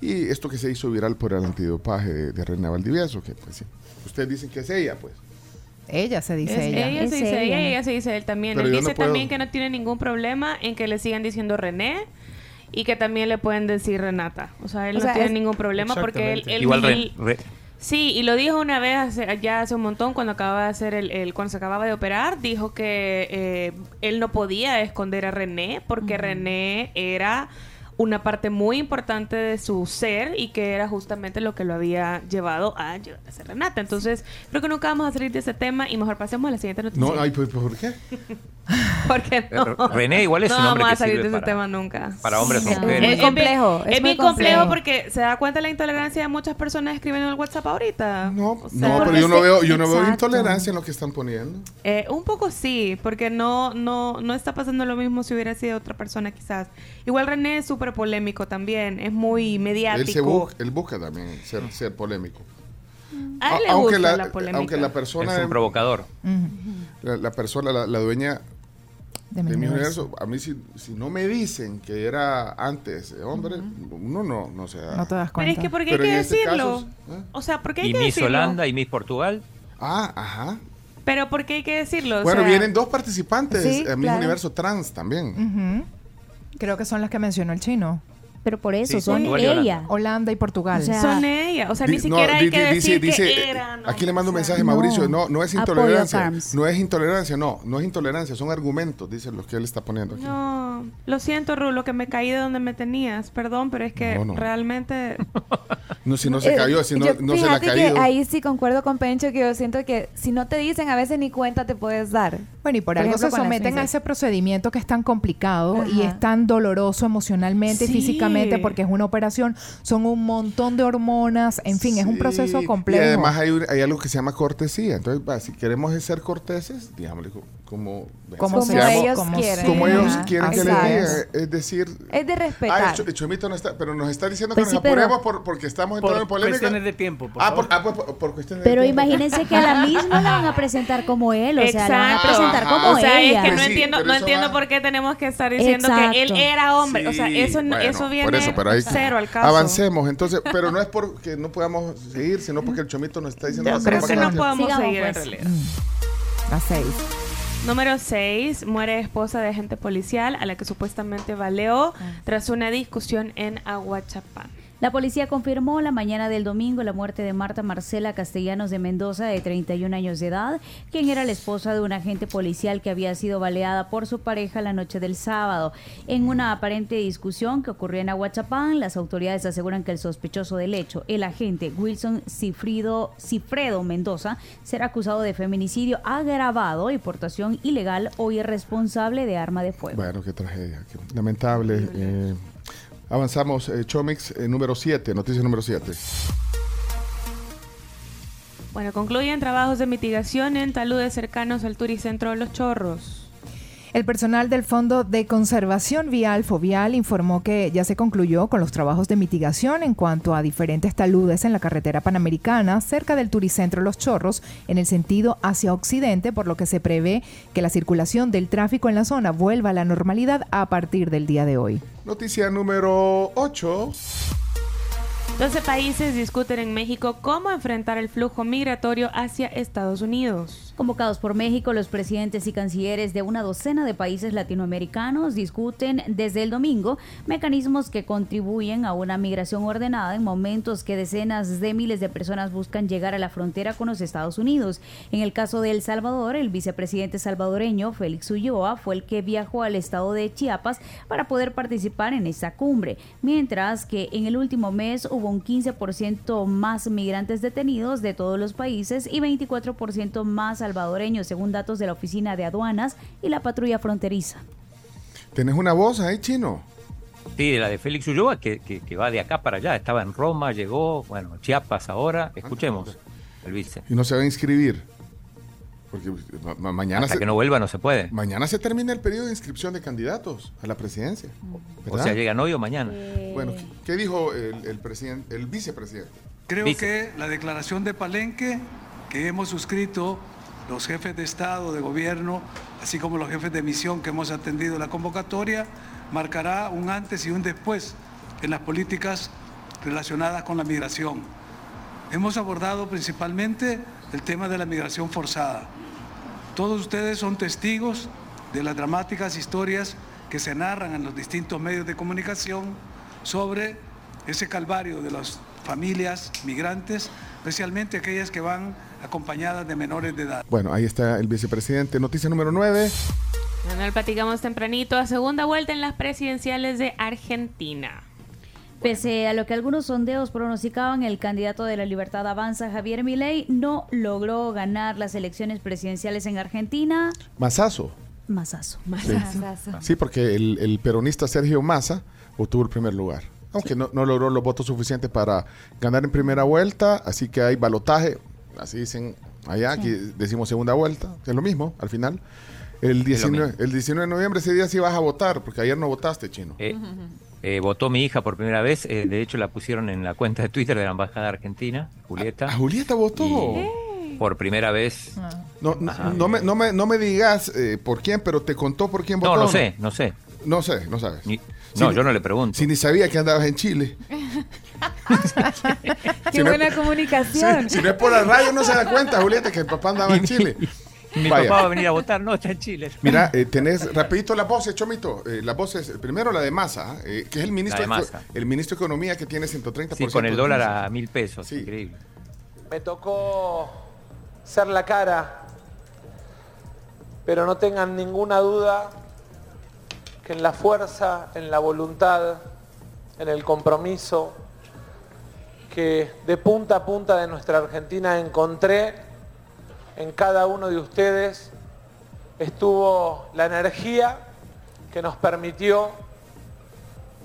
S3: y esto que se hizo viral por el antidopaje de, de Reina Valdivieso, que pues sí. Ustedes dicen que es ella, pues.
S11: Ella se dice
S7: Es-
S11: ella.
S7: se dice ella y ella se dice él también.
S3: Pero
S7: él
S3: yo
S7: dice
S3: no puedo.
S7: también que no tiene ningún problema en que le sigan diciendo René y que también le pueden decir Renata. O sea, él
S17: O
S7: no
S17: sea,
S7: tiene
S17: es-
S7: ningún problema porque él... él-
S8: Igual re-
S7: él-
S8: re-
S7: Sí, y lo dijo una vez hace- ya hace un montón cuando acababa de hacer el, el- cuando se acababa de operar, dijo que eh, él no podía esconder a René porque René era una parte muy importante de su ser y que era justamente lo que lo había llevado a llegar a ser Renata. Entonces, creo que nunca vamos a salir de ese tema y mejor pasemos a la siguiente noticia.
S3: No, ay, pues, ¿por qué?
S7: porque no.
S8: R- Eh, René igual es
S7: No
S8: un hombre
S7: vamos
S8: que
S7: a salir de
S8: sirve
S7: ese
S8: para-
S7: tema nunca.
S8: para hombres o
S7: No.
S8: mujeres.
S17: Muy
S7: Es bien-
S17: complejo, es
S7: Es
S17: muy
S7: bien complejo
S17: complejo.
S7: porque se da cuenta de la intolerancia de muchas personas escribiendo en el WhatsApp ahorita. No,
S3: No, pero yo no veo, yo no veo intolerancia en lo que están poniendo.
S7: Eh, un poco sí, porque no, no, no está pasando lo mismo si hubiera sido otra persona quizás. Igual René es súper polémico también, es muy
S3: Él, se
S7: mediático.
S3: busca, él busca también ser, ser polémico.
S7: A él le
S3: A- aunque
S7: gusta la,
S3: la-
S7: polémica.
S3: aunque la persona
S8: Es un provocador.
S3: La, la persona, la, la dueña de, mi universo. a mí si, si no me dicen que era antes eh, hombre, uno no, no se da.
S11: No te das
S7: Pero es que porque hay
S3: Pero
S7: que
S3: en este
S7: decirlo.
S3: caso,
S7: O sea, porque hay
S8: Y
S7: que
S8: Miss
S7: decirlo.
S8: Holanda y Miss Portugal.
S3: Ah, ajá.
S7: Pero porque hay que decirlo.
S3: bueno,
S7: o sea,
S3: vienen dos participantes
S11: Sí,
S3: a mi
S11: claro.
S3: universo trans también.
S11: Ujú. Creo que son las que mencionó el chino.
S13: Pero por
S3: eso Sí, son Portugal y ella. Holanda.
S11: Holanda y Portugal.
S3: O sea, Son
S7: ella. O
S3: Di- no, di- di- eh, aquí le mando un mensaje Mauricio, no, no es
S11: Apoyo
S3: intolerancia,
S11: Carms.
S3: no es intolerancia, no, no es intolerancia, son argumentos, dicen los que él está poniendo aquí.
S7: No, lo siento, Rulo, que me caí de donde me tenías. Perdón, pero es que
S3: No, no.
S7: realmente.
S3: No, si no se
S17: Eh,
S3: cayó, si no,
S17: yo-
S3: no se la ha
S17: fíjate que
S3: caído.
S17: ahí sí concuerdo con Pencho que yo siento que si no te dicen a veces ni cuenta te puedes dar.
S11: Bueno, y por, algo se someten a ese procedimiento que es tan complicado y es tan doloroso emocionalmente
S17: Sí.
S11: y físicamente porque es una operación, son un montón de hormonas, en fin, es un proceso complejo.
S3: Y además hay, un- hay algo que se llama cortesía. Entonces, va, si queremos es ser corteses, digámosle co- como,
S11: Como
S3: seamos-
S11: ellos quieren.
S3: Como
S11: Ajá.
S3: ellos quieren que les
S11: Así
S3: diga. Ah,
S11: es.
S3: Es decir,
S17: Es de
S3: ah,
S17: respetar.
S3: Chu- Chomito no está, pero nos está diciendo
S13: Pues
S3: que
S13: sí,
S3: nos
S13: pero-
S3: apuremos por- porque estamos
S13: Por
S3: entrando en polémica.
S13: cuestiones
S3: de
S18: tiempo.
S3: ah, por, ah, pues, por, por cuestiones
S13: Pero
S3: de tiempo.
S13: imagínense que a la misma la van a presentar como él, o sea, la van a
S7: Exacto.
S13: presentar
S3: Ajá.
S13: como
S7: Ah, o sea,
S13: ella.
S7: es que no
S3: Pues sí,
S7: entiendo,
S3: pero
S7: no
S3: eso
S7: entiendo
S3: va-
S7: por qué tenemos que estar diciendo que él
S3: Exacto.
S7: era hombre. o sea,
S3: Sí,
S7: eso,
S3: bueno,
S7: eso viene
S3: por eso, pero ahí-
S7: cero al caso.
S3: Avancemos, entonces, pero no es porque no podamos seguir, sino porque el chomito nos está diciendo
S7: Yo
S3: que
S7: creo
S3: hacemos
S7: que no
S3: bastante.
S7: podemos seguir en
S13: pues.
S7: realidad.
S11: A Mm, seis.
S7: Número 6. Muere esposa de agente policial a la que supuestamente baleó
S13: Ah.
S7: tras una discusión en Aguachapán.
S13: La policía confirmó la mañana del domingo la muerte de Marta Marcela Castellanos de Mendoza, de 31 años de edad, quien era la esposa de un agente policial que había sido baleada por su pareja la noche del sábado. En una aparente discusión que ocurrió en Aguachapán, las autoridades aseguran que el sospechoso del hecho, el agente Wilson Cifrido, Cifredo Mendoza, será acusado de feminicidio agravado y portación ilegal o irresponsable de arma de fuego.
S3: Bueno, qué tragedia. qué lamentable. eh. avanzamos, eh, Chomix, eh, número 7, noticia número 7.
S7: Bueno, concluyen trabajos de mitigación en taludes cercanos al Turicentro de Los Chorros.
S11: El personal del Fondo de Conservación Vial Fovial informó que ya se concluyó con los trabajos de mitigación en cuanto a diferentes taludes en la carretera panamericana cerca del turicentro Los Chorros en el sentido hacia occidente, por lo que se prevé que la circulación del tráfico en la zona vuelva a la normalidad a partir del día de hoy.
S3: Noticia número 8.
S7: 12 países discuten en México cómo enfrentar el flujo migratorio hacia Estados Unidos.
S13: Convocados por México, los presidentes y cancilleres de una docena de países latinoamericanos discuten desde el domingo mecanismos que contribuyen a una migración ordenada en momentos que decenas de miles de personas buscan llegar a la frontera con los Estados Unidos. En el caso de El Salvador, el vicepresidente salvadoreño Félix Ulloa fue el que viajó al estado de Chiapas para poder participar en esta cumbre, mientras que en el último mes hubo un 15% más migrantes detenidos de todos los países y 24% más salvadoreños, según datos de la Oficina de Aduanas y la Patrulla Fronteriza.
S3: ¿Tenés una voz ahí, chino?
S8: Sí, la de Félix Ulloa, que, que- que va de acá para allá. Estaba en Roma, llegó, bueno, Chiapas
S3: Ah,
S8: ahora. Escuchemos el vice.
S3: Y no se va a inscribir. Porque pues, ma- ma- mañana
S8: Hasta
S3: se,
S8: que no vuelva no se puede.
S3: mañana se termina el periodo de inscripción de candidatos a la presidencia.
S8: Mm. O
S3: ¿verdad?
S8: sea, llegan hoy o mañana.
S3: Bueno, ¿qué, qué dijo el, el presidente, el vicepresidente?
S18: Creo que la declaración de Palenque que hemos suscrito los jefes de Estado, de gobierno, así como los jefes de misión que hemos atendido la convocatoria, marcará un antes y un después en las políticas relacionadas con la migración. Hemos abordado principalmente el tema de la migración forzada. Todos ustedes son testigos de las dramáticas historias que se narran en los distintos medios de comunicación sobre ese calvario de las familias migrantes, especialmente aquellas que van acompañadas de menores de edad.
S3: Bueno, ahí está el vicepresidente. Noticia número 9.
S7: Manuel, platicamos tempranito a segunda vuelta en las presidenciales de Argentina.
S13: Pese a lo que algunos sondeos pronosticaban, el candidato de la Libertad Avanza, Javier Milei, no logró ganar las elecciones presidenciales en Argentina.
S3: Mazazo.
S13: Masazo.
S3: Sí. Sí, porque el, el peronista Sergio Massa obtuvo el primer lugar. Aunque no, no logró los votos suficientes para ganar en primera vuelta, así que hay balotaje, así dicen allá, aquí decimos segunda vuelta, que es lo mismo al final. El 19, el 19 de noviembre ese día sí vas a votar, porque ayer no votaste, chino.
S8: Eh, eh, votó mi hija por primera vez. eh, de hecho, la pusieron en la cuenta de Twitter de la Embajada Argentina, Julieta.
S3: Ah, Julieta votó. Eh.
S8: Y por primera vez.
S3: No, no-
S8: Ajá.
S3: no me, no me- no me digas eh, por quién, pero te contó por quién
S8: No,
S3: votó.
S8: no sé, no sé.
S3: No sé, no sabes.
S8: Ni- no,
S3: Sí.
S8: yo no le pregunto.
S3: Si ni sabía que andabas en Chile.
S17: Qué
S3: Si no-
S17: buena comunicación.
S3: Si no es por la radio, no se da cuenta, Julieta, que el papá andaba en Chile.
S8: Mi
S3: Vaya.
S8: papá va a venir a votar, no está en Chile.
S3: Mira, eh, tenés rapidito las voces, Chomito. eh, las voces, primero la de Massa, eh, que es el ministro,
S8: La de
S3: de
S8: Massa.
S3: el ministro de Economía que tiene 130%.
S8: Sí, con el
S3: de
S8: dólar
S3: crisis.
S8: a mil pesos, increíble.
S19: Me tocó ser la cara, pero no tengan ninguna duda que en la fuerza, en la voluntad, en el compromiso que de punta a punta de nuestra Argentina encontré en cada uno de ustedes estuvo la energía que nos permitió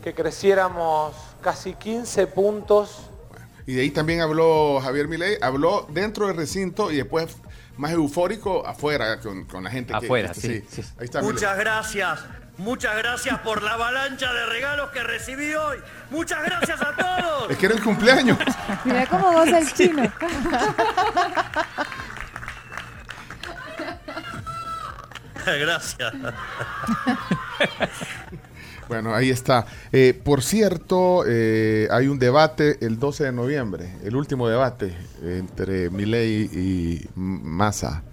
S19: que creciéramos casi 15 puntos
S3: Y de ahí también habló Javier Milei, habló dentro del recinto y después más eufórico afuera con, con la gente. que-
S8: Afuera,
S3: que,
S8: sí, sí.
S3: Ahí está. Milei.
S20: Muchas gracias. Muchas gracias por la avalancha de regalos que recibí hoy. Muchas gracias a todos.
S3: Es que era el cumpleaños.
S17: Mira cómo vos el chino.
S20: gracias.
S3: Bueno, ahí está. Eh, por cierto, eh, hay un debate el 12 de noviembre, el último debate entre Milei y M- Massa.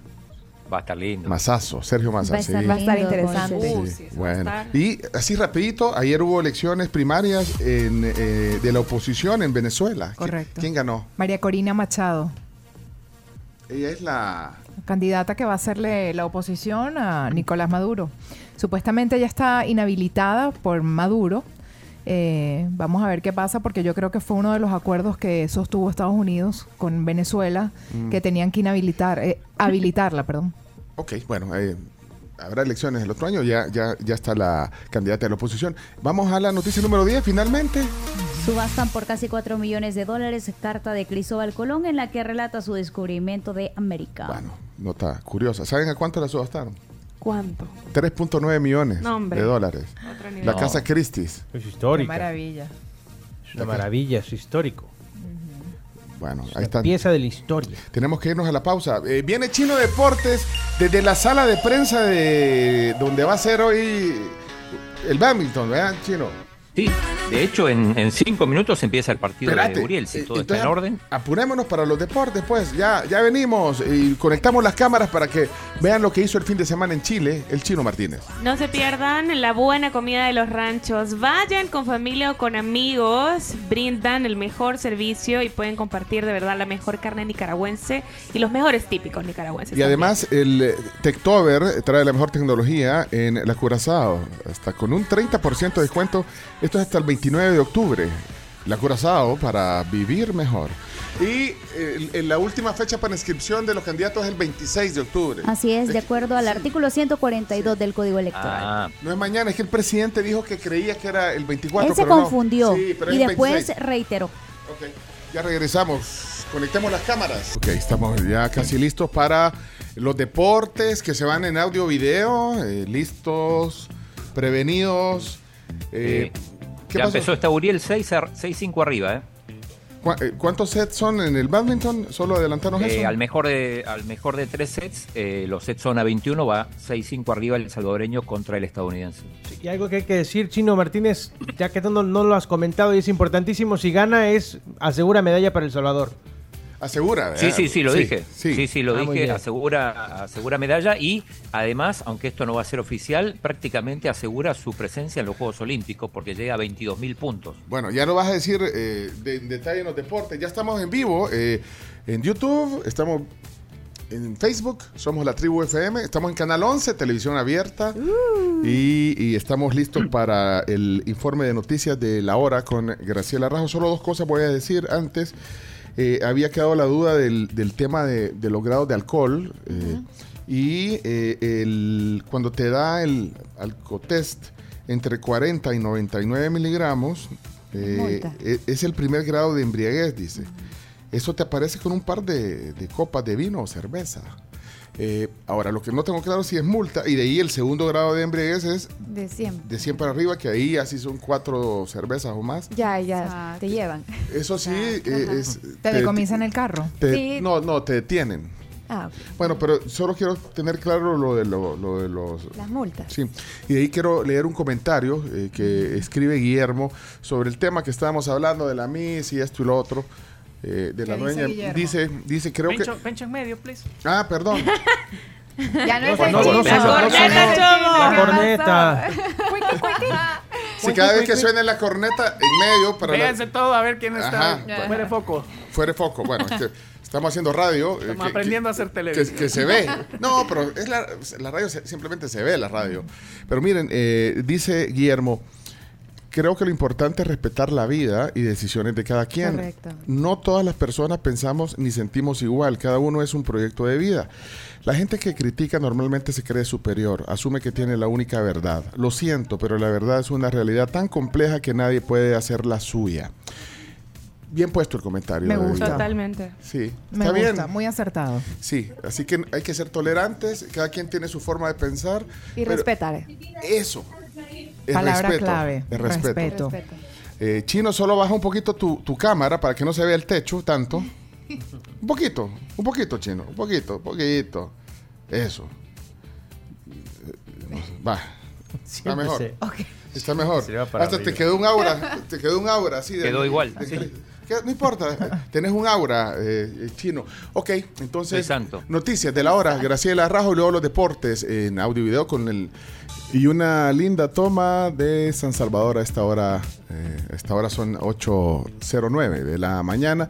S8: Va a estar lindo.
S3: Masazo, Sergio Massa.
S17: Va a
S3: sí.
S17: estar, va a estar interesante.
S3: Sí, bueno. Y así rapidito, ayer hubo elecciones primarias en, eh, de la oposición en Venezuela. ¿Qui-
S11: Correcto.
S3: ¿Quién ganó?
S11: María Corina Machado,
S3: Ella es la...
S11: candidata que va a hacerle la oposición a Nicolás Maduro. Supuestamente ella está inhabilitada por Maduro. Eh, vamos a ver qué pasa porque yo creo que fue uno de los acuerdos que sostuvo Estados Unidos con Venezuela
S3: Mm.
S11: que tenían que inhabilitar, eh, habilitarla, perdón.
S3: Ok, bueno, eh, habrá elecciones el otro año, ya, ya, ya está la candidata de la oposición. Vamos a la noticia número 10, finalmente.
S13: Subastan por casi 4 millones de dólares carta de Cristóbal Colón en la que relata su descubrimiento de América.
S3: Nota curiosa. ¿Saben a cuánto la subastaron?
S7: ¿Cuánto?
S3: 3.9 millones
S7: No, hombre.
S3: de dólares.
S7: Otro nivel.
S3: La
S26: No.
S3: casa Christie's.
S26: Es histórica.
S11: maravilla.
S26: Es una maravilla, es histórico.
S3: Bueno, ahí está.
S26: Pieza de la historia.
S3: Tenemos que irnos a la pausa. Eh, viene Chino Deportes desde la sala de prensa de donde va a ser hoy el badminton, ¿verdad, Chino?
S8: Sí. De hecho, en, en cinco minutos empieza el partido
S3: Espérate,
S8: de Uriel, si
S3: eh,
S8: todo
S3: entonces,
S8: está en orden.
S3: Apurémonos para los deportes, pues. Ya, ya venimos y conectamos las cámaras para que vean lo que hizo el fin de semana en Chile el Chino Martínez.
S7: No se pierdan la buena comida de los ranchos. Vayan con familia o con amigos. Brindan el mejor servicio y pueden compartir de verdad la mejor carne nicaragüense y los mejores típicos nicaragüenses.
S3: Y además, el eh, Techtober trae la mejor tecnología en la Curazao, hasta con un 30% de descuento. Esto es hasta el 29 de octubre. La Curazao para vivir mejor. Y eh, en la última fecha para inscripción de los candidatos es el 26 de octubre.
S13: Así es, de acuerdo al artículo 142 del Código
S3: Ah.
S13: Electoral.
S3: No es mañana, es que el presidente dijo que creía que era el 24.
S13: Él se
S3: pero no.
S13: confundió
S3: Sí, pero
S13: y
S3: es el
S13: después
S3: 26.
S13: reiteró.
S3: Ok, Ya regresamos. Conectemos las cámaras. Ok, estamos ya casi listos para los deportes que se van en audio video. eh, listos, prevenidos. Eh, ¿Qué
S8: ya
S3: pasó?
S8: empezó, está Uriel 6-5 arriba, ¿eh?
S3: ¿Cuá- eh, ¿Cuántos sets son en el badminton? Solo adelantarnos
S8: Eh,
S3: eso.
S8: al, mejor de, al mejor de tres sets, eh, los sets son a 21, va 6-5 arriba el salvadoreño contra el estadounidense.
S26: Y algo que hay que decir, Chino Martínez, ya que tú no, no lo has comentado y es importantísimo, si gana es asegura medalla para El Salvador.
S3: Asegura, ¿eh?
S8: Sí, sí, sí, lo
S26: Sí,
S8: dije.
S26: sí.
S8: Sí, sí, lo
S26: Ah, muy
S8: dije.
S26: bien.
S8: Asegura, asegura medalla y además, aunque esto no va a ser oficial, prácticamente asegura su presencia en los Juegos Olímpicos porque llega a 22.000 puntos.
S3: Bueno, ya lo vas a decir eh, de- en detalle en los deportes. Ya estamos en vivo eh, en YouTube, estamos en Facebook, somos la Tribu FM, estamos en Canal 11, Televisión Abierta y, y estamos listos para el informe de noticias de la hora con Graciela Rajo. Solo dos cosas voy a decir antes. Eh, había quedado la duda del, del tema de, de los grados de alcohol eh, y eh, el, cuando te da el alcotest entre 40 y 99 miligramos, eh,
S21: Multa.
S3: e- es el primer grado de embriaguez, dice. Eso te aparece con un par de, de copas de vino o cerveza. Eh, ahora, lo que no tengo claro es si es multa, y de ahí el segundo grado de embriaguez es
S17: De siempre.
S3: de 100 para arriba, que ahí así son cuatro cervezas o más.
S17: Ya, ya, te llevan.
S3: Eso sí, eh, es...
S11: Te decomisan el carro.
S3: te-
S17: Sí.
S3: No, no, te detienen.
S17: Ah, ok.
S3: Bueno, pero solo quiero tener claro lo de, lo- lo de los...
S17: Las multas.
S3: Sí, y de ahí quiero leer un comentario eh, que escribe Guillermo sobre el tema que estábamos hablando de la MIS y esto y lo otro, eh, de la
S21: dice
S3: dueña.
S21: Guillermo?
S3: Dice, dice, creo que...
S21: Pencho, pencho en medio, please.
S3: Ah, perdón.
S21: Ya
S3: no es el chino. La corneta,
S26: La
S3: chomo.
S26: corneta.
S3: Si cada vez que suene la corneta en medio para... la-
S1: Véanse todo a ver quién está.
S3: Ajá, bueno.
S1: Fuera de foco.
S3: Fuera de foco. Bueno, es que estamos haciendo radio. eh,
S1: Estamos
S3: que-
S1: aprendiendo
S3: que-
S1: a hacer
S3: que,
S1: televisión.
S3: que se ve. No, pero es la, la radio se- simplemente se ve la radio. Pero miren, eh, dice Guillermo, creo que lo importante es respetar la vida y decisiones de cada quien.
S21: Correcto.
S3: No todas las personas pensamos ni sentimos igual, cada uno es un proyecto de vida. La gente que critica normalmente se cree superior, asume que tiene la única verdad. Lo siento, pero la verdad es una realidad tan compleja que nadie puede hacer la suya. Bien puesto el comentario.
S11: Me
S3: de
S11: gusta.
S3: Guillermo.
S11: Totalmente.
S3: Sí,
S11: Me
S3: está
S11: gusta,
S3: bien.
S11: muy acertado.
S3: Sí, así que hay que ser tolerantes, cada quien tiene su forma de pensar.
S17: Y
S3: pero
S17: respetar.
S3: Eso. es
S11: Palabra
S3: respeto,
S11: clave.
S3: es respeto.
S11: Respeto.
S3: Eh, Chino, solo baja un poquito tu, tu cámara para que no se vea el techo tanto. Un poquito, un poquito, Chino, un poquito, un poquito. Eso. Eh, Va. Está
S21: Siempre
S3: mejor.
S21: se-
S3: Está mejor.
S21: Se va para
S3: Hasta te
S21: arriba.
S3: quedó un aura, te quedó un aura así. de-
S8: Quedó igual,
S3: de-
S8: sí.
S3: que- no importa, tenés un aura eh, eh, chino. Ok, entonces, noticias de la hora. Graciela Rajo y luego los deportes en audio y video con el... Y una linda toma de San Salvador a esta hora. eh, a esta hora son 8.09 de la mañana.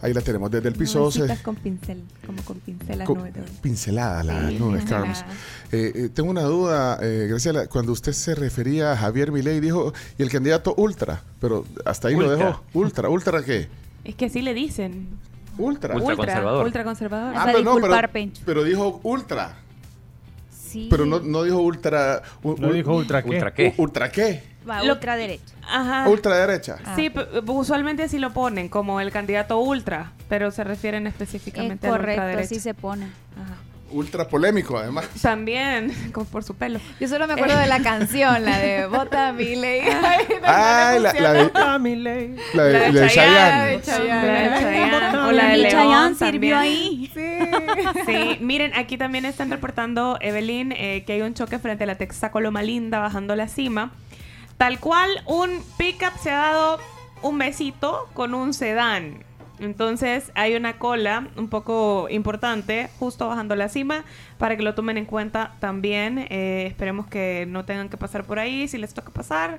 S3: Ahí la tenemos desde el piso 12.
S7: con pincel, como con pincel
S3: Co- Pincelada la nube, Carms. Eh, eh, tengo una duda, eh, Graciela. Cuando usted se refería a Javier Milei, dijo, y el candidato ultra, pero hasta ahí lo
S8: Ultra.
S3: dejó. Ultra, ultra qué?
S7: Es que así le dicen.
S3: Ultra.
S8: Ultraconservador.
S7: ultraconservador.
S3: Ah, pero no, pero- pero dijo ultra.
S13: Sí.
S3: Pero no, no dijo ultra.
S26: No dijo ultra qué.
S3: ¿Ultra
S26: ¿Ultra
S3: qué?
S26: qué?
S3: ¿Ultra qué?
S13: Va
S7: Lo-
S13: ultra derecha.
S7: Ajá.
S3: Ultra derecha.
S7: Ah. Sí, p- usualmente sí lo ponen como el candidato ultra, pero se refieren específicamente a la
S13: correcto,
S7: ultraderecha.
S13: así se pone.
S3: Ultra polémico, además.
S7: También, como por su pelo.
S17: Yo solo me acuerdo de la canción, la de Bota a Miley. Ay, no, no le
S3: Ah, la, la de.
S17: funciona.
S3: La de, la de Chayanne.
S7: La de Chayanne. O la de
S13: Mi
S7: León
S13: Chayanne sirvió
S7: también.
S13: ahí.
S7: Sí, miren, aquí también están reportando, Evelyn, eh, que hay un choque frente a la Texacolo Malinda bajando la cima. Tal cual, un pickup se ha dado un besito con un sedán. Entonces hay una cola un poco importante justo bajando la cima para que lo tomen en cuenta también. Eh, esperemos que no tengan que pasar por ahí. Si les toca pasar,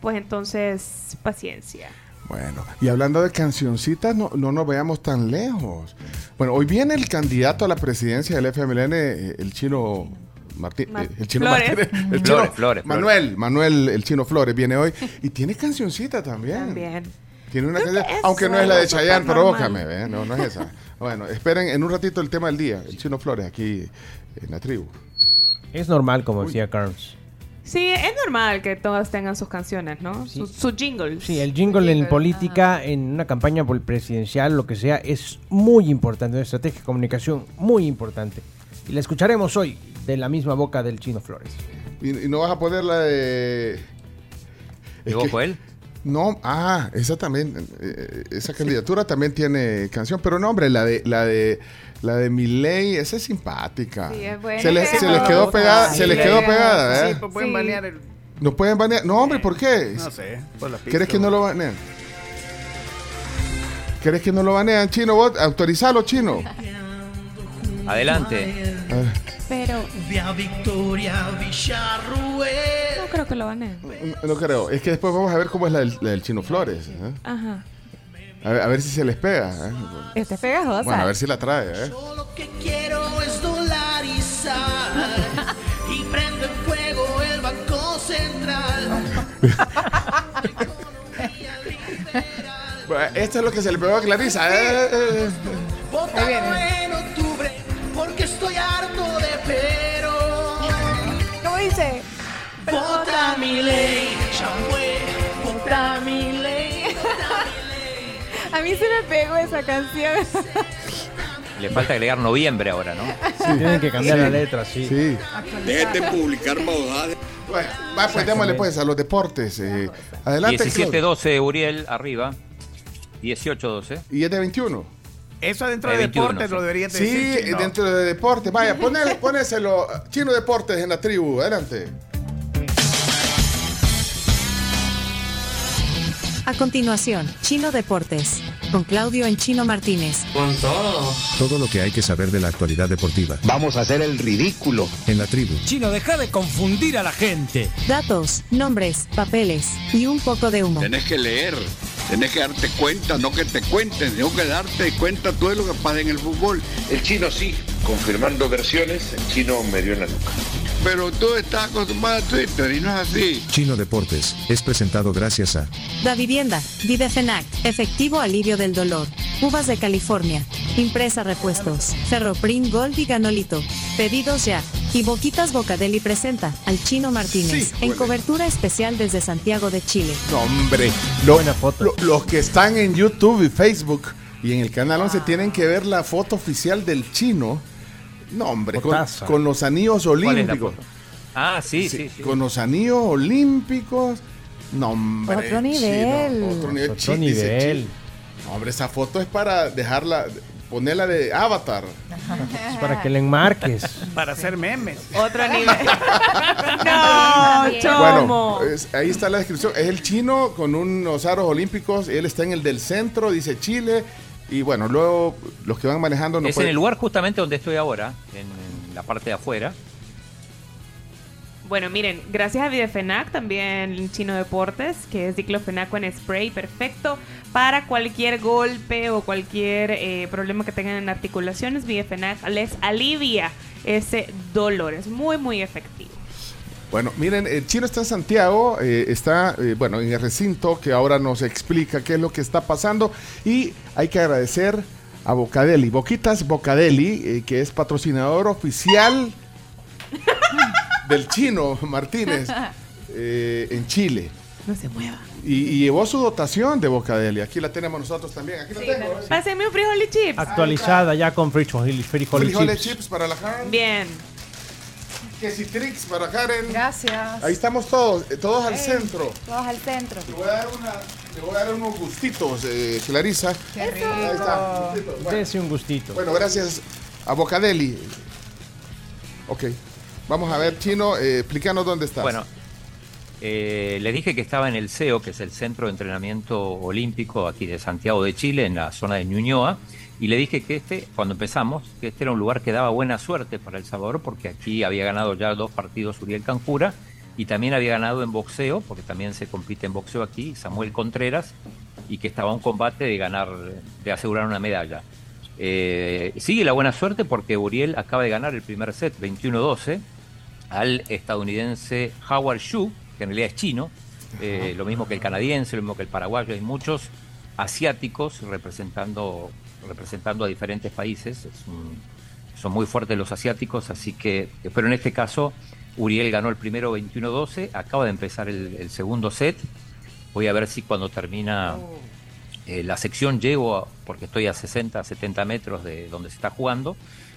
S7: pues entonces paciencia.
S3: Bueno, y hablando de cancioncitas, no, no nos veamos tan lejos. Bueno, hoy viene el candidato a la presidencia del FMLN, eh, el chino Martín,
S7: Mar-
S3: eh, el chino
S7: Flores.
S3: Martínez, el chino
S8: Flores, Flores,
S3: Manuel, Manuel, el chino Flores viene hoy y tiene cancioncita también.
S7: También.
S3: Tiene una canción,
S7: que es
S3: aunque no es la
S7: algo
S3: de Chayanne,
S7: súper
S3: provócame,
S7: normal.
S3: ¿eh? no, no es esa. Bueno, esperen en un ratito el tema del día, el chino Flores aquí en la tribu.
S26: Es normal, como decía Carms.
S7: Sí, es normal que todas tengan sus canciones, ¿no? Sus sus jingles.
S26: Sí, el jingle en política, en una campaña por presidencial, lo que sea, es muy importante, una estrategia de comunicación muy importante. Y la escucharemos hoy de la misma boca del Chino Flores.
S3: Y, y no vas a poner la de. ¿Llegó él? No, ah, esa también, eh, esa candidatura también tiene canción, pero no, hombre, la de, la de, la de Miley, esa es simpática.
S1: Sí, es buena.
S3: Se les, se les quedó pegada, se les
S1: Sí.
S3: quedó pegada, ¿eh?
S1: Sí, pues pueden banear el.
S3: No pueden banear, no, hombre, ¿por qué?
S1: No sé, por la pista.
S3: ¿Quieres que no lo banean? ¿Quieres que no lo banean, chino? Vos, autorizalo, chino.
S8: Adelante.
S3: Ah.
S7: Pero.
S20: Victoria Villarruel.
S7: No creo que lo van a.
S3: No creo. Es que después vamos a ver cómo es la del, la del Chino Flores. ¿eh?
S7: Ajá.
S3: A, ver, a ver si se les pega. ¿eh?
S7: Este es pegajosa.
S3: Bueno, a ver si la trae. ¿eh?
S20: Quiero es dolarizar y prende en fuego el Banco Central.
S3: Bueno, Esto es lo que se le pegó a Clarisa. ¿eh? Eh,
S20: Vota en octubre porque estoy harto de pero.
S21: ¿Cómo dice?
S20: Vota mi ley, Chambue, vota mi ley.
S21: A mí se me pegó esa canción.
S8: Le falta agregar noviembre ahora, ¿no?
S26: Tienen que cambiar
S3: Sí.
S26: la letra, sí.
S3: Sí.
S20: Dejen de publicar maldades.
S3: Bueno, va, pues démosle pues a los deportes. eh. Adelante, Claudio.
S8: 17-12, Uriel, arriba. 18-12.
S3: Y es de 21.
S1: Eso dentro de
S8: Eh, 21,
S1: deportes
S8: sí.
S1: lo deberían
S3: Sí,
S1: decir.
S3: eh, dentro de deportes. Vaya, poné- ponéselo. Chino Deportes en la tribu. Adelante.
S12: A continuación, Chino Deportes, con Claudio en Chino Martínez.
S10: Con todo. Todo lo que hay que saber de la actualidad deportiva. Vamos a hacer el ridículo. En la tribu.
S22: Chino, deja de confundir a la gente.
S12: Datos, nombres, papeles y un poco de humo.
S23: Tenés que leer, tenés que darte cuenta, no que te cuenten, tengo que darte cuenta todo lo que pasa en el fútbol. El chino sí,
S4: Confirmando versiones, el chino me dio en la nuca.
S23: pero tú estás acostumbrado a Twitter y no es así.
S10: Chino Deportes es presentado gracias a
S12: Da Vivienda, Videfenac, Efectivo Alivio del Dolor, Uvas de California, Impresa Repuestos, Ferroprim Gold y Ganolito, Pedidos Ya, y Boquitas Bocadeli presenta al Chino Martínez, en cobertura especial desde Santiago de Chile.
S3: No, hombre. Lo- lo- los que están en YouTube y Facebook y en el canal
S17: Ah.
S3: 11 tienen que ver la foto oficial del chino. No, hombre, con,
S8: Fotaza.
S3: con los anillos
S8: es la
S3: olímpicos.
S8: Ah, sí, sí. sí.
S3: Con los anillos olímpicos. No, hombre.
S17: Otro nivel.
S3: chino, otro nivel.
S26: Otro
S3: chi- dice
S26: nivel.
S3: chino. No, hombre, esa foto es para dejarla, ponerla de avatar.
S26: Es para que le enmarques.
S1: Para hacer memes.
S7: Otro nivel.
S1: no,
S3: Bueno, es- ahí está la descripción. Es el chino con unos aros olímpicos. Él está en el del centro, dice Chile. Y bueno, luego los que van manejando no
S8: es en
S3: pueden-
S8: el lugar justamente donde estoy ahora, en la parte de afuera.
S7: Bueno, miren, gracias a Videfenac, también Chino Deportes, que es diclofenaco en spray perfecto para cualquier golpe o cualquier eh, problema que tengan en articulaciones. Videfenac les alivia ese dolor. Es muy, muy efectivo.
S3: Bueno, miren, el chino está en Santiago, eh, está, eh, bueno, en el recinto que ahora nos explica qué es lo que está pasando y hay que agradecer a Bocadeli, Boquitas Bocadeli, eh, que es patrocinador oficial del chino Martínez eh, en Chile.
S7: No se mueva.
S3: Y, y llevó su dotación de Bocadeli, aquí la tenemos nosotros también, aquí la tengo. ¿eh?
S7: Pásenme un frijol y chips.
S26: Actualizada ya con frijoles, frijoles,
S3: Frijoles
S26: chips.
S3: chips para la Karen,
S7: Bien.
S3: quesitrix para Karen.
S17: Gracias.
S3: Ahí estamos todos, eh, todos al centro.
S17: Todos al centro. Te
S3: voy a dar una. Te voy a dar unos gustitos, eh, Clarisa. Ahí está, gustito. Bueno,
S26: Dese un gustito.
S3: bueno, gracias a Bocadeli. Ok. Vamos a ver, Chino, eh, explícanos dónde estás.
S8: Bueno, Eh, le dije que estaba en el CEO, que es el Centro de Entrenamiento Olímpico aquí de Santiago de Chile, en la zona de Ñuñoa, y le dije que este, cuando empezamos, que este era un lugar que daba buena suerte para El Salvador, porque aquí había ganado ya dos partidos Uriel Canjura, y también había ganado en boxeo, porque también se compite en boxeo aquí, Samuel Contreras, y que estaba un combate de ganar, de asegurar una medalla. Eh, sigue la buena suerte porque Uriel acaba de ganar el primer set 21-12 al estadounidense Howard Shu, que en realidad es chino, eh, lo mismo que el canadiense, lo mismo que el paraguayo, hay muchos asiáticos representando, representando a diferentes países, es un- son muy fuertes los asiáticos, así que, pero en este caso Uriel ganó el primero 21-12, acaba de empezar el, el segundo set, voy a ver si cuando termina eh, la sección llego, a- porque estoy a 60, 70 metros de donde se está jugando,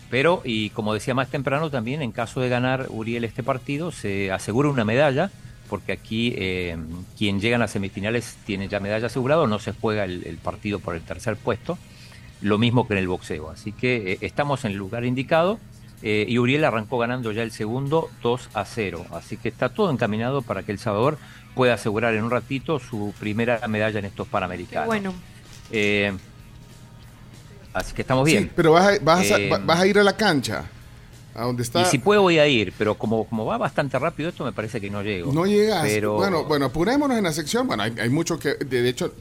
S8: pero, y como decía más temprano, también en caso de ganar Uriel este partido, se asegura una medalla, porque aquí eh, quien llega a las semifinales tiene ya medalla asegurada, no se juega el, el partido por el tercer puesto, lo mismo que en el boxeo. Así que eh, estamos en el lugar indicado. eh, y Uriel arrancó ganando ya el segundo 2 a 0. Así que está todo encaminado para que El Salvador pueda asegurar en un ratito su primera medalla en estos Panamericanos.
S7: Bueno,
S8: Eh, así que estamos bien.
S3: Sí, pero vas a, vas, a,
S8: Eh,
S3: va- vas a ir a la cancha, a donde está.
S8: Y si puedo voy a ir, pero como, como va bastante rápido esto, me parece que no llego.
S3: No llegas.
S8: Pero
S3: Bueno, bueno, apurémonos en la sección. Bueno, hay, hay mucho que. De, de hecho,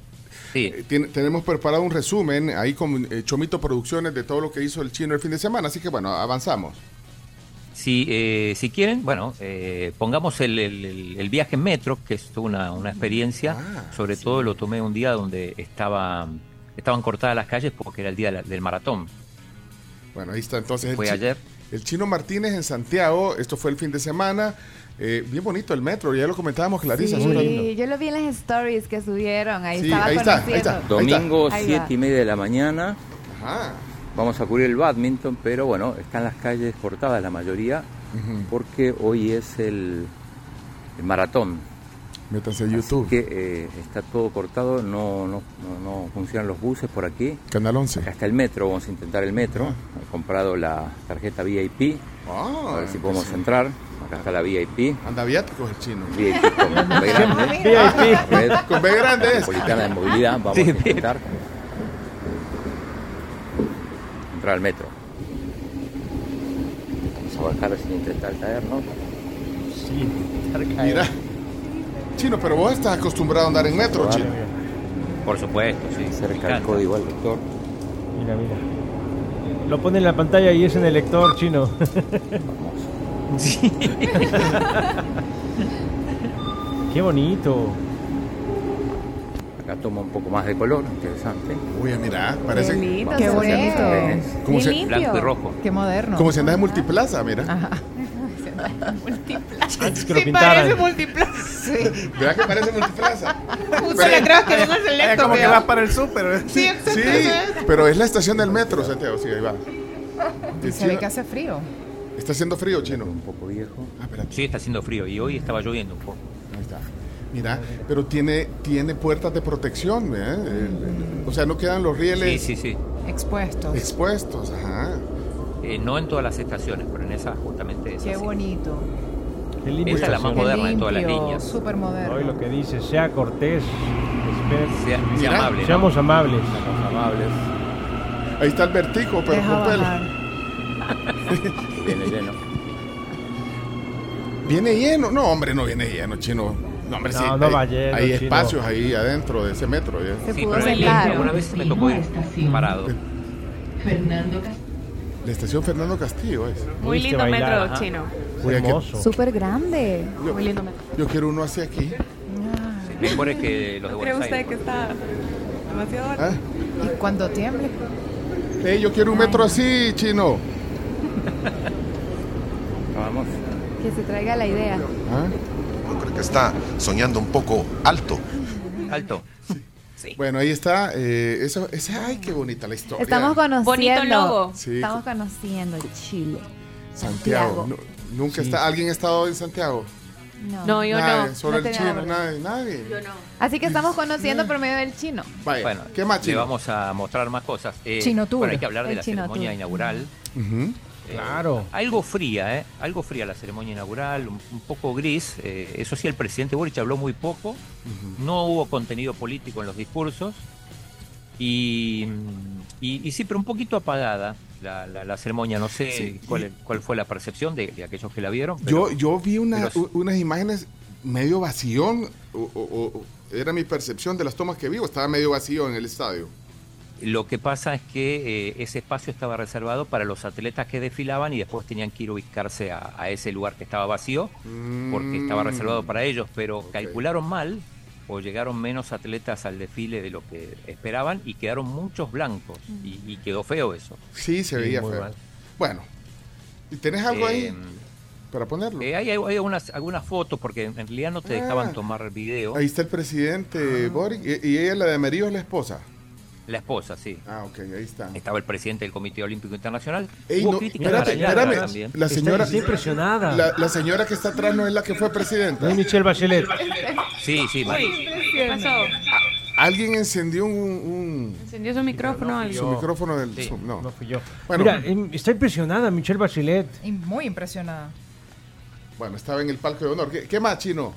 S3: eh, tiene- tenemos preparado un resumen ahí con eh, Chomito Producciones de todo lo que hizo el chino el fin de semana. Así que, bueno, avanzamos.
S8: si, eh, si quieren, bueno, eh, pongamos el, el- el- el viaje en metro, que es toda una, una experiencia.
S3: Ah,
S8: Sobre todo lo tomé un día donde estaba, estaban cortadas las calles porque era el día de la- del maratón.
S3: Bueno, ahí está entonces.
S8: Fue
S3: el chi-
S8: ayer.
S3: El Chino Martínez en Santiago, esto fue el fin de semana. Eh, bien bonito el metro, ya lo comentábamos, Clarisa. hace un ratito.
S17: Sí, yo lo vi en las stories que subieron. Ahí
S3: Sí,
S17: estaba
S3: ahí está, ahí
S17: conociendo.
S3: está.
S5: Domingo,
S17: Ahí va.
S5: 7 y media de la mañana.
S3: Ajá.
S5: Vamos a cubrir el badminton, pero bueno, están las calles cortadas la mayoría
S3: Ujú.
S5: porque hoy es el, el maratón.
S3: Métanse a YouTube.
S5: Así que eh, está todo cortado, no, no, no, no funcionan los buses por aquí.
S3: Canal 11.
S5: Acá está el metro, vamos a intentar el metro. He comprado la tarjeta VIP.
S3: Ah,
S5: a ver si podemos
S3: sí.
S5: entrar. Acá está la VIP.
S3: Anda viáticos el chino.
S5: VIP con con B grande.
S3: VIP.
S5: Red
S3: Con B grande es.
S5: Metropolitana de movilidad. Vamos a intentar entrar al metro. Vamos a bajar sin intentar caernos.
S3: Mira. Chino, pero vos estás acostumbrado a andar en metro,
S5: Probar.
S3: chino.
S8: Por supuesto, sí.
S5: Cerca el código al vector.
S26: Mira, mira. Lo pone en la pantalla y es en el lector chino. Sí.
S5: Qué bonito. Acá toma un poco más de color, interesante.
S3: Uy, mira,
S11: Qué lindo Qué se ve. bonito. Como Qué se- limpio.
S5: Blanco y rojo.
S11: Qué moderno.
S3: Como si andas en multiplaza, mira.
S11: Antes
S3: que lo Sí, pintaran. parece
S11: multiplaza.
S3: ¿Verdad que parece multiplaza? eh,
S11: Justo le creo que no es
S1: Es
S11: el electo,
S1: como que
S11: veo.
S1: va para el súper. ¿eh?
S11: Sí,
S3: Sí, pero es la estación del metro, Santiago. Sí, ahí va. El
S11: Se ve
S3: chino-
S11: que hace frío.
S3: Está haciendo frío, chino. Un
S5: poco viejo.
S3: Ah, espérate.
S8: Sí, está haciendo frío y hoy estaba lloviendo un poco.
S3: Ahí está. Mira, pero tiene, tiene puertas de protección, ¿eh? El- el- O sea, no quedan los rieles
S8: Sí, sí, sí.
S11: Expuestos.
S3: expuestos. Ajá.
S8: Eh, no en todas las estaciones, pero en esa justamente es
S11: Qué
S8: así.
S11: bonito.
S8: limpio Esa es la más
S11: Qué
S8: moderna de todas las
S11: limpio,
S8: líneas.
S11: Súper moderno.
S26: Hoy lo que dice, sea cortés, respete.
S8: Sea- sea Mira. amable, ¿no?
S26: Seamos amables.
S5: Seamos amables.
S3: Ahí está el vertigo, pero
S11: Deja
S3: con pelo.
S11: bajar.
S5: Viene lleno.
S3: Viene lleno. No, hombre, no viene lleno, chino. No, hombre,
S26: No,
S3: sí.
S26: no
S3: hay,
S26: va lleno,
S3: hay
S26: chino.
S3: espacios ahí adentro de ese metro. ¿eh?
S8: Sí, pero en el Inter alguna vez me tocó ir parado.
S21: Fernando Castillo.
S3: La estación Fernando Castillo es.
S7: muy lindo metro chino.
S3: Oye, que-
S17: Súper grande.
S7: Muy lindo metro.
S3: Yo quiero uno hacia aquí.
S8: Mejor es que los de
S7: ¿Cree
S8: Buenos
S7: usted
S8: Aires.
S7: que está demasiado
S3: Ah.
S7: alto?
S11: Y cuando tiemble.
S3: Eh, yo quiero un metro así, chino.
S5: Vamos.
S17: Que se traiga la idea.
S3: ¿Ah?
S9: Yo creo que está soñando un poco alto.
S8: Alto.
S3: Bueno, ahí está. eh, eso, esa, ay, qué bonita la historia.
S17: Estamos conociendo.
S3: Bonito logo. Sí.
S17: Estamos conociendo Chile.
S3: Santiago. nu- Nunca está. ¿Alguien ha estado en Santiago?
S17: No,
S3: Nadie, Solo el
S17: tenía la
S3: chino,
S17: verdad.
S3: nadie, nadie. Yo
S17: no. Así que estamos conociendo por medio del chino.
S3: Vaya,
S8: Bueno,
S3: ¿qué más,
S8: le
S3: chino?
S8: vamos a mostrar más cosas. Eh,
S17: Chino Tour,
S8: bueno, hay que hablar de
S17: el
S8: la
S17: Chino
S8: ceremonia
S17: Tour.
S8: inaugural
S3: Ujú.
S8: Eh,
S26: Claro.
S8: algo fría, ¿eh? Algo fría la ceremonia inaugural, un, un poco gris. Eh, eso sí, el presidente Boric habló muy poco. No hubo contenido político en los discursos. Y, mm, y- y sí, pero un poquito apagada la, la- la ceremonia. No sé
S3: Sí,
S8: cuál, es- cuál fue la percepción de, de aquellos que la vieron.
S3: Yo,
S8: pero-
S3: yo vi una-
S8: pero-
S3: u- unas imágenes medio vacío, o- o- o- era mi percepción de las tomas que vi, o estaba medio vacío en el estadio.
S8: Lo que pasa es que eh, ese espacio estaba reservado para los atletas que desfilaban y después tenían que ir a ubicarse a, a ese lugar que estaba vacío porque estaba
S3: Mm.
S8: reservado para ellos, pero calcularon mal o llegaron menos atletas al desfile de lo que esperaban y quedaron muchos blancos y, y quedó feo eso.
S3: Sí, se veía feo. Bueno, ¿y tenés algo
S7: Eh,
S3: ahí para ponerlo?
S8: Em, Eh, hay, hay unas, algunas fotos porque en realidad no te
S3: Ah.
S8: dejaban tomar video.
S3: Ahí está el presidente
S7: Ah.
S3: Boric, y, y ella, la de Amarillo, es la esposa.
S8: La esposa, sí.
S3: Ah, ok, ahí está.
S8: Estaba el presidente del Comité Olímpico Internacional.
S3: Ey,
S8: Hubo
S3: no,
S8: críticas
S3: espérate,
S8: para Ayala
S3: espérame,
S8: también.
S3: la señora...
S26: impresionada.
S3: La, la señora que está atrás no es la que fue presidenta.
S26: Es Michelle Bachelet.
S8: Sí, sí,
S7: Uy, ¿qué pasó?
S3: Alguien encendió un... un-
S7: Encendió su micrófono. al-
S3: su micrófono del Zoom, no.
S26: fui yo.
S3: Bueno.
S26: Mira, em, está impresionada Michelle Bachelet.
S11: Y Muy impresionada.
S3: Bueno, estaba en el palco de honor. ¿Qué, qué más, Chino?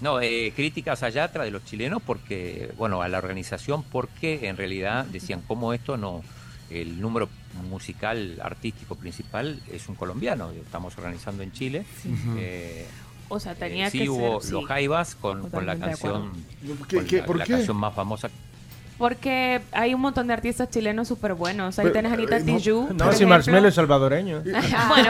S8: No, eh, críticas a Yatra de los chilenos porque, bueno, a la organización porque en realidad decían cómo esto no, el número musical artístico principal es un colombiano, estamos organizando en Chile. Eh,
S7: O sea, tenía
S8: eh, sí
S7: que
S8: hubo
S7: ser. sí.
S8: los Jaivas con, con la
S7: Totalmente de
S8: canción,
S3: ¿Qué-
S8: con
S3: qué-
S8: la,
S3: por
S8: la
S3: qué?
S8: canción más famosa.
S7: Porque hay un montón de artistas chilenos súper buenos. Ahí
S26: Pero,
S7: tenés a Anita
S26: eh, no-
S7: Tijoux,
S26: No,
S7: por
S26: si
S7: ejemplo.
S26: Marshmello es salvadoreño.
S7: Bueno,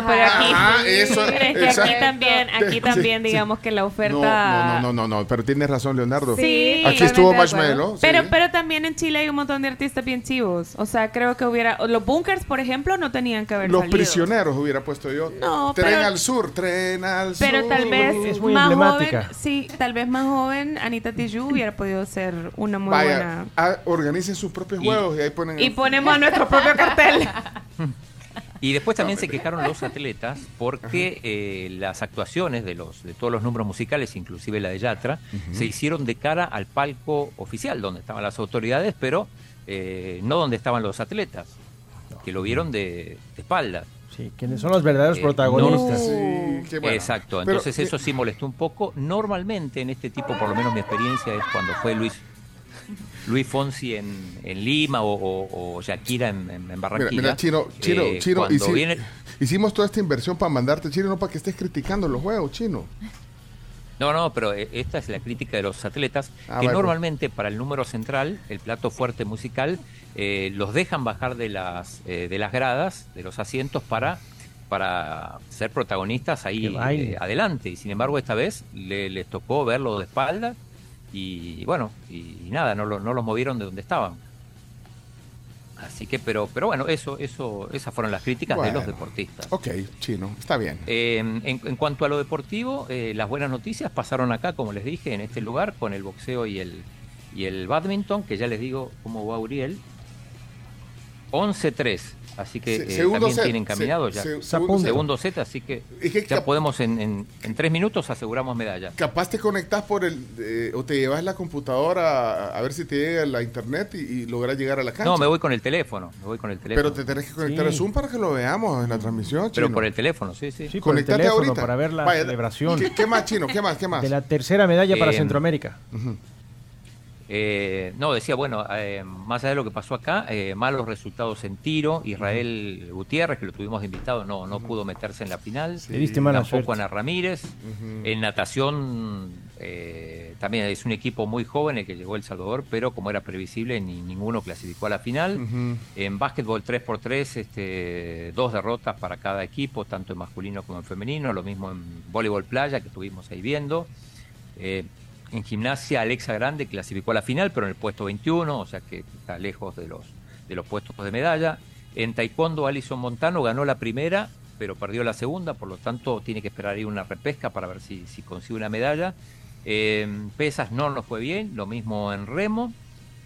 S7: pero
S16: Ah,
S7: aquí,
S3: Ajá, ah, eso,
S7: Pero es que aquí
S3: exacto.
S7: también, aquí
S3: Sí,
S7: también
S3: sí.
S7: digamos que la
S3: No,
S7: oferta
S3: no, no, no, no, pero tienes razón, Leonardo.
S7: Sí,
S3: Aquí estuvo
S7: totalmente de acuerdo.
S3: Marshmello. sí.
S7: Pero, pero también en Chile hay un montón de artistas bien chivos. O sea, creo que hubiera. Los bunkers, por ejemplo, no tenían que haber
S3: Los
S7: salido.
S3: prisioneros hubiera puesto yo.
S7: No,
S3: tren
S7: pero-
S3: al sur, tren al sur.
S7: Pero tal vez
S3: Es muy
S7: más
S3: emblemática.
S7: joven, sí, tal vez más joven, Anita Tijoux hubiera podido ser una muy
S3: Vaya,
S7: buena.
S3: ah, organicen sus propios juegos y ahí ponen.
S7: Y pues, ponemos nuestro propio cartel.
S8: Y después también se quejaron los atletas porque eh, las actuaciones de los de todos los números musicales, inclusive la de Yatra,
S36: Ujú.
S8: se hicieron de cara al palco oficial donde estaban las autoridades, pero eh, no donde estaban los atletas, que lo vieron de, de espaldas.
S26: Sí, quienes son los verdaderos
S8: Eh,
S26: protagonistas.
S8: no-
S3: qué bueno.
S8: Exacto,
S3: Pero-
S8: entonces eso sí molestó un poco. Normalmente en este tipo, por lo menos mi experiencia es cuando fue Luis Luis Fonsi en, en Lima o, o- o Shakira en, en- en
S3: Mira,
S8: Barranquilla.
S3: mira, Chino, Chino,
S8: eh,
S3: Chino.
S8: cuando
S3: hici-
S8: viene-
S3: Hicimos toda esta inversión para mandarte, Chino, no para que estés criticando los juegos, Chino.
S8: No, no, pero eh, esta es la crítica de los atletas,
S3: Ah,
S8: que
S3: bueno.
S8: normalmente para el número central, el plato fuerte musical, eh, los dejan bajar de las, eh, de las gradas, de los asientos, para, para ser protagonistas ahí
S26: bailen.
S8: eh, adelante. Y sin embargo, esta vez le- les tocó verlo de espalda y, bueno, y, y nada, no, lo- no los movieron de donde estaban. Así que, pero, pero bueno, eso, eso, esas fueron las críticas de los
S3: Bueno.
S8: deportistas.
S3: Ok, Chino, está bien.
S8: Eh, en, en cuanto a lo deportivo, eh, las buenas noticias pasaron acá, como les dije, en este lugar, con el boxeo y el, y el badminton, que ya les digo cómo va Uriel. 11-3, así que
S3: Se-
S8: eh,
S3: segundo
S8: también
S3: set,
S8: tienen caminado
S3: se-
S8: ya.
S3: se- segundo
S8: segundo,
S3: set.
S8: set, así que
S3: Es que
S8: ya
S3: cap-
S8: podemos en, en- en tres minutos aseguramos medalla.
S3: Capaz te conectas por el. eh, o te llevas la computadora a, a ver si te llega la internet y, y logras llegar a la cancha.
S8: No, me voy con el teléfono, me voy con el teléfono.
S3: Pero te tenés que conectar a
S8: Sí.
S3: Zoom para que lo veamos en la transmisión, Chino.
S8: Pero por el teléfono, sí, sí.
S26: Mm. Sí, por el
S3: Conectate
S26: teléfono
S3: ahorita.
S26: para ver la
S3: Vaya,
S26: celebración.
S3: ¿Qué, qué más, Chino? ¿Qué más? ¿Qué más?
S26: De la tercera medalla para
S8: Eh,
S26: Centroamérica.
S8: Eh, no, decía, bueno, eh, más allá de lo que pasó acá, eh, malos resultados en tiro. Israel Gutiérrez, que lo tuvimos de invitado, no, no pudo meterse en la final.
S26: Le diste mala
S8: Tampoco
S26: suerte.
S8: Ana Ramírez. En natación eh, también es un equipo muy joven el que llegó a El Salvador, pero como era previsible, ni ninguno clasificó a la final. En básquetbol 3x3, este, dos derrotas para cada equipo, tanto en masculino como en femenino. Lo mismo en voleibol playa, que estuvimos ahí viendo. Eh, en gimnasia, Alexa Grande clasificó a la final, pero en el puesto 21, o sea que está lejos de los, de los puestos de medalla. En taekwondo, Alison Montano ganó la primera, pero perdió la segunda, por lo tanto tiene que esperar ahí una repesca para ver si, si consigue una medalla. En pesas no nos fue bien, lo mismo en remo,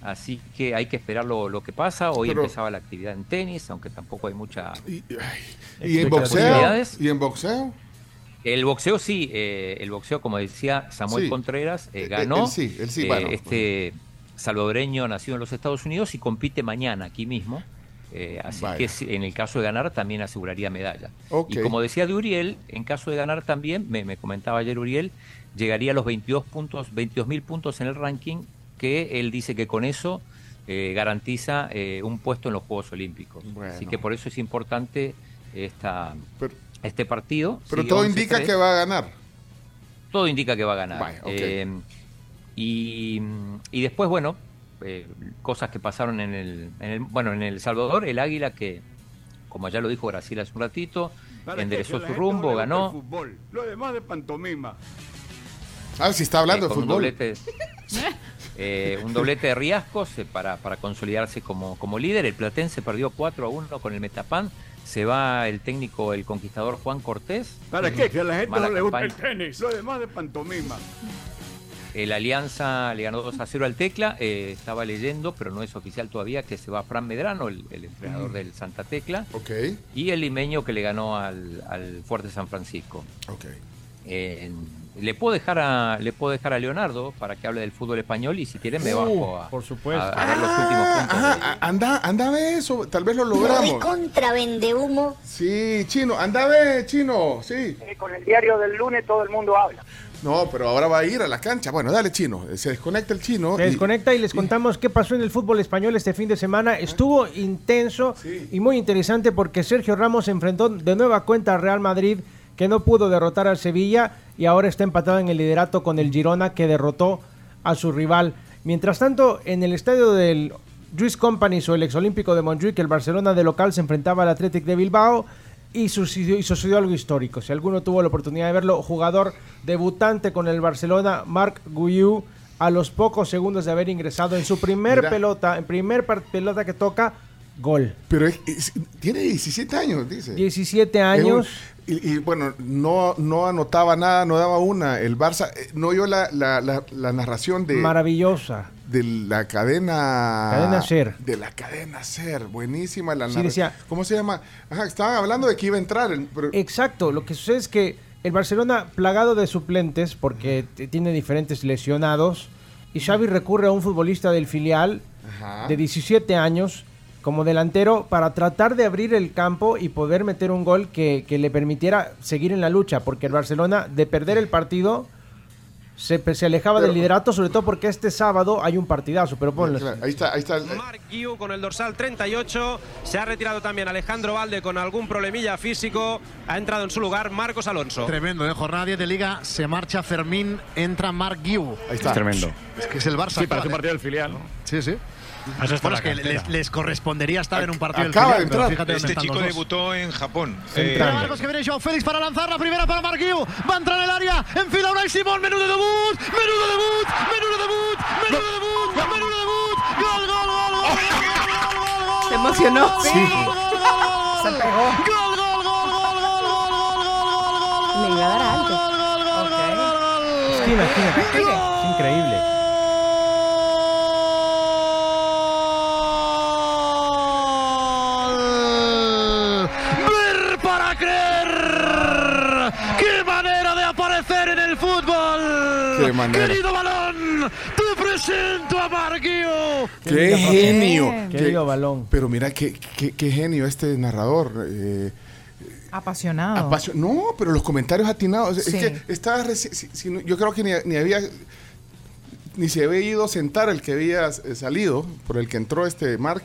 S8: así que hay que esperar lo, lo que pasa. Hoy
S3: Pero-
S8: empezaba la actividad en tenis, aunque tampoco hay mucha...
S3: ¿Y en boxeo?
S8: Posibilidades.
S3: ¿Y en boxeo?
S8: El boxeo sí, eh, el boxeo, como decía Samuel
S3: Sí.
S8: Contreras, eh,
S3: Eh,
S8: ganó.
S3: él sí, él sí,
S8: Eh,
S3: bueno.
S8: Este salvadoreño nacido en los Estados Unidos y compite mañana aquí mismo. Eh, así que si- en el caso de ganar también aseguraría medalla.
S3: Ok.
S8: Y como decía de Uriel, en caso de ganar también, me, me comentaba ayer Uriel, llegaría a los 22 puntos, 22 mil puntos en el ranking, que él dice que con eso eh, garantiza eh, un puesto en los Juegos Olímpicos. Así que por eso es importante esta, este partido.
S3: Pero
S8: Sigue
S3: todo
S8: 11-3.
S3: indica que va a ganar.
S8: Todo indica que va a ganar.
S3: Vaya, ok.
S8: Eh, y, y después, bueno, eh, cosas que pasaron en el, en el- bueno, en El Salvador, el Águila que, como ya lo dijo Brasil hace un ratito, enderezó su rumbo, ganó.
S18: Lo demás de pantomima.
S3: Ah, si está hablando
S8: eh,
S3: de
S8: con un
S3: fútbol.
S8: doblete- eh, un doblete de Riascos eh, para, para consolidarse como, como líder. El Platense perdió 4 a 1 con el Metapan. Se va el técnico, el conquistador Juan Cortés.
S18: ¿Para qué? Que a la gente
S8: Mala
S18: no le gusta
S8: campaña.
S18: el tenis. Lo demás de pantomima.
S8: El Eh, Alianza le ganó 2 a 0 al Tecla. Eh, estaba leyendo, pero no es oficial todavía, que se va Fran Medrano, el, el entrenador
S3: Mm.
S8: del Santa Tecla.
S3: Ok.
S8: Y el limeño que le ganó al, al Fuerte San Francisco.
S3: Ok.
S8: Eh, le puedo dejar a le puedo dejar a Leonardo para que hable del fútbol español y si quiere me
S3: Uh,
S8: bajo a,
S3: por supuesto.
S8: a- a ver los últimos puntos.
S3: Ah, Ajá, a- anda, anda a ver eso, tal vez lo logramos.
S28: Contra vende humo.
S3: Sí, chino, anda a ver, chino, sí.
S28: Eh, con el diario del lunes todo el mundo habla.
S3: No, pero ahora va a ir a la cancha. Bueno, dale, chino. Eh, Se desconecta el chino.
S16: Se
S3: y-
S16: desconecta y les contamos qué pasó en el fútbol español este fin de semana. Estuvo intenso y muy interesante porque Sergio Ramos enfrentó de nueva cuenta a Real Madrid que no pudo derrotar al Sevilla y ahora está empatado en el liderato con el Girona que derrotó a su rival. Mientras tanto, en el estadio del Juiz Company o el exolímpico de Montjuic, el Barcelona de local se enfrentaba al Athletic de Bilbao y sucedió, y sucedió algo histórico. Si alguno tuvo la oportunidad de verlo, jugador debutante con el Barcelona, Marc Guiu, a los pocos segundos de haber ingresado en su primer
S3: Mira.
S16: pelota, en primer par- pelota que toca, gol.
S3: Pero es- es- tiene 17 años, dice.
S16: 17 años.
S3: Es un- y, y, bueno, no, no anotaba nada, no daba una. El Barça, eh, no oyó la, la- la- la narración de,
S16: maravillosa.
S3: de la cadena.
S16: Cadena Ser.
S3: De la cadena Ser. Buenísima la
S16: Sí,
S3: narra-
S16: decía-
S3: ¿Cómo se llama? Ajá, estaban hablando de que iba a entrar. el- pero-
S16: Exacto, lo que sucede es que el Barcelona, plagado de suplentes, porque t- tiene diferentes lesionados, y Xavi recurre a un futbolista del filial
S3: Ajá.
S16: de 17 años como delantero para tratar de abrir el campo y poder meter un gol que, que le permitiera seguir en la lucha, porque el Barcelona, de perder el partido, se, se alejaba del liderato, sobre todo porque este sábado hay un partidazo, pero ponlo.
S3: Ahí está, ahí está.
S34: Guiu con el dorsal 38. Se ha retirado también Alejandro Valde con algún problemilla físico. Ha entrado en su lugar Marcos Alonso.
S2: Tremendo, ¿eh? Jornada 10 de Liga, se marcha Fermín, entra Mark Guiu. Ahí está. Es tremendo. Es que es el Barça. Sí, parece un partido del filial. Sí, sí.
S5: Ah, Eso está
S2: Bueno, es
S5: la
S2: que
S5: cantera.
S2: les, les correspondería estar en un partido
S5: Acaba de
S2: del filial.
S5: entrar.
S2: pero fíjate dónde
S5: Este
S2: están
S5: chico
S2: los dos.
S5: debutó en Japón.
S2: Mira Marcos que viene Joao Félix para lanzar la primera para Mark Guiu. Va a entrar en el área, enfila Unai Simón, menudo debut, menudo debut, menudo debut, menudo debut, menudo debut. Gol, gol, gol, gol, gol.
S19: Se emocionó.
S2: Se pegó. Gol, gol, gol, gol, gol, gol, gol, gol, gol, gol. Le iba a dar algo. Gol, gol, gol, gol, gol, gol.
S16: Esquina, esquina. Es increíble.
S2: Ver para creer. ¡Qué manera de aparecer en el fútbol!
S3: Qué manera.
S2: Querido balón, te presento a Marguio.
S3: ¡Qué genio!
S16: Querido
S3: balón. Pero mira, qué, qué- qué genio este narrador. eh,
S16: Ah.
S37: Apasionado.
S3: apasio- No, pero los comentarios atinados.
S37: Sí.
S3: Es que estaba reci- si- si no- yo creo que ni, ni había. Ni se había ido a sentar el que había eh, salido, por el que entró este Mark,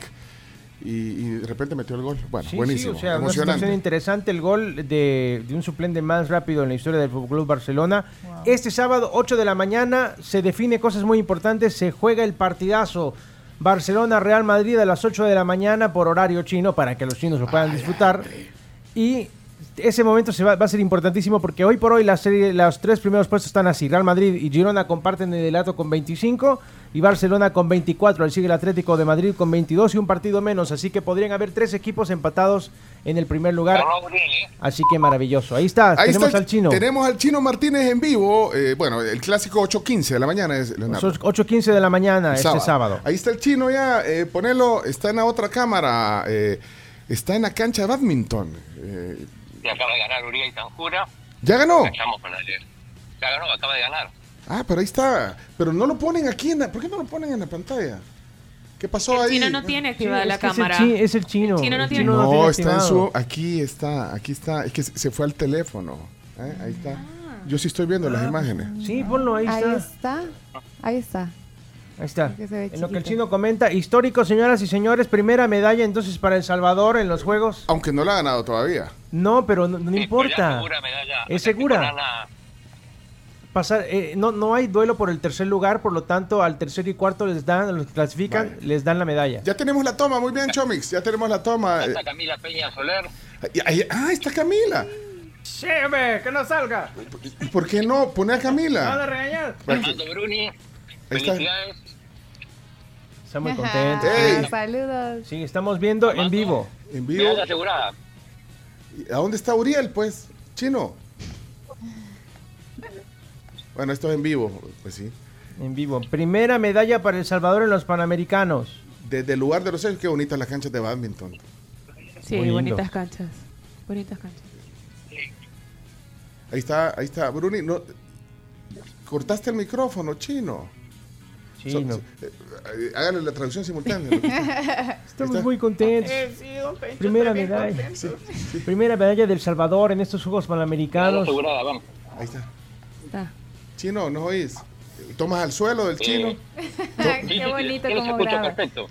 S3: y, y de repente metió el gol. Bueno,
S16: Sí,
S3: buenísimo.
S16: sí, o sea, una
S3: emocionante.
S16: situación interesante. El gol de, de un suplente más rápido en la historia del Club Barcelona. Este sábado, 8 de la mañana, se define cosas muy importantes. Se juega el partidazo Barcelona-Real Madrid a las 8 de la mañana por horario chino para que los chinos lo puedan disfrutar. Y ese momento se va, va a ser importantísimo porque hoy por hoy la serie, los tres primeros puestos están así. Real Madrid y Girona comparten el delato con 25 y Barcelona con 24. Al sigue el Atlético de Madrid con 22 y un partido menos. Así que podrían haber tres equipos empatados en el primer lugar. Así que maravilloso. Ahí está.
S3: Ahí
S16: tenemos
S3: está el-
S16: al chino.
S3: Tenemos al Chino Martínez en vivo. eh, bueno, el clásico 8.15 de la mañana es Leonardo.
S16: Son 8.15 de la mañana
S3: El
S16: este sábado.
S3: Ahí está el chino ya, eh, ponelo, está en la otra cámara, eh, está en la cancha de badminton. eh,
S23: Y acaba de ganar Uriel y Tanjura.
S3: ya ganó.
S23: Estamos con ayer. Ya ganó, acaba de ganar.
S3: Ah, pero ahí está. Pero no lo ponen aquí, en la- ¿por qué no lo ponen en la pantalla? ¿Qué pasó ahí?
S7: chino no tiene activada
S16: es
S7: la
S16: que es el
S7: cámara.
S16: chi- es el chino.
S7: chino no
S16: El
S7: tiene-
S16: no
S3: No,
S16: tiene
S3: está en
S16: activado.
S3: su. Aquí está, aquí está. Es que se se fue al teléfono. ¿eh? Ahí está.
S7: Ah.
S3: Yo sí estoy viendo las imágenes.
S16: Sí, ponlo ahí.
S2: Ahí
S16: está.
S2: está. Ahí está.
S16: Ahí está.
S2: Que se ve
S16: En lo que el
S2: chiquito.
S16: chino comenta, histórico, señoras y señores, primera medalla entonces para El Salvador en los Juegos.
S3: Eh, Aunque no la ha ganado todavía.
S16: No, pero no, no importa. es segura. Pasar, eh, no, no hay duelo por el tercer lugar, por lo tanto al tercer y cuarto les dan, los clasifican, les dan la medalla.
S3: Ya tenemos la toma, muy bien, Chomix. Ya tenemos la toma. Eh,
S8: Está Camila Peña Soler.
S3: ahí- ahí- ah, está Camila.
S16: ¡Chévere! ¡Que no salga! Ah,
S3: ¿Y ¿Por qué no? Pone a
S16: ¡Van a
S3: Camila.
S16: regañar!
S8: Fernando
S3: Ahí
S8: Bruni.
S3: está.
S8: Felicidades.
S16: Está muy
S2: Ajá,
S16: contento.
S2: Saludos.
S16: Sí, estamos viendo en vivo.
S3: En vivo.
S8: Medalla asegurada.
S3: ¿Y ¿A dónde está Uriel, pues? Chino. Bueno, esto es en vivo, pues sí.
S16: En vivo. Primera medalla para El Salvador en los Panamericanos.
S3: Desde el lugar de los hechos, qué bonitas las canchas de badminton.
S7: Sí,
S16: Muy lindo.
S7: bonitas canchas. Bonitas canchas.
S3: Ahí está, ahí está. Bruni, no, cortaste el micrófono, chino.
S16: Chino.
S3: So- eh, eh, hágale la traducción simultánea. lo que está-
S16: Estamos
S3: está.
S16: muy contentos. Primera medalla. Primera medalla del Salvador en estos Juegos
S8: Medalla
S16: Panamericanos.
S8: asegurada, vamos.
S3: Ahí está.
S2: Está.
S3: Chino, ¿nos oís? Tomas al suelo del chino.
S8: Sí,
S2: Qué
S8: sí, sí,
S2: bonito
S8: yo los
S2: como
S8: escucho
S2: graba.
S8: perfecto.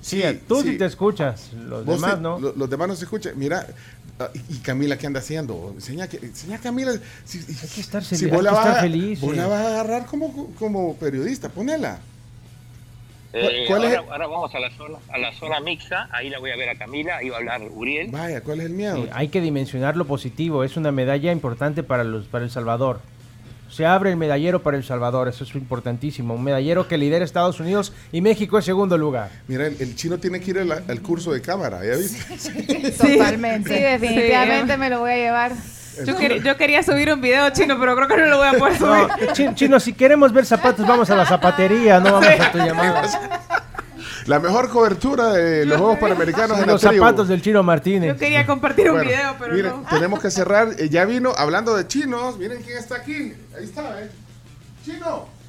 S3: Sí,
S16: Tú sí te escuchas, los
S3: Vos
S16: demás
S3: te-
S16: no.
S3: lo- los demás no se escuchan. Mira, ah, y y Camila, ¿qué anda haciendo? Enseña, que- enseña a Camila. Si,
S16: Hay que estar,
S3: si
S16: feliz, hay
S3: vos, la
S16: que
S3: vas,
S16: estar
S3: a-
S16: feliz,
S3: vos
S16: sí.
S3: la vas a agarrar como, como periodista, ponela.
S8: Eh,
S3: ¿Cuál es
S8: ahora, ahora vamos a la zona, a la zona mixta, ahí la voy a ver a Camila, ahí va a hablar Uriel.
S3: Vaya, ¿cuál es el miedo?
S16: Sí, hay que dimensionar lo positivo. Es una medalla importante para, los, para El Salvador. Se abre el medallero para El Salvador. Eso es importantísimo. Un medallero que lidera Estados Unidos y México en segundo lugar.
S3: Mira, el, el chino tiene que ir al, al curso de cámara, ¿eh? ¿ya viste?
S11: Totalmente.
S2: Sí, definitivamente me lo voy a llevar.
S7: Yo, quer- yo quería subir un video chino, pero creo que no eh, lo voy a poder
S16: No,
S7: subir.
S16: chi- chino, si queremos ver zapatos, vamos a la zapatería, no vamos a tu llamada.
S3: La mejor cobertura de los Juegos Panamericanos en la
S16: Los
S3: tribu.
S16: zapatos del Chino Martínez.
S7: Yo quería compartir un
S3: Bueno,
S7: video, pero
S3: miren,
S7: no.
S3: tenemos que cerrar. Eh, ya vino, hablando de chinos, miren quién está aquí. Ahí está, ¿eh? Chino.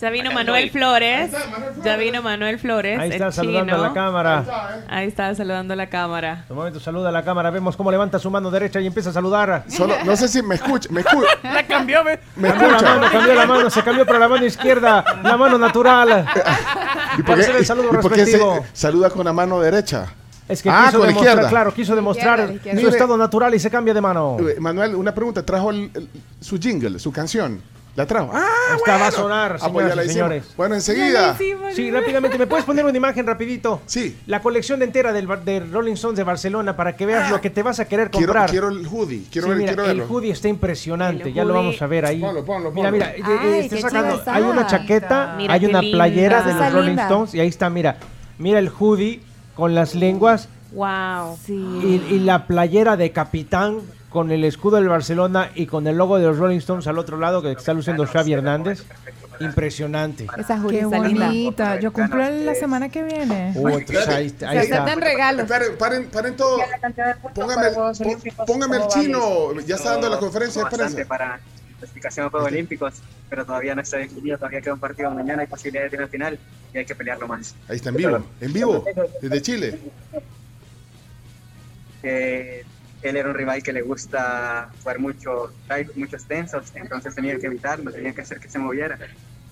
S7: Ya vino
S8: Acá
S7: Manuel
S8: estoy.
S3: Ahí
S7: Flores.
S3: está, Manuel Flores.
S7: Ya vino Manuel Flores.
S16: Ahí está
S7: el
S16: saludando a
S7: chino.
S16: la cámara.
S3: está, ¿eh?
S7: Ahí está saludando a la cámara.
S16: De momento saluda a la cámara, vemos cómo levanta su mano derecha y empieza a saludar.
S3: Solo, no sé si me escucha, me escucha,
S7: La cambió, me.
S3: me
S16: Cambió la mano,
S3: escucha.
S16: cambió la mano, se cambió para la mano izquierda, la mano natural.
S3: ¿Y por qué,
S16: Hacer el saludo
S3: y por qué se
S16: respectivo.
S3: saluda con la mano derecha?
S16: Es que
S3: Ah,
S16: quiso
S3: con la
S16: demostrar,
S3: izquierda.
S16: claro, quiso demostrar
S11: Izquierda, izquierda.
S16: su estado natural y se cambia de mano.
S3: Eh, Manuel, una pregunta, ¿trajo el- el- su jingle, su canción? ¿La trajo? ¡Ah,
S16: Esta va a
S3: bueno!
S16: sonar,
S3: Ah, pues ya
S16: señoras
S3: la
S16: y
S3: hicimos.
S16: señores.
S3: Bueno, enseguida.
S16: Sí, rápidamente, ¿me puedes poner una imagen rapidito?
S3: Sí,
S16: La colección entera del, Bar- de Rolling Stones de Barcelona para que veas lo que te vas a querer
S3: quiero,
S16: comprar.
S3: quiero el hoodie, quiero,
S16: Sí,
S3: ver,
S16: mira,
S3: quiero
S16: el
S3: verlo.
S16: hoodie está impresionante,
S7: El
S16: Este, ya lo
S7: hoodie.
S16: vamos a ver ahí.
S3: Ponlo, ponlo,
S16: Mira,
S3: ponlo.
S16: mira, eh,
S2: Ay,
S16: eh, está
S2: qué chido
S16: sacando-
S2: está.
S16: hay una chaqueta,
S7: Mira,
S16: hay
S7: qué
S16: una
S7: linda.
S16: playera de
S2: Está
S16: los Rolling
S2: linda.
S16: Stones y ahí está, mira, mira el hoodie con las lenguas
S7: Wow.
S16: y, y la playera de capitán con el escudo del Barcelona y con el logo de los Rolling Stones al otro lado que está luciendo Xavi Hernández. Impresionante.
S2: Esa
S11: Qué
S2: Julia está linda.
S11: bonita. Yo cumplo la semana que viene.
S16: Oh, entonces ahí, ahí
S2: Se
S16: está.
S2: aceptan regalos.
S3: Esperen, paren, paren todo. Póngame, el- pó- póngame el chino. Ya está dando la conferencia de prensa.
S27: para clasificación a Juegos Olímpicos, pero todavía no está definido, todavía queda un partido mañana, hay posibilidad de tener final y hay que pelearlo más.
S3: Ahí está en vivo, en vivo, desde Chile.
S27: Eh, él era un rival que le gusta jugar mucho drive, muchos tensos, entonces tenía que evitarlo, tenía que hacer que se moviera.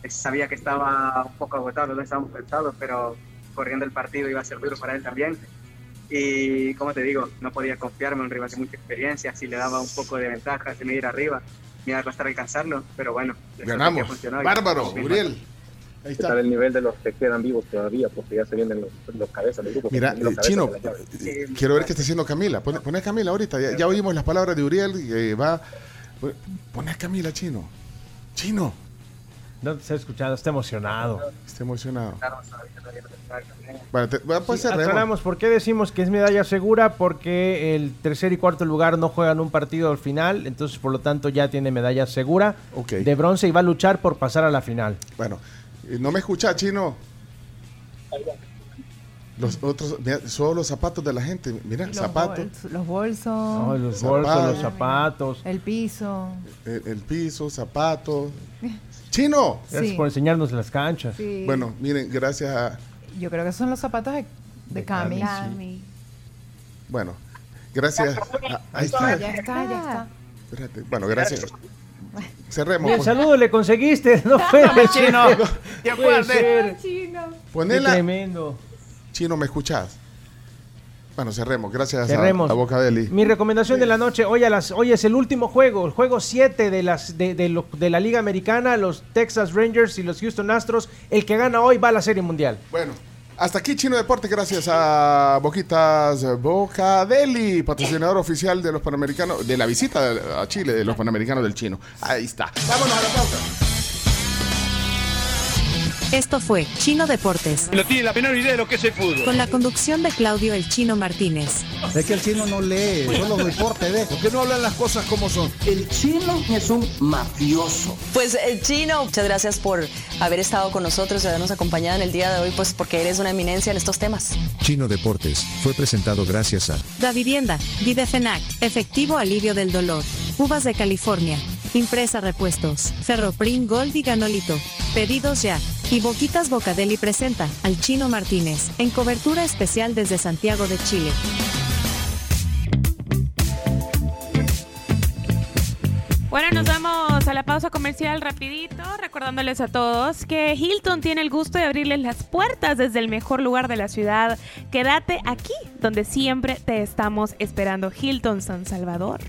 S27: Eh, Sabía que estaba un poco agotado, los dos estábamos cansados, pero corriendo el partido iba a ser duro para él también. Y como te digo, no podía confiarme, un rival de mucha experiencia, si le daba un poco de ventaja, si me iba arriba, me iba a costar alcanzarlo, pero bueno, la estrategia
S3: Ganamos.
S27: funcionó y-
S3: Bárbaro,
S27: Sí,
S3: Uriel. Ahí está.
S23: el nivel de los que quedan vivos todavía, porque ya se vienen los, los cabezas del grupo.
S3: Mira,
S23: Los cabezas
S3: eh, Chino,
S23: de la llave.
S3: eh, quiero ver qué está haciendo Camila. Pon, pon a Camila ahorita. Ya, ya oímos las palabras de Uriel. eh, va. Pon a Camila, Chino. Chino.
S16: No te está escuchando, está emocionado.
S3: Está emocionado. Bueno, te- bueno, pues
S16: Sí,
S3: cerremos.
S16: aclaramos, ¿por qué decimos que es medalla segura? Porque el tercer y cuarto lugar no juegan un partido al final, entonces por lo tanto ya tiene medalla segura
S3: Ok.
S16: de bronce y va a luchar por pasar a la final.
S3: Bueno, eh, no me escucha, Chino. Los otros, mira, solo los zapatos de la gente. Mira,
S11: Los,
S3: zapatos,
S11: bols- los bolsos,
S16: Ay, los
S3: Zapatos.
S16: bolsos, los zapatos.
S11: el piso.
S3: el, el piso, zapatos. Chino.
S16: Gracias
S11: Sí.
S16: por enseñarnos las canchas.
S11: Sí.
S3: Bueno, miren, gracias a
S11: Yo creo que son los zapatos de, de Cami.
S3: Bueno, gracias. Ah, ahí está.
S11: Ya está, ya está.
S3: Espérate. Bueno, gracias. Cerremos. pues.
S16: Ni el saludo le conseguiste, no fue
S1: Dame, chino. Te acuerdes.
S3: Ponela.
S16: Tremendo.
S3: Chino, ¿me escuchás? Bueno, cerremos. Gracias a,
S16: Cerremos.
S3: a Bocadeli.
S16: Mi recomendación de la noche, hoy, a las, hoy es el último juego, el juego 7 de, las, de, de lo- de la Liga Americana, los Texas Rangers y los Houston Astros. El que gana hoy va a la Serie Mundial.
S3: Bueno, hasta aquí Chino Deporte, gracias a Boquitas Bocadeli, patrocinador oficial de los Panamericanos, de la visita a Chile de los Panamericanos del Chino. Ahí está. Vámonos a la pausa.
S12: Esto fue Chino Deportes,
S38: No tiene la menor idea de lo que es el fútbol.
S12: con la conducción de Claudio El Chino Martínez.
S23: Es que el chino no lee, solo reporte de. ¿Por qué no hablan las cosas como son?
S39: El chino es un mafioso.
S26: Pues eh, Chino, muchas gracias por haber estado con nosotros y habernos acompañado en el día de hoy, pues porque eres una eminencia en estos temas.
S10: Chino Deportes fue presentado gracias a
S12: Da Vivienda, Videfenac, Efectivo Alivio del Dolor, Uvas de California, Impresa Repuestos, Ferroprim Gold y Ganolito, Pedidos ya, y Boquitas Bocadeli presenta al Chino Martínez, en cobertura especial desde Santiago de Chile.
S7: Bueno, nos vamos a la pausa comercial rapidito, recordándoles a todos que Hilton tiene el gusto de abrirles las puertas desde el mejor lugar de la ciudad. Quédate aquí, donde siempre te estamos esperando, Hilton San Salvador.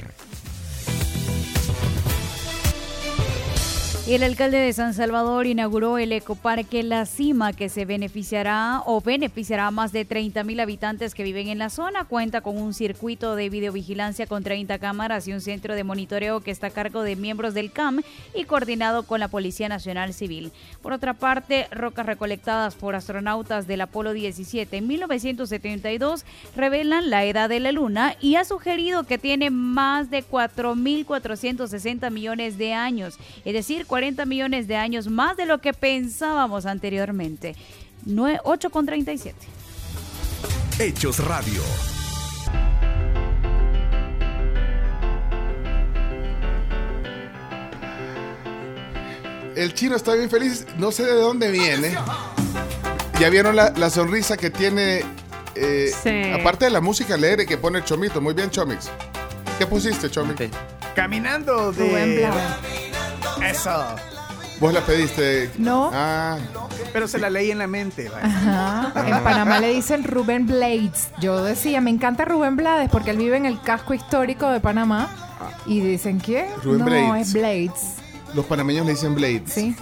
S13: El alcalde de San Salvador inauguró el ecoparque La Cima, que se beneficiará o beneficiará a más de 30 mil habitantes que viven en la zona. Cuenta con un circuito de videovigilancia con 30 cámaras y un centro de monitoreo que está a cargo de miembros del CAM y coordinado con la Policía Nacional Civil. Por otra parte, rocas recolectadas por astronautas del Apolo 17 en 1972 revelan la edad de la Luna y ha sugerido que tiene más de 4.460 millones de años, es decir, 40 millones de años más de lo que pensábamos anteriormente. 8,37.
S40: Hechos Radio.
S3: El chino está bien feliz, no sé de dónde viene. Ya vieron la, la sonrisa que tiene. eh,
S1: Sí.
S3: Aparte de la música alegre que pone el Chomito. Muy bien, Chomix. ¿Qué pusiste, Chomix?
S1: Caminando de.
S3: Rubén
S1: Eso.
S3: Vos la pediste.
S1: No.
S3: Ah.
S1: Pero se la leí en la mente. vaya.
S11: Ajá. Ah, En Panamá le dicen Rubén Blades. Yo decía, me encanta Rubén Blades porque él vive en el casco histórico de Panamá. Y dicen, ¿qué?
S3: Rubén
S11: no,
S3: Blades.
S11: es Blades.
S3: Los panameños le dicen Blades.
S11: Sí.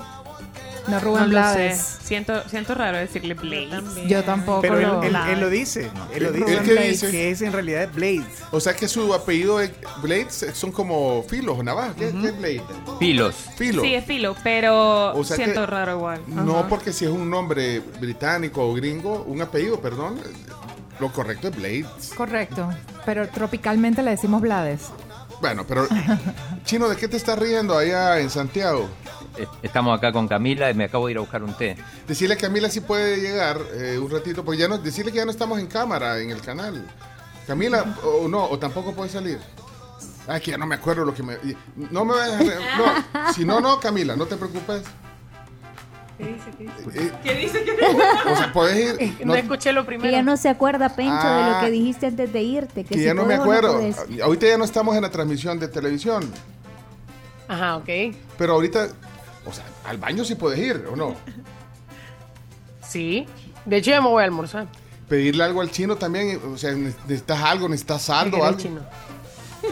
S11: No
S7: No
S11: Rubén
S7: lo sé.
S11: Blades.
S7: Siento, siento raro decirle Blaze.
S11: Yo tampoco.
S1: Pero
S11: lo-
S1: él, él- él lo dice. Él lo
S3: ¿Él
S1: dice.
S3: qué dice?
S1: Que es en realidad Blades.
S3: O sea que su apellido es Blades son como filos o navajas. ¿Qué, qué es Blade?
S8: Pilos.
S3: Filo.
S7: Sí, es filo, pero
S3: O sea
S7: siento
S3: que-
S7: raro igual.
S3: No,
S7: Ajá.
S3: porque si es un nombre británico o gringo, un apellido, perdón, lo correcto es Blades.
S11: Correcto. Pero tropicalmente le decimos Blades.
S3: Bueno, pero Chino, ¿de qué te estás riendo allá en Santiago?
S8: Eh, Estamos acá con Camila y me acabo de ir a buscar un té.
S3: Decirle a Camila si puede llegar eh, un ratito, porque ya no, decirle que ya no estamos en cámara en el canal. Camila, o no, o tampoco puede salir. Ay, que ya no me acuerdo lo que me. No me vayas a re- No, si no, no, Camila, no te preocupes. Eh,
S7: ¿Qué dice? ¿Qué
S3: o sea, puedes ir. no-
S7: escuché lo
S39: Que ya no se acuerda, Pencho, de lo
S3: Ah.
S39: que dijiste antes de irte. Que,
S3: que
S39: si
S3: ya no me
S39: podés o
S3: acuerdo.
S39: podés.
S3: ahorita ya no estamos en la transmisión de televisión,
S26: Ajá, ok.
S3: pero ahorita, o sea, al baño sí puedes ir, ¿o no?
S26: Sí. De hecho, ya me voy a almorzar.
S3: Pedirle algo al chino también, o sea, ne- necesitas algo, necesitas
S26: El
S3: saldo, algo.
S26: chino.
S8: Eh,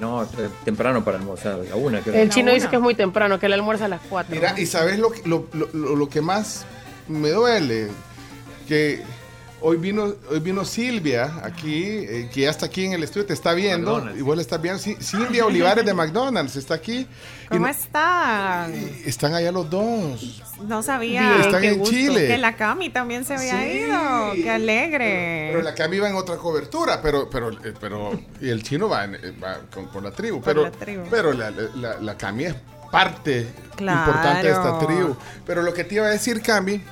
S8: no, es temprano para almorzar, a una.
S3: ¿Eh?
S8: creo.
S26: El chino dice que es muy temprano, que él almuerza a las 4.
S3: Mira, y sabes lo, que- lo, lo- lo- lo que más me duele, que hoy vino, hoy vino Silvia aquí, eh, que ya está aquí en el estudio, te está viendo, y vos la estás viendo, Sí, Silvia Olivares de McDonald's está aquí. y
S13: ¿Cómo
S3: no-
S13: están?
S3: Están allá los dos.
S13: No sabía
S3: Bien, Están qué en gusto. Chile.
S13: que la Cami también se había
S3: Sí.
S13: ido. ¡Qué alegre!
S3: Pero la Cami va en otra cobertura, pero, pero, eh, pero, y el chino va, en- eh, va con, con la tribu, pero,
S13: la tribu.
S3: pero la, la- la Cami es parte
S13: Claro.
S3: importante de esta tribu. Pero lo que te iba a decir, Cami,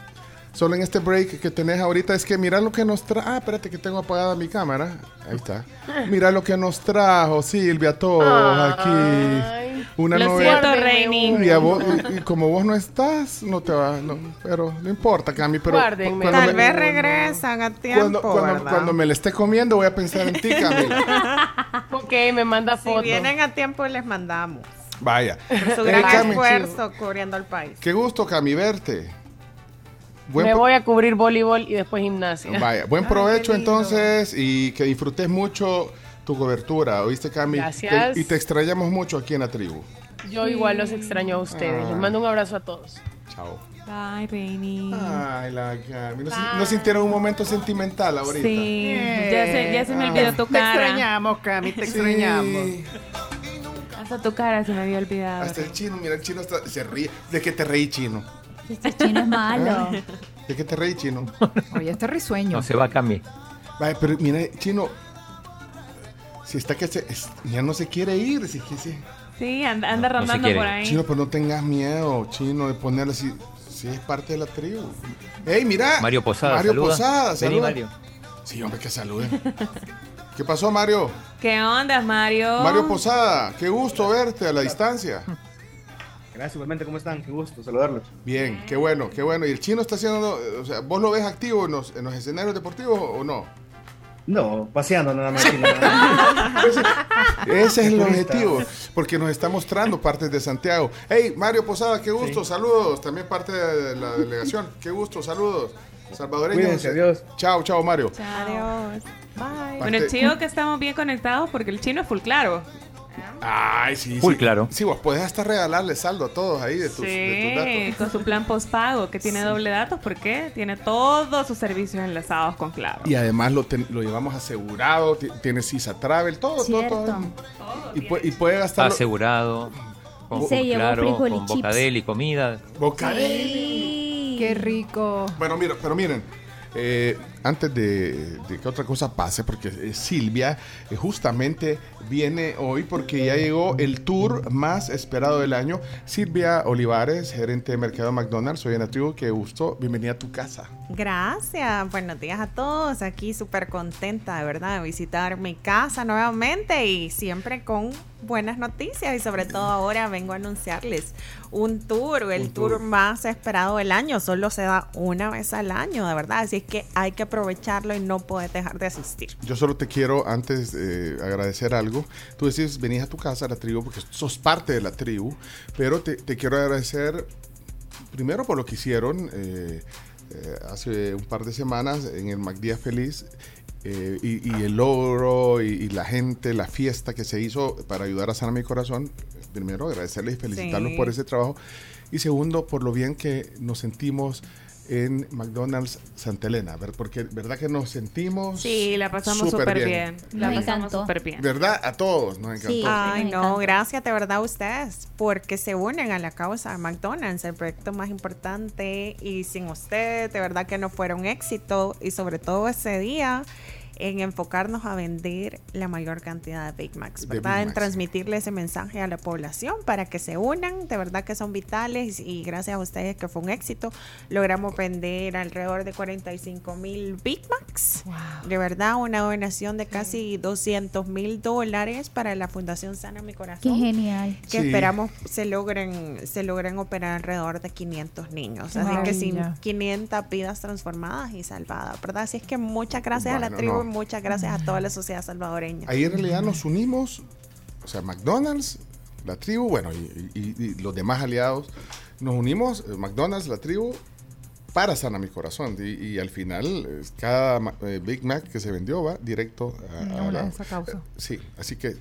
S3: solo en este break que tenés ahorita es que mira lo que nos trae. Ah, espérate que tengo apagada mi cámara. Ahí está. Mira lo que nos trajo Silvia a todos aquí. una
S7: Lo
S3: novela.
S7: siento, Reini.
S3: Y, a vos- y- y como vos no estás, no te va. no, pero no importa, Cami. Pero
S36: Guárdenme.
S3: cuando
S36: Tal
S3: me-
S36: vez regresan a tiempo,
S3: Cuando, cuando,
S36: ¿verdad?
S3: cuando me la esté comiendo, voy a pensar en ti, Cami.
S36: Ok, me manda fotos. Si vienen a tiempo, les mandamos.
S3: Vaya.
S36: Por su
S3: Eh,
S36: gran
S3: Cami,
S36: esfuerzo cubriendo el país.
S3: Qué gusto, Cami, verte. Buen
S36: Me
S3: pro-
S36: voy a cubrir voleibol y después gimnasia.
S3: Vaya, buen provecho entonces y que disfrutes mucho tu cobertura, ¿oíste, Cami?
S36: Gracias.
S3: Te- y te extrañamos mucho aquí en la tribu.
S36: Yo igual los extraño a ustedes.
S3: Ah.
S36: Les mando un abrazo a todos.
S3: Chao.
S7: Bye, Reini.
S3: Ay, la Cami. ¿No, sin- no sintieron un momento sentimental ahorita?
S7: Ah.
S3: Ah.
S7: Sí. Ya se- ya se me olvidó tu
S36: Te
S7: cara.
S36: extrañamos, Cami, te extrañamos.
S7: Hasta tu cara se me había olvidado.
S3: Hasta el chino, mira, el chino hasta se ríe. ¿De qué te reí, chino?
S11: Este chino es malo.
S3: ¿De qué te reí, chino?
S11: Oye, este risueño.
S8: No se va a cambiar.
S3: Vaya, pero mira, chino, si está que se, es- ya no se quiere ir, si es que se-
S7: Sí, anda, anda rondando por ahí.
S3: Chino, pues no tengas miedo, chino, de ponerle así. Si es parte de la tribu. ¡Ey, mira!
S8: Mario Posada,
S3: Mario
S8: saluda.
S3: Posada,
S8: Vení,
S3: saluda.
S8: Mario.
S3: Sí, hombre, que salude. ¿Qué pasó, Mario?
S7: ¿Qué onda, Mario?
S3: Mario Posada, qué gusto verte a la distancia.
S5: Gracias, igualmente, ¿cómo están? Qué gusto saludarlos.
S3: Bien, qué bueno, qué bueno. ¿Y el chino está haciendo, o sea, vos lo ves activo en los, en los escenarios deportivos o no?
S5: No, paseando nada más.
S3: Ese es el
S5: Turista.
S3: objetivo, porque nos está mostrando partes de Santiago. Hey, Mario Posada, qué gusto, saludos. También parte de la delegación, qué gusto, saludos. Salvadoreños.
S5: Cuídense, adiós.
S3: Chao, chao, Mario.
S7: Adiós. Bye.
S3: Parte-
S7: Bueno, chido que estamos bien conectados porque el chino es full claro.
S3: Ay, sí,
S8: Muy
S3: sí.
S8: claro.
S3: Sí, vos podés hasta regalarle saldo a todos ahí de tus, de tus
S7: Sí,
S3: datos.
S7: con su plan postpago que tiene doble datos porque tiene todos sus servicios enlazados con Claro.
S3: Y además lo, ten- lo llevamos asegurado, ti- tiene Sisa Travel, todo, todo, todo. Y, pue- y puede gastarlo.
S8: Asegurado. Con,
S11: Y se llevó
S8: claro,
S11: frijol y
S8: con
S11: chips.
S8: bocadel y comida.
S11: Qué rico.
S3: Bueno, mira, pero miren, eh, antes de, de que otra cosa pase, porque eh, Silvia eh, justamente viene hoy porque ya llegó el tour más esperado del año. Silvia Olivares, gerente de Mercado McDonald's, soy en la tribu, qué gusto, bienvenida a tu casa.
S36: Gracias, buenos días a todos. Aquí súper contenta, de verdad, de visitar mi casa nuevamente y siempre con buenas noticias. Y sobre todo ahora vengo a anunciarles un tour, el
S9: Un
S36: tour.
S9: tour.
S36: más esperado del año. Solo se da una vez al año, de verdad. Así es que hay que aprovecharlo y no puedes dejar de asistir.
S3: Yo solo te quiero antes eh, agradecer algo. Tú decís, venís a tu casa, a la tribu, porque sos parte de la tribu, pero te, te quiero agradecer primero por lo que hicieron eh, eh, hace un par de semanas en el MacDía Feliz. eh, y, y el logro y, y la gente, la fiesta que se hizo para ayudar a sanar mi corazón. Primero, agradecerles y felicitarlos
S9: Sí.
S3: por ese trabajo. Y segundo, por lo bien que nos sentimos en McDonald's Santa Elena, ver- porque verdad que nos sentimos
S7: Sí, la pasamos
S3: Súper
S7: súper bien. La
S3: Me
S7: pasamos súper bien.
S3: ¿Verdad? A todos nos encantó.
S36: Ay, no, gracias de verdad a ustedes porque se unen a la causa de McDonald's, el proyecto más importante y sin ustedes de verdad que no fuera un éxito y sobre todo ese día en enfocarnos a vender la mayor cantidad de Big Macs,
S9: De
S36: ¿verdad?
S9: Big
S36: en
S9: Macs.
S36: transmitirle ese mensaje a la población para que se unan, de verdad que son vitales y gracias a ustedes que fue un éxito, logramos vender alrededor de 45 mil Big Macs. De verdad, una donación de casi 200 mil dólares para la Fundación Sana Mi
S11: Qué
S36: Corazón.
S11: genial.
S36: Que esperamos se logren, se logren operar alrededor de 500 niños.
S11: Qué
S36: Así que
S11: maravilla.
S36: sin 500 vidas transformadas y salvadas, ¿verdad? Así es que muchas gracias a
S3: Bueno,
S36: la tribu
S3: no.
S36: y muchas gracias a toda la sociedad salvadoreña.
S3: Ahí en realidad nos unimos, o sea, McDonald's, la tribu, bueno, y, y- y los demás aliados, nos unimos, eh, McDonald's, la tribu, para sanar mi corazón. Y, y al final, eh, cada ma- eh, Big Mac que se vendió va directo a, a la-
S11: causa.
S3: Sí, así que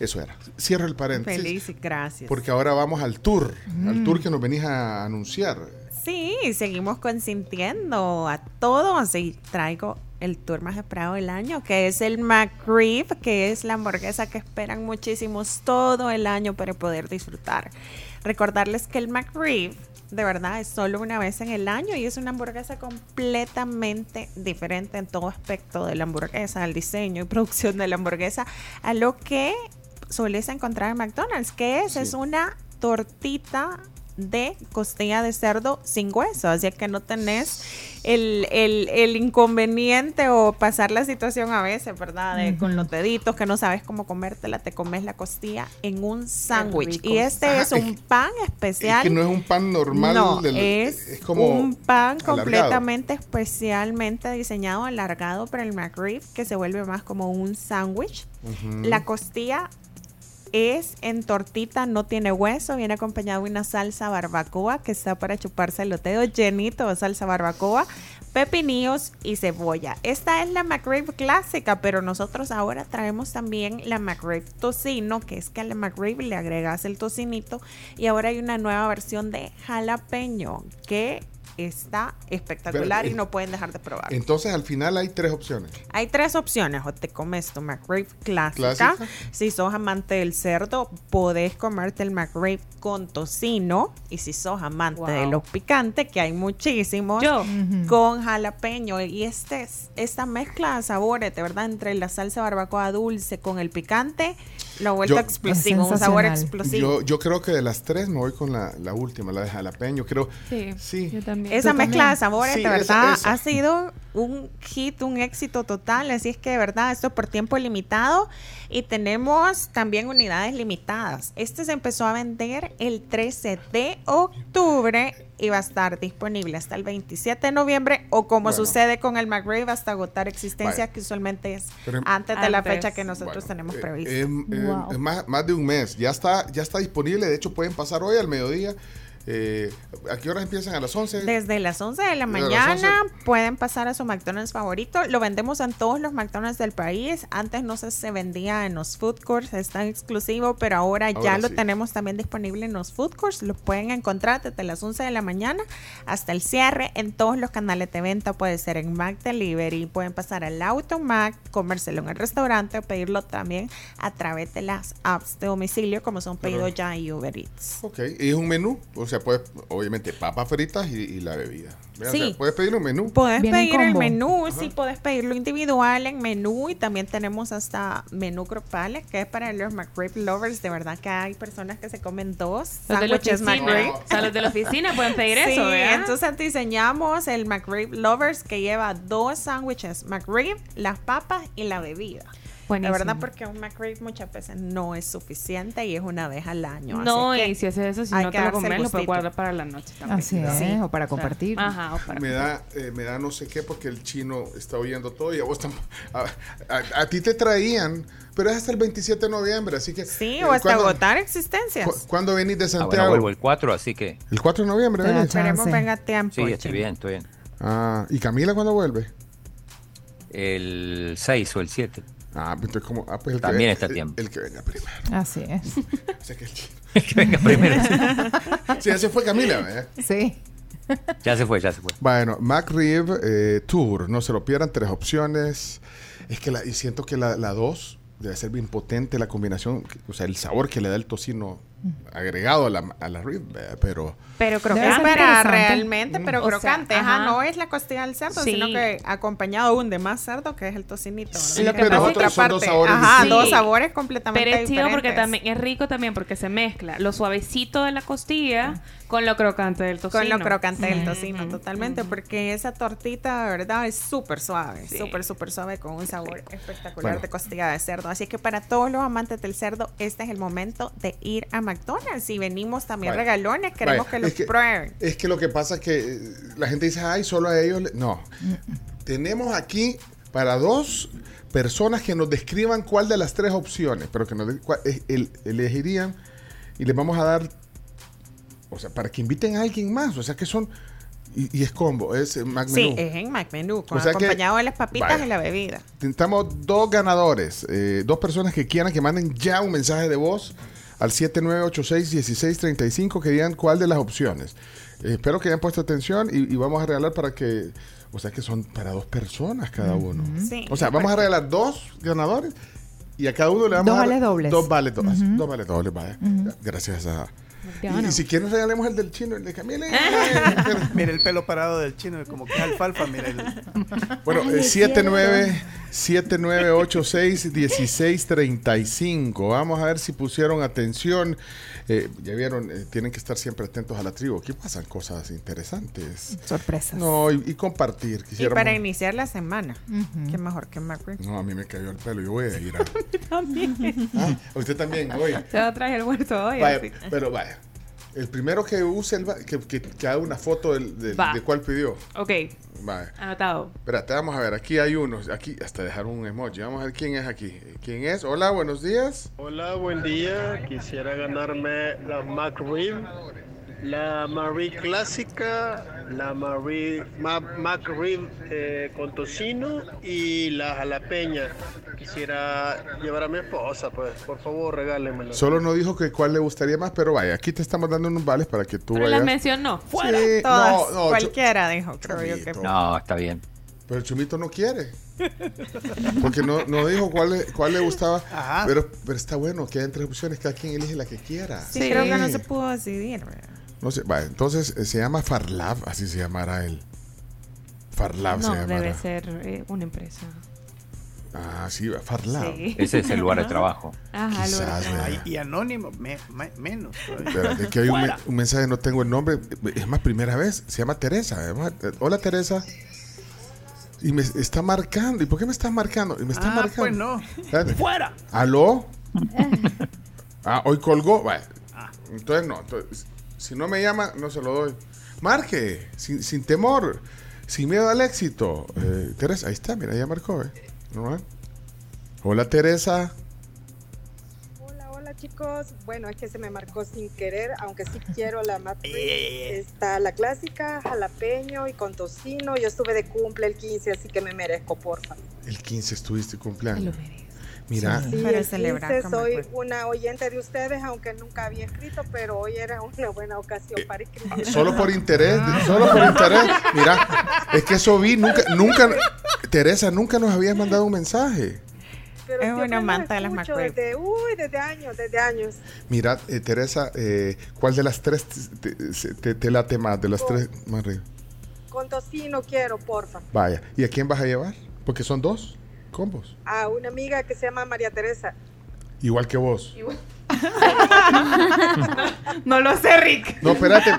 S3: eso era. Cierro el paréntesis.
S36: Feliz y gracias.
S3: Porque ahora vamos al tour, al
S36: Mm.
S3: tour que nos venís a anunciar.
S36: Sí, seguimos consintiendo a todos y traigo el tour más esperado del año, que es el McRib, que es la hamburguesa que esperan muchísimos todo el año para poder disfrutar. Recordarles que el McRib de verdad es solo una vez en el año y es una hamburguesa completamente diferente en todo aspecto de la hamburguesa, al diseño y producción de la hamburguesa, a lo que solés encontrar en McDonald's, que es, es una tortita de costilla de cerdo sin hueso, así que no tenés el, el- el inconveniente o pasar la situación a veces, ¿verdad? De, Con los deditos que no sabes cómo comértela, te comes la costilla en un sándwich.
S3: rico.
S36: Y este
S3: Ajá,
S36: es un pan especial.
S3: Es que no es un pan normal.
S36: No,
S3: del-
S36: es,
S3: como
S36: un pan
S3: alargado.
S36: completamente especialmente diseñado, alargado para el McRib, que se vuelve más como un sándwich.
S9: Ujú.
S36: La costilla es en tortita, no tiene hueso, viene acompañado de una salsa barbacoa que está para chuparse los dedos, llenito de salsa barbacoa, pepinillos y cebolla. Esta es la McRib clásica, pero nosotros ahora traemos también la McRib tocino, que es que a la McRib le agregas el tocinito y ahora hay una nueva versión de jalapeño que está espectacular
S3: Pero,
S36: y no pueden dejar de probar.
S3: Entonces al final hay tres opciones.
S36: Hay tres opciones, o te comes tu McRib clásica.
S3: Clásica.
S36: Si sos amante del cerdo, podés comerte el McRib con tocino. Y si sos amante de
S7: Wow.
S36: los picantes, que hay muchísimos,
S7: Yo.
S36: con jalapeño. Y este, es- esta mezcla de sabores, de verdad, entre la salsa barbacoa dulce con el picante, lo ha vuelto
S3: Yo-
S36: explosivo, un sabor explosivo.
S3: Yo, yo creo que de las tres me voy con la, la última, la de jalapeño. Creo
S7: Sí, yo también.
S36: Esa mezcla de sabores,
S7: Sí,
S36: de
S7: esa-
S36: verdad,
S7: esa.
S36: ha sido un hit, un éxito total. Así es que, de verdad, esto es por tiempo limitado. Y tenemos también unidades limitadas. Este se empezó a vender el 13 de octubre y va a estar disponible hasta el 27 de noviembre. O como
S3: Bueno.
S36: sucede con el McRib, hasta agotar existencia,
S3: Vaya.
S36: que usualmente es
S3: Pero-
S36: antes de la
S3: Antes.
S36: fecha que nosotros
S3: Bueno,
S36: tenemos
S3: eh,
S36: prevista.
S3: em, em,
S36: Wow.
S3: em, más, más de un mes. Ya está, ya está disponible. De hecho, pueden pasar hoy al mediodía. Eh, ¿A qué horas empiezan? ¿A las 11?
S36: Desde las 11 de la
S3: Desde las
S36: mañana pueden pasar a su McDonald's favorito. Lo vendemos en todos los McDonald's del país. Antes no sé si se vendía en los food courts, es tan exclusivo, pero ahora, ya
S7: Ahora
S36: lo
S7: sí.
S36: tenemos también disponible en los food courts. Lo pueden encontrar desde las 11 de la mañana hasta el cierre en todos los canales de venta. Puede ser en Mac Delivery, pueden pasar al Automac, comérselo en el restaurante o pedirlo también a través de las apps de domicilio como son
S3: Pero-
S36: pedidos ya y Uber Eats.
S3: Ok, y es un menú. O sea, puedes, obviamente, papas fritas y, y la bebida. O sea,
S36: Sí.
S3: puedes pedir un menú.
S36: Podés pedir el menú, sí, podés pedirlo individual en menú y también tenemos hasta menú grupales, que es para los McRib lovers. De verdad que hay personas que se comen dos
S7: Los de la
S36: sándwiches
S7: oficina.
S36: McRib.
S7: O sea, los de la oficina pueden pedir
S36: Sí,
S7: eso, ¿verdad?
S36: entonces diseñamos el McRib Lovers que lleva dos sándwiches McRib, las papas y la bebida.
S7: Buenísimo.
S36: La verdad porque un McRib muchas veces no es suficiente y es una vez al año. así
S7: no,
S36: que
S7: y si haces eso, si
S36: hay
S7: no
S36: que
S7: te lo
S36: darse el
S7: comes, lo puedes
S36: gustito.
S7: guardar para la noche también. Ah,
S11: Así es, o para compartir.
S7: Ajá, o para
S3: Me da, eh, me da no sé qué porque el chino está oyendo todo y a vos tampoco. A, a- a ti te traían, pero es hasta el 27 de noviembre, así que.
S36: Sí,
S3: eh,
S36: o hasta
S3: ¿cuándo-
S36: agotar existencias.
S3: cu- ¿Cuándo venís de
S8: Ah, bueno,
S3: Santiago?
S8: vuelvo el 4, así que.
S3: el 4 de noviembre, ¿eh?
S36: Pero
S3: venís.
S36: esperemos venga a tiempo.
S8: Sí, estoy bien, estoy bien.
S3: Ah, ¿y Camila cuándo vuelve?
S8: El 6 o el 7.
S3: Ah, entonces como. Ah, pues el que
S8: También
S3: venga-
S8: está a
S3: el-
S8: tiempo.
S3: El, que venga primero.
S11: Así es.
S3: O sea que el chino.
S8: que venga primero.
S3: Sí, así fue Camila, ¿eh? ¿verdad?
S11: Sí.
S8: ya se fue, pues ya se fue.
S3: Bueno, MacRib Tour, no se lo pierdan, tres opciones. Es que la, y siento que la, la dos debe ser bien potente la combinación, o sea, el sabor que le da el tocino agregado a la, a la rib, ¿verdad? pero...
S36: Pero
S7: Debe
S36: crocante
S7: ser
S36: Espera,
S7: interesante.
S36: realmente,
S7: Mm.
S36: pero
S7: O sea,
S36: crocante. ajá,
S7: ajá.
S36: ah, no es la costilla del cerdo,
S7: Sí.
S36: sino que acompañado aún de más cerdo, que es el tocinito. ¿verdad?
S3: Sí,
S36: Que
S3: pero
S36: pasa
S3: otros son dos sabores
S36: Ajá,
S3: distintos.
S36: dos sabores completamente
S7: Pero es chido
S36: diferentes.
S7: porque también es rico también porque se mezcla lo suavecito de la costilla con lo crocante del tocino.
S36: Con lo crocante del tocino, totalmente, porque esa tortita, de verdad, es súper suave, súper, súper suave, con un sabor espectacular
S7: Bueno.
S36: de costilla de cerdo. Así que para todos los amantes del cerdo, este es el momento de ir a McDonald's. Y venimos también
S3: Vaya.
S36: regalones, queremos
S3: Vaya,
S36: que los
S3: es que-
S36: prueben.
S3: Es que lo que pasa es que eh, la gente dice, ay, solo a ellos... le-". No, tenemos aquí para dos personas que nos describan cuál de las tres opciones, pero que nos de- cua- eh, el- elegirían y les vamos a dar, o sea, para que inviten a alguien más, o sea, que son... Y, y es combo, es eh, Mac
S36: Sí,
S3: Menú.
S36: es en McMenú, con
S3: O sea que-
S36: acompañado de las papitas
S3: vaya.
S36: y la bebida.
S3: Tentamos dos ganadores, eh, dos personas que quieran que manden ya un mensaje de voz al 7986-1635 que digan cuál de las opciones. Eh, espero que hayan puesto atención y, y vamos a regalar para que, o sea que son para dos personas cada
S11: Mm.
S3: uno.
S36: Sí.
S3: O sea, vamos a regalar dos ganadores y a cada uno le vamos
S11: Dos
S3: a dar
S11: vales dobles.
S3: Dos vales dobles. Dos vales dobles, vaya. Gracias a... Y,
S11: Cristiano.
S3: y si quieren regalemos el del chino, el de Camila.
S1: Mira el pelo parado del chino, como que es alfalfa, mira el...
S3: Bueno,
S1: Ay,
S3: eh,
S1: es
S3: 79 7986-1635. Vamos a ver si pusieron atención. Eh, ya vieron, eh, tienen que estar siempre atentos a la tribu. Aquí pasan cosas interesantes.
S36: Sorpresas.
S3: No, y, y compartir.
S36: Y
S3: Quisiéramos-
S36: para iniciar la semana, qué mejor que McRib.
S3: No, a mí me cayó el pelo. Yo voy a ir a...
S36: También.
S3: Ah, a usted también, hoy.
S7: Yo traje el huerto hoy.
S3: Vaya,
S7: así.
S3: pero vaya. El primero que use, el, va- que, que, que haga una foto del, del-
S7: Va.
S3: de cuál pidió.
S7: Ok,
S3: Vaya.
S7: anotado.
S3: Espérate, vamos a ver, aquí hay unos, aquí hasta dejaron un emoji, vamos a ver quién es aquí. ¿Quién es? Hola, buenos días.
S9: Hola, buen día. Quisiera ganarme la McRib, la Marie clásica, la Marie Ma- McRib eh, con tocino y la jalapeña. Quisiera llevar a mi esposa, pues, por favor, regálenmela.
S3: Solo no dijo que cuál le gustaría más, pero vaya, aquí te estamos dando unos vales para que tú
S7: Pero las
S3: vayas.
S7: mencionó.
S36: Fuera
S3: Sí,
S36: todas.
S3: no, no, yo-
S36: cualquiera dijo, creo yo que.
S8: No, está bien.
S3: Pero el Chumito no quiere. Porque no, no dijo cuál le, cuál le gustaba. Pero, pero está bueno, que hay tres opciones, cada quien elige la que quiera.
S36: Sí, creo que no se pudo decidir. ¿verdad?
S3: No sé, vaya, entonces eh, se llama Farlab, así se llamará él. Farlab se
S7: No,
S3: llamará.
S7: debe ser eh, una empresa.
S3: Ah, sí, Farlab.
S7: Sí. Ese es el lugar de trabajo. Ajá, el lugar de
S3: Quizás,
S7: trabajo.
S3: vea.
S1: Ay, y anónimo, me- me- menos. todavía.
S3: Espérate, que hay un, me- un mensaje, no tengo el nombre. Es más, primera vez. Se llama Teresa. Vamos a- eh, Hola, Teresa. Y me está marcando. ¿Y por qué me está marcando? Y me está
S1: Ah,
S3: marcando.
S1: pues no.
S3: Espérate.
S1: ¡Fuera!
S3: ¿Aló? ah, hoy colgó. Vale.
S1: Ah.
S3: Entonces no. Entonces, si no me llama, no se lo doy. Marque, sin, sin temor, sin miedo al éxito. Eh, Teresa, ahí está, mira, ya marcó. eh. ¿No ven? Hola, Teresa.
S14: Hola, hola chicos. Bueno, es que se me marcó sin querer, aunque sí quiero la McRib. Está la clásica, jalapeño y con tocino. Yo estuve de cumple el 15, así que me merezco, porfa.
S3: El 15 estuviste cumpleaños. Mira.
S14: Sí,
S36: Para
S14: el
S36: celebrar
S14: 15
S36: con
S14: soy
S36: McRib.
S14: una oyente de ustedes, aunque nunca había escrito, pero hoy era una buena ocasión para escribir.
S3: Solo por interés, solo por interés. Mira, es que eso vi, nunca, nunca, Teresa, nunca nos habías mandado un mensaje.
S14: Pero
S36: Es
S14: siempre
S36: una
S14: los
S36: amante de las
S14: escucho
S36: McRib.
S14: Desde, uy, desde años, desde años.
S3: Mira, eh, Teresa, eh, ¿cuál de las tres te, te- te- te late más? De las tres más arriba.
S14: Con tocino quiero, porfa.
S3: Vaya, ¿y a quién vas a llevar? Porque son dos combos,
S14: A una amiga que se llama María Teresa.
S3: igual que vos.
S7: No lo sé, Rick.
S3: No, espérate.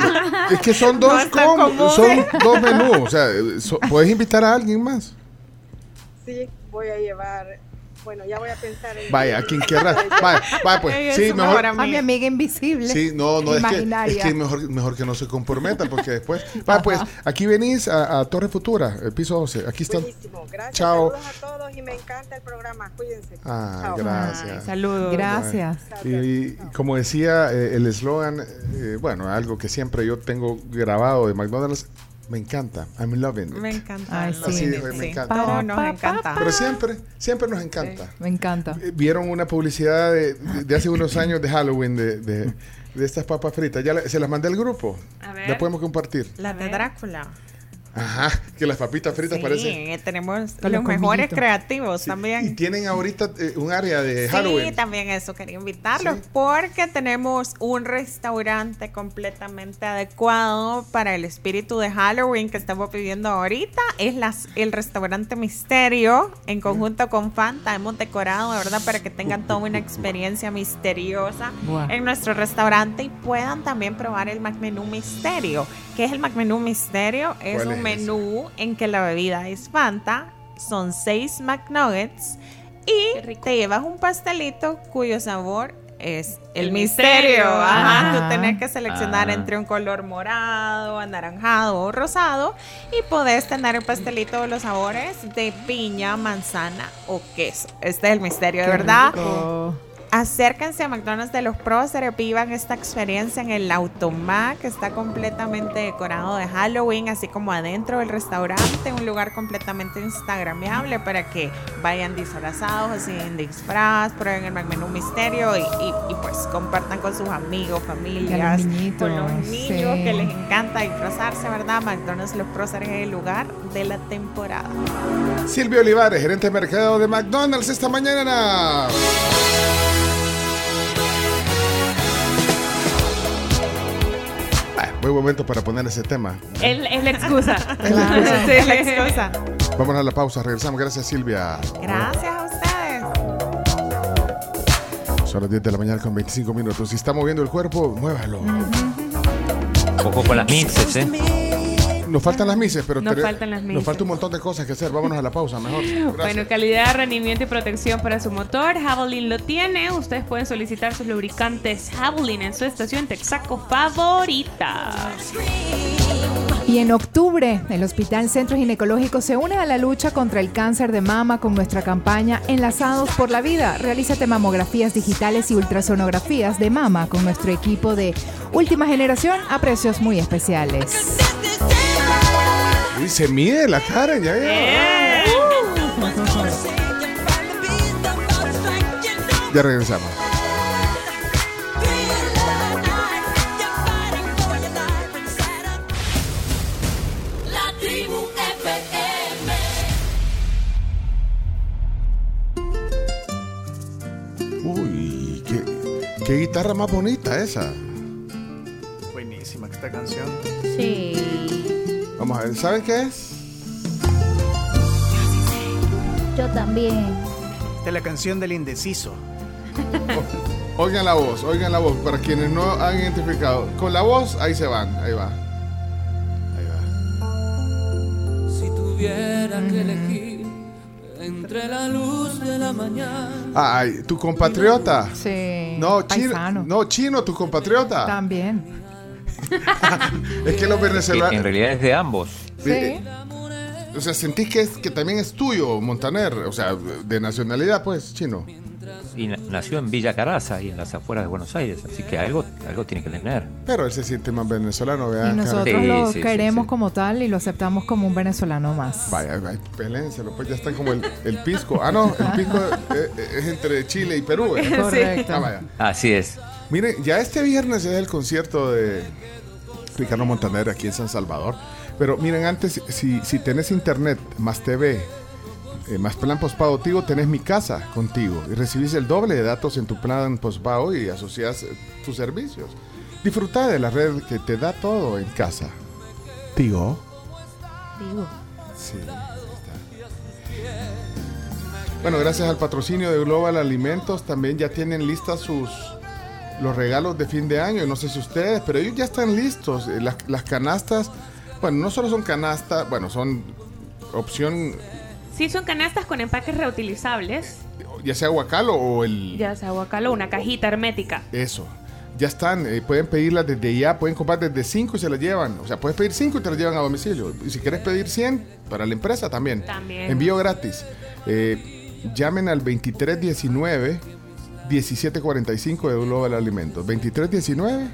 S3: Es que son dos combos, son dos menús. O sea, eh, so- puedes invitar a alguien más.
S14: Sí, voy a llevar. Bueno, ya voy a pensar en.
S3: Vaya, a quien quieras. Vaya, vaya, pues. Sí, mejor.
S11: A mi amiga invisible.
S3: Sí, no, no, es que, es
S11: Imaginaria.
S3: que mejor, mejor que no se comprometan porque después... Va, pues, aquí venís a, a Torre Futura, el piso 11. Aquí están...
S14: Buenísimo, gracias.
S3: Chao.
S14: Saludos a todos y me encanta el programa. Cuídense.
S3: Ah,
S14: Chao.
S3: gracias.
S7: saludos.
S14: Gracias.
S3: Y como decía eh, el eslogan, eh, bueno, algo que siempre yo tengo grabado de McDonald's, me encanta. I'm loving it.
S36: Me encanta.
S3: Ay, sí,
S36: sí,
S3: me
S36: sí.
S3: encanta.
S36: Todo
S3: Pa,
S36: nos
S3: pa,
S36: encanta.
S3: Pero siempre, siempre nos encanta.
S11: Me encanta.
S3: Eh, Vieron una publicidad de, de- de hace unos años de Halloween de, de- de estas papas fritas. Ya la- se las mandé al grupo.
S36: A ver.
S3: La podemos compartir.
S36: La de Drácula.
S3: Ajá, que las papitas fritas
S36: Sí,
S3: parecen.
S36: tenemos
S3: Con los
S36: los mejores
S3: colmillitos.
S36: creativos
S3: Y
S36: también.
S3: tienen ahorita eh, un área de
S36: Sí,
S3: Halloween.
S36: también eso, quería invitarlos porque tenemos un restaurante completamente adecuado para el espíritu de Halloween que estamos viviendo ahorita. Es las, el restaurante Misterio en conjunto con Fanta. Hemos decorado, de verdad, para que tengan toda una experiencia misteriosa
S15: Buah.
S36: en nuestro restaurante y puedan también probar el McMenú Misterio. ¿Qué es el McMenú Misterio? Es
S15: ¿Cuál
S36: un
S15: es
S36: menú en que la bebida es Fanta, son seis McNuggets y te llevas un pastelito cuyo sabor es el,
S15: El
S36: misterio.
S15: misterio.
S36: Ajá,
S15: Ajá.
S36: tú tenés que seleccionar
S15: Ah.
S36: entre un color morado, anaranjado o rosado y podés tener el pastelito de los sabores de piña, manzana o queso. Este es el misterio, de
S15: Qué
S36: verdad.
S15: rico.
S36: Acérquense a McDonald's de los próceres, vivan esta experiencia en el Automac, que está completamente decorado de Halloween, así como adentro del restaurante, un lugar completamente instagrameable para que vayan disfrazados, así en disfraz, prueben el menú misterio y, y- y, pues compartan con sus amigos, familias, con los
S11: niñitos,
S36: niños
S11: sí.
S36: que les encanta disfrazarse, ¿verdad? McDonald's de los próceres es el lugar de la temporada.
S3: Silvio Olivares, gerente de mercado de McDonald's esta mañana. Ah, Buen momento para poner ese tema.
S7: Es, es la excusa.
S36: Claro.
S7: Sí,
S36: Es la excusa.
S3: Vamos a la pausa, regresamos. Gracias, Silvia.
S36: Gracias a ustedes.
S3: Son las 10 de la mañana con 25 minutos. Si está moviendo el cuerpo, muévalo.
S8: Ojo con las mixes, ¿eh?
S3: Nos faltan las mises, pero
S7: Nos
S3: te-
S7: faltan las
S3: nos
S7: mises.
S3: falta un montón de cosas que hacer. Vámonos a la pausa, mejor. Gracias.
S7: Bueno, calidad, rendimiento y protección para su motor. Javelin lo tiene. Ustedes pueden solicitar sus lubricantes Javelin en su estación Texaco favorita.
S11: Y en octubre, el Hospital Centro Ginecológico se une a la lucha contra el cáncer de mama con nuestra campaña Enlazados por la Vida. Realízate mamografías digitales y ultrasonografías de mama con nuestro equipo de última generación a precios muy especiales.
S3: Uy, se mide la cara, ya, ya. Ah, Ya regresamos.
S15: La tribu FM.
S3: Uy, qué, qué guitarra más bonita esa.
S1: Buenísima esta canción.
S3: Vamos a ver, ¿saben qué es?
S20: Yo también.
S1: Esta es la canción del indeciso.
S3: Oigan la voz, oigan la voz. Para quienes no han identificado, con la voz, ahí se van, ahí va.
S15: Si tuviera que elegir entre la luz de la mañana.
S3: Ay, tu compatriota.
S11: Sí.
S3: No, chino. No, chino, tu compatriota.
S11: También.
S3: Es que los
S8: En
S3: venezolanos.
S8: realidad es de ambos.
S3: eh, O sea, sentís que, es, que también es tuyo, Montaner. O sea, de nacionalidad, pues, chino.
S8: Y na- nació en Villa Caraza y en las afueras de Buenos Aires, así que algo, algo tiene que tener.
S3: Pero él se siente más venezolano,
S11: Y
S3: ¿verdad?
S11: nosotros
S8: Sí,
S11: lo
S8: sí, sí,
S11: queremos como tal y lo aceptamos como un venezolano más.
S3: Vaya, vaya, pélénselo, pues ya están como el, el pisco. Ah, no, el pisco eh, eh, es entre Chile y Perú. ¿verdad?
S11: Sí. Correcto.
S3: Ah, vaya.
S8: Así es.
S3: Miren, ya este viernes es el concierto de Ricardo Montaner aquí en San Salvador. Pero miren, antes, si, si tenés internet, más TV, eh, más plan postpago Tigo, tenés mi casa contigo y recibís el doble de datos en tu plan postpago y asociás eh, tus servicios. Disfruta de la red que te da todo en casa. Tigo.
S11: Digo.
S3: Sí. Bueno, gracias al patrocinio de Global Alimentos también ya tienen listas sus los regalos de fin de año. No sé si ustedes, pero ellos ya están listos. Eh, Las, las canastas, bueno, no solo son canastas, bueno, son opción
S7: Sí, son canastas con empaques reutilizables.
S3: ya sea guacalo o el
S7: Ya sea guacalo, una cajita hermética.
S3: eso. Ya están, eh, pueden pedirlas desde ya, pueden comprar desde 5 y se las llevan. O sea, puedes pedir 5 y te las llevan a domicilio. Y si quieres pedir 100, para la empresa también.
S7: También.
S3: Envío gratis. Eh, llamen al 2319 1745 de Global Alimentos. 2319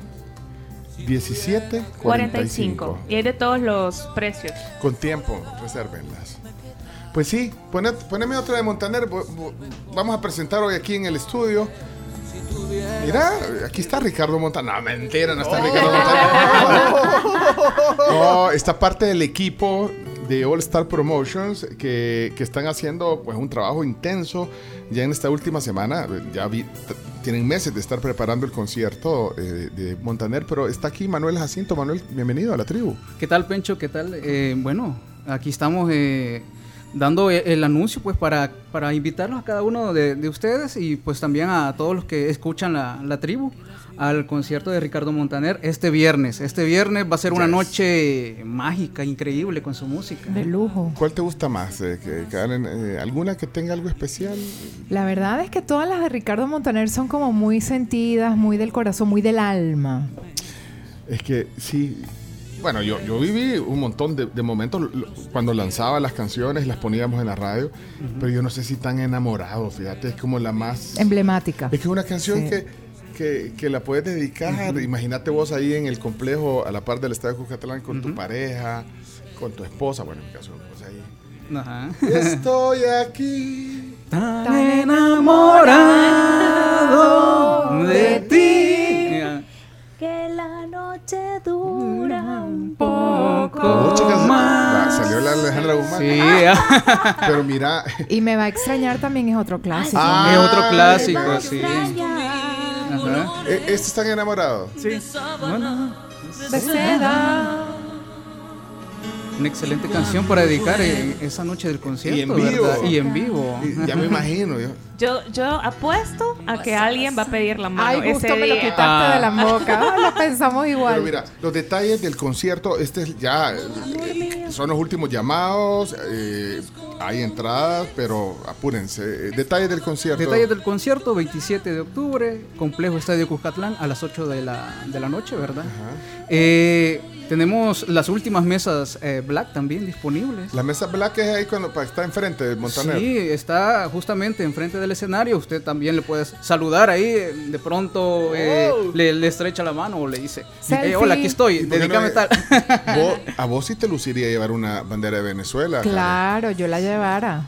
S3: 1745.
S7: 45. Y es de todos los precios.
S3: Con tiempo, resérvenlas. Pues sí, poned- poneme otra de Montaner. bo- bo- Vamos a presentar hoy aquí en el estudio. Mira, aquí está Ricardo Montaner. No, mentira, no está Ricardo Montaner. No, está parte del equipo de All Star Promotions que, que están haciendo pues un trabajo intenso ya en esta última semana. Ya vi- t- tienen meses de estar preparando el concierto eh, de, de Montaner, pero está aquí Manuel Jacinto. Manuel, bienvenido a la tribu.
S17: ¿Qué tal, Pencho? ¿Qué tal? Eh, bueno, aquí estamos eh, dando e- el, anuncio pues para, para invitarlos a cada uno de, de ustedes y pues también a todos los que escuchan la, la tribu al concierto de Ricardo Montaner este viernes. Este viernes va a ser una noche mágica, increíble con su música.
S11: De lujo.
S3: ¿Cuál te gusta más? eh, que- que hagan, eh, ¿Alguna que tenga algo especial?
S11: La verdad es que todas las de Ricardo Montaner son como muy sentidas, muy del corazón, muy del alma.
S3: Es que sí. Bueno, yo, yo viví un montón de, de momentos lo- cuando lanzaba las canciones, las poníamos en la radio, pero yo no sé si tan enamorado, fíjate, es como la más...
S11: Emblemática.
S3: Es que una canción
S11: Sí.
S3: que, que, que la puedes dedicar, imagínate vos ahí en el complejo, a la par del Estadio Cuscatlán, con tu pareja, con tu esposa, bueno, en mi caso, pues ahí.
S17: Ajá.
S3: Estoy aquí.
S17: Tan enamorado de ti. Ya.
S15: Que la noche dura un
S3: Muchas
S15: poco
S3: gracias.
S17: más.
S3: Ah, Salió la Alejandra Guzmán.
S17: Sí.
S3: Pero mira,
S11: Y me va a extrañar también es otro clásico.
S3: Ah,
S17: es otro clásico,
S3: Ay,
S17: sí.
S3: Ajá. ¿E- ¿Estos están enamorados? Sí.
S17: Bueno.
S11: De seda.
S17: una excelente canción para dedicar en esa noche del concierto.
S3: Y en vivo.
S17: ¿verdad? Y en vivo.
S3: Y ya me imagino, yo.
S7: Yo, yo apuesto a que alguien va a pedir la mano.
S11: Ay, justo
S7: ese
S11: me lo
S7: día. Ah.
S11: quitaste
S17: Ah.
S11: de la boca. lo pensamos igual.
S3: Pero mira, los detalles del concierto, este es ya eh, son los últimos llamados, eh, hay entradas, pero apúrense. Eh, Detalles del concierto.
S17: Detalles del concierto, 27 de octubre, Complejo Estadio Cuscatlán, a las 8 de la, de la noche, ¿verdad? Eh, tenemos las últimas mesas eh, Black también disponibles.
S3: La mesa Black es ahí cuando pa- está enfrente del Montaner.
S17: Sí, está justamente enfrente del escenario. Usted también le puede saludar ahí. eh, De pronto eh,
S3: Oh.
S17: le, le estrecha la mano o le dice:
S3: Selfie.
S17: "Eh, Hola, aquí
S3: ¿Y
S17: estoy.
S3: por qué no
S17: Dedícame
S3: es-
S17: tal.
S3: Vos- a vos sí te luciría llevar una bandera de Venezuela. Karen.
S11: Claro, yo la llevara.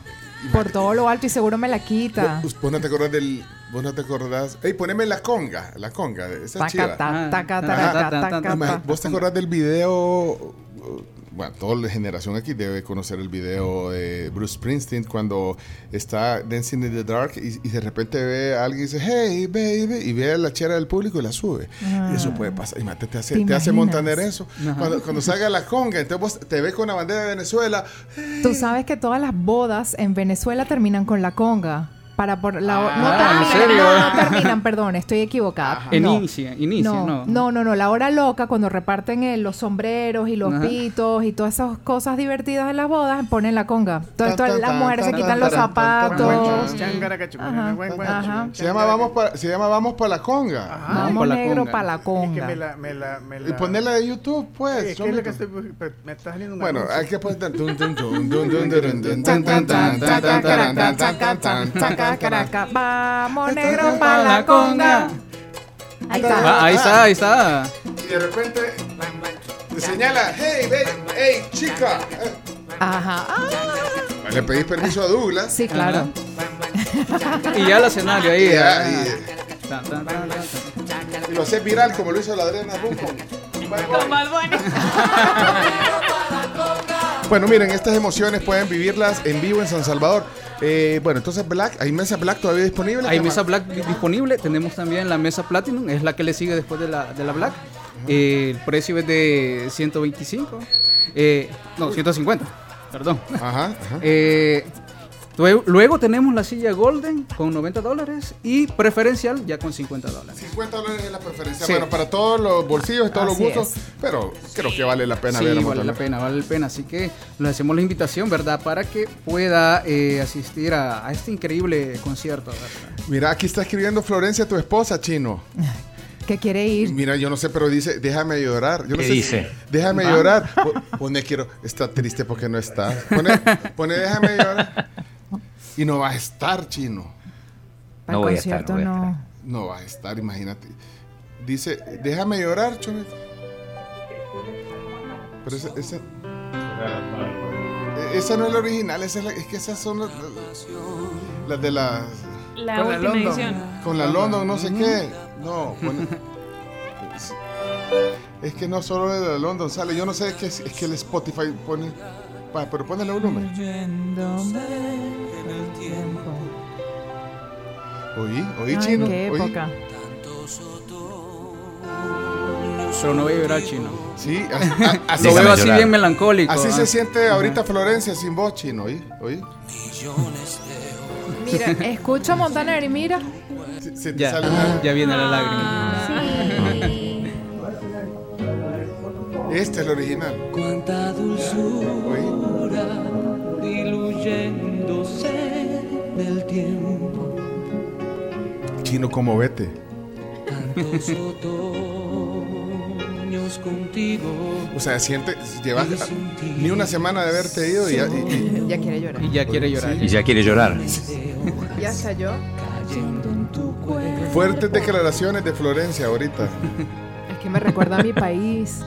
S11: Por todo lo alto y seguro me la quita.
S3: Vos, vos no te acordás del. Vos no te acordás. Ey, poneme la conga, la conga, de esa
S11: Taca,
S3: chiva.
S11: Ah, ta, taca,
S3: Ajá.
S11: taraca, taca, ta.
S3: Ima- Vos te acordás del video. uh, Bueno, toda la generación aquí debe conocer el video de Bruce Springsteen cuando está Dancing in the Dark y, y de repente ve a alguien y dice, hey, baby, y ve a la chera del público y la sube.
S10: Ah.
S3: Y eso puede pasar. Imagínate, te hace,
S10: ¿Te
S3: te hace
S10: imaginas?
S3: Montaner eso.
S10: Ajá.
S3: Cuando, cuando salga la conga, entonces vos te ves con la bandera de Venezuela.
S11: Tú sabes que todas las bodas en Venezuela terminan con la conga. Para por la
S17: Ah,
S11: no
S17: ¿en
S11: terminan,
S17: serio?
S11: no, no terminan, perdón, estoy equivocada.
S17: Ajá.
S11: No.
S17: Inicia, inicia,
S11: no,
S17: no.
S11: no, no, no, la hora loca cuando reparten eh, los sombreros y los
S17: Ajá.
S11: pitos y todas esas cosas divertidas de las bodas, ponen la conga.
S3: Tan,
S11: Entonces
S3: tan,
S11: todas las
S3: tan,
S11: mujeres se
S3: tan,
S11: quitan
S3: tan,
S11: los
S3: tan, tan, tan, tan,
S11: zapatos.
S3: tan, tan, tan, tan,
S11: Ajá, ajá.
S3: Se llama Vamos para se llama Vamos pa la Conga.
S11: Vamos negro para la
S1: Es que
S11: conga.
S1: me la, me la, me la...
S3: Y ponerla de YouTube, pues.
S1: Sí, es que es la que estoy... bu- pero Me está saliendo una
S3: Bueno, hay que poner. Dun, dun, dun, dun, dun, dun, dun, dun, dun, dun, dun, dun, dun, dun, dun, dun.
S11: Chaca, caraca, vamos negro para la conga. Ahí está.
S17: Ah, ahí está, ahí está.
S3: Y de repente te señala, hey, baby, hey, chica.
S11: Ajá.
S3: Le pedís permiso a Douglas.
S11: Sí, claro.
S17: Y ya el escenario ahí.
S3: Y ya,
S17: ah.
S3: Tan, tan, tan, tan. Y lo haces viral como lo hizo la Adriana Rufo. Bueno, miren, estas emociones pueden vivirlas en vivo en San Salvador. Eh, bueno, entonces Black, ¿hay mesa Black todavía disponible?
S17: Hay
S3: ¿Qué
S17: mesa
S3: más?
S17: Black di- disponible. Tenemos también la mesa Platinum, es la que le sigue después de la, de la Black. Eh, el precio es de 125. Eh, no, 150. Perdón.
S3: Ajá.
S17: Eh, luego, luego tenemos la silla Golden con 90 dólares y preferencial ya con 50 dólares.
S3: 50 dólares es la preferencia.
S17: Sí.
S3: Bueno, para todos los bolsillos y todos
S17: Así
S3: los gustos.
S17: es.
S3: Pero creo que vale la pena
S17: Sí,
S3: ver a
S17: vale la
S3: Montaner.
S17: pena, vale la pena. Así que les hacemos la invitación, ¿verdad? Para que pueda eh, asistir a, a este increíble concierto. ¿verdad?
S3: Mira, aquí está escribiendo Florencia, tu esposa, chino.
S11: Que quiere ir.
S3: Mira, yo no sé, pero dice, déjame llorar. Yo no
S8: ¿Qué
S3: sé si-
S8: dice?
S3: déjame
S8: Vamos.
S3: llorar. Po- Pone, quiero, está triste porque no está. Pone, pone, déjame llorar. Y no va a estar, chino.
S11: Para el
S8: voy a estar,
S11: concierto
S8: no voy a
S11: no.
S3: No va a estar, imagínate. Dice, déjame llorar, chomito. Pero esa, esa, e- esa no es la original, esa es, la- es que esas son las, las- las de las...
S7: La Con la última London. edición.
S3: Con la London, no sé qué. No, pone- es, es que no solo de la London sale, yo no sé, es que, es que el Spotify pone... pa- pero ponele volumen. Oí, oí
S11: Ay,
S3: chino.
S11: qué
S3: oí.
S11: época.
S17: Pero no voy a llorar chino.
S3: Sí, a- a-
S17: Lo veo así
S3: llorar.
S17: bien melancólico.
S3: Así
S17: ah.
S3: se siente ahorita
S17: Ajá.
S3: Florencia sin voz, chino, oí, oí.
S11: Mira, eh. escucho a Montaner y mira.
S3: Se, se te
S17: Ya,
S3: sale una-
S17: ya viene la
S3: Ah.
S17: lágrima.
S3: Este es el original.
S15: Cuánta dulzura diluyéndose en el tiempo.
S3: Chino, como vete.
S15: Tantos otoños contigo.
S3: O sea, siente, llevas ni una semana de haberte ido y ya. y-
S11: Ya quiere llorar.
S17: Y ya quiere llorar. ¿eh?
S8: Y ya quiere llorar.
S11: Ya yo.
S3: y- fuertes declaraciones de Florencia ahorita.
S11: Es que me recuerda a mi país.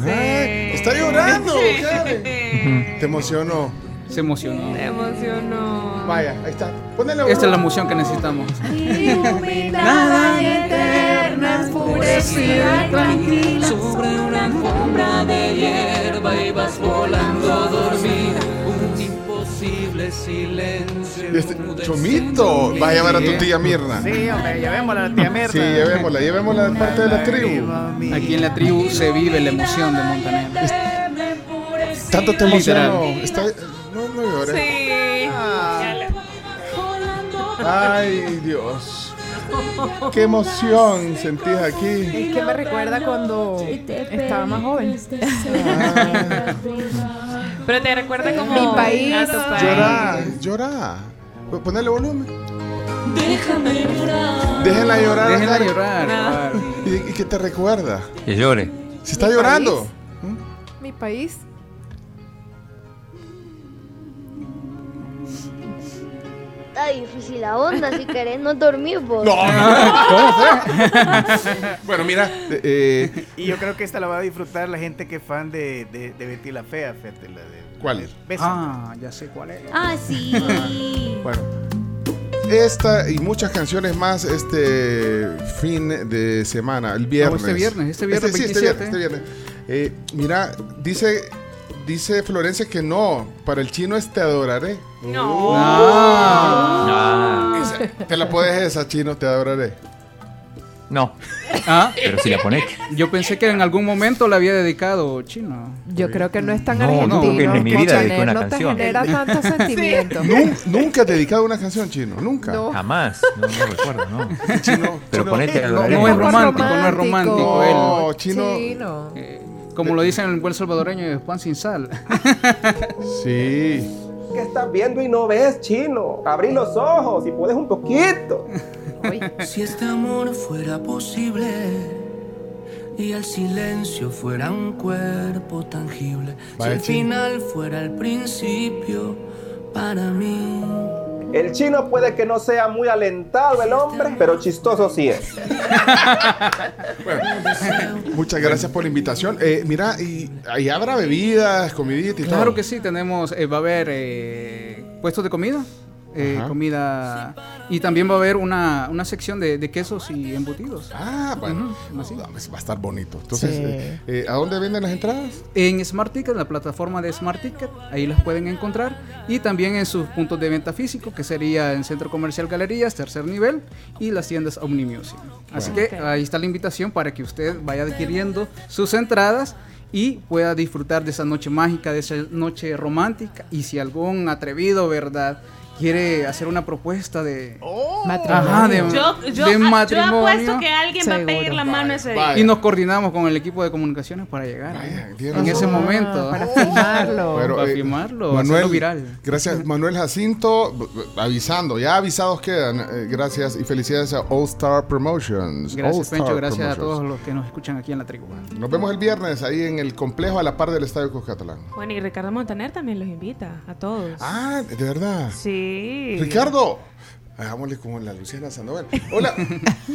S3: Ay, Ah, está llorando. Karen. Te emocionó.
S17: Se emocionó.
S7: emocionó.
S3: Vaya, ahí está. Ponele
S17: Esta es la emoción que necesitamos.
S15: Iluminada y eterna, enfurecida y tranquila. Sobre una alfombra de hierba y vas volando dormida. Un imposible silencio.
S3: Este- Chomito, va a llamar a tu tía Mirna.
S1: Sí, hombre, llevémosla a la tía Mirna.
S3: Sí, llevémosla, llevémosla de parte de la tribu.
S17: Aquí en la tribu se vive la emoción de Montaner.
S15: Me enfurece
S3: Tanto te emocionó.
S17: Literal.
S3: Está- No, no llores.
S7: Sí. Ah,
S3: Ay, Dios. Qué emoción sentís aquí.
S11: Es que me recuerda cuando estaba más joven.
S3: Ah.
S7: Pero te recuerda como
S11: Mi país.
S7: a tu país.
S3: Llorá, llorá. P- Ponele volumen.
S2: Déjame llorar.
S3: Déjenla llorar.
S17: Déjenla
S3: Caro.
S17: llorar. claro.
S3: ¿Y, y qué te recuerda?
S8: Que llore.
S3: Si está llorando.
S11: Mi país.
S28: Está difícil la onda, si querés no dormir vos.
S3: bueno, mira. eh, eh,
S1: Y yo creo que esta la va a disfrutar la gente que es fan de, de, de Betty la Fea, fíjate, la de
S3: ¿Cuál es?
S1: Bésame.
S17: Ah, ya sé cuál es.
S41: Ah, sí.
S3: Bueno. Esta y muchas canciones más este fin de semana, el viernes.
S17: este viernes, este viernes
S3: sí, este viernes,
S17: 27.
S3: este viernes. Eh, mira, dice, dice Florencia que no, para el chino es te adoraré.
S7: No.
S8: Ah,
S3: Te la puedes esa, chino, te adoraré.
S8: no.
S17: Ah,
S8: Pero si la pones.
S17: yo pensé que en algún momento la había dedicado chino.
S11: Yo creo que no es tan
S8: No, no,
S11: argentino.
S8: porque en mi
S11: como
S8: vida
S11: Chanel,
S8: dediqué una
S11: no
S8: canción.
S11: te genera tanto sentimiento.
S3: Nun- nunca he dedicado una canción chino, nunca.
S11: No.
S8: Jamás. No, no recuerdo, no.
S3: Chino,
S8: Pero este
S3: chino,
S8: ponete a llorar.
S17: No es romántico, no es
S11: romántico.
S17: romántico
S3: No,
S17: él.
S3: chino.
S11: no.
S17: Como lo dicen en el buen salvadoreño, es pan sin sal.
S3: Sí.
S6: ¿Qué estás viendo y no ves, chino? Abrí los ojos y puedes un poquito.
S2: Si este amor fuera posible y el silencio fuera un cuerpo tangible, si
S6: Vale,
S2: el
S6: chino.
S2: final fuera el principio para mí.
S6: El chino puede que no sea muy alentado el hombre, pero chistoso sí es.
S3: Muchas gracias por la invitación. Eh, mira, y ahí habrá bebidas, comidita y
S17: Claro
S3: todo.
S17: que sí, tenemos, eh, va a haber eh, puestos de comida, eh,
S3: Ajá.
S17: comida y también va a haber una, una sección de, de quesos y embutidos.
S3: Ah, bueno.
S17: Ujú, así.
S3: Va a estar bonito. Entonces,
S17: Sí.
S3: eh, eh, ¿a dónde venden las entradas?
S17: En Smart Ticket, la plataforma de Smart Ticket, ahí las pueden encontrar y también en sus puntos de venta físico, que sería en Centro Comercial Galerías, tercer nivel y las tiendas Omni Music. Así
S3: Bueno.
S17: que ahí está la invitación para que usted vaya adquiriendo sus entradas y pueda disfrutar de esa noche mágica, de esa noche romántica y si algún atrevido, ¿verdad? Quiere hacer una propuesta de,
S3: Oh.
S11: Matrimonio.
S17: Ajá, de-
S7: Yo, yo,
S17: de
S7: yo
S17: matrimonio.
S7: apuesto que alguien va a pedir la mano ese día.
S17: y nos coordinamos con el equipo de comunicaciones para llegar ¿eh?
S3: tienes
S17: en ese
S3: razón.
S17: momento.
S11: Ah, Para filmarlo.
S3: Ah, Pero,
S17: para
S3: eh,
S17: filmarlo,
S3: Manuel,
S17: hacerlo viral.
S3: Gracias, Manuel Jacinto, b- b- avisando, ya avisados quedan. eh, gracias y felicidades a All Star Promotions. All
S17: Gracias,
S3: Star
S17: Pencho. Gracias a todos
S3: Promotions.
S17: los que nos escuchan aquí en la tribu.
S3: Nos vemos el viernes ahí en el complejo a la par del Estadio Cuscatlán.
S7: Bueno, y Ricardo Montaner también los invita a todos.
S3: Ah, de verdad.
S7: Sí.
S3: Ricardo, hagámosle como la Luciana Sandoval. Hola,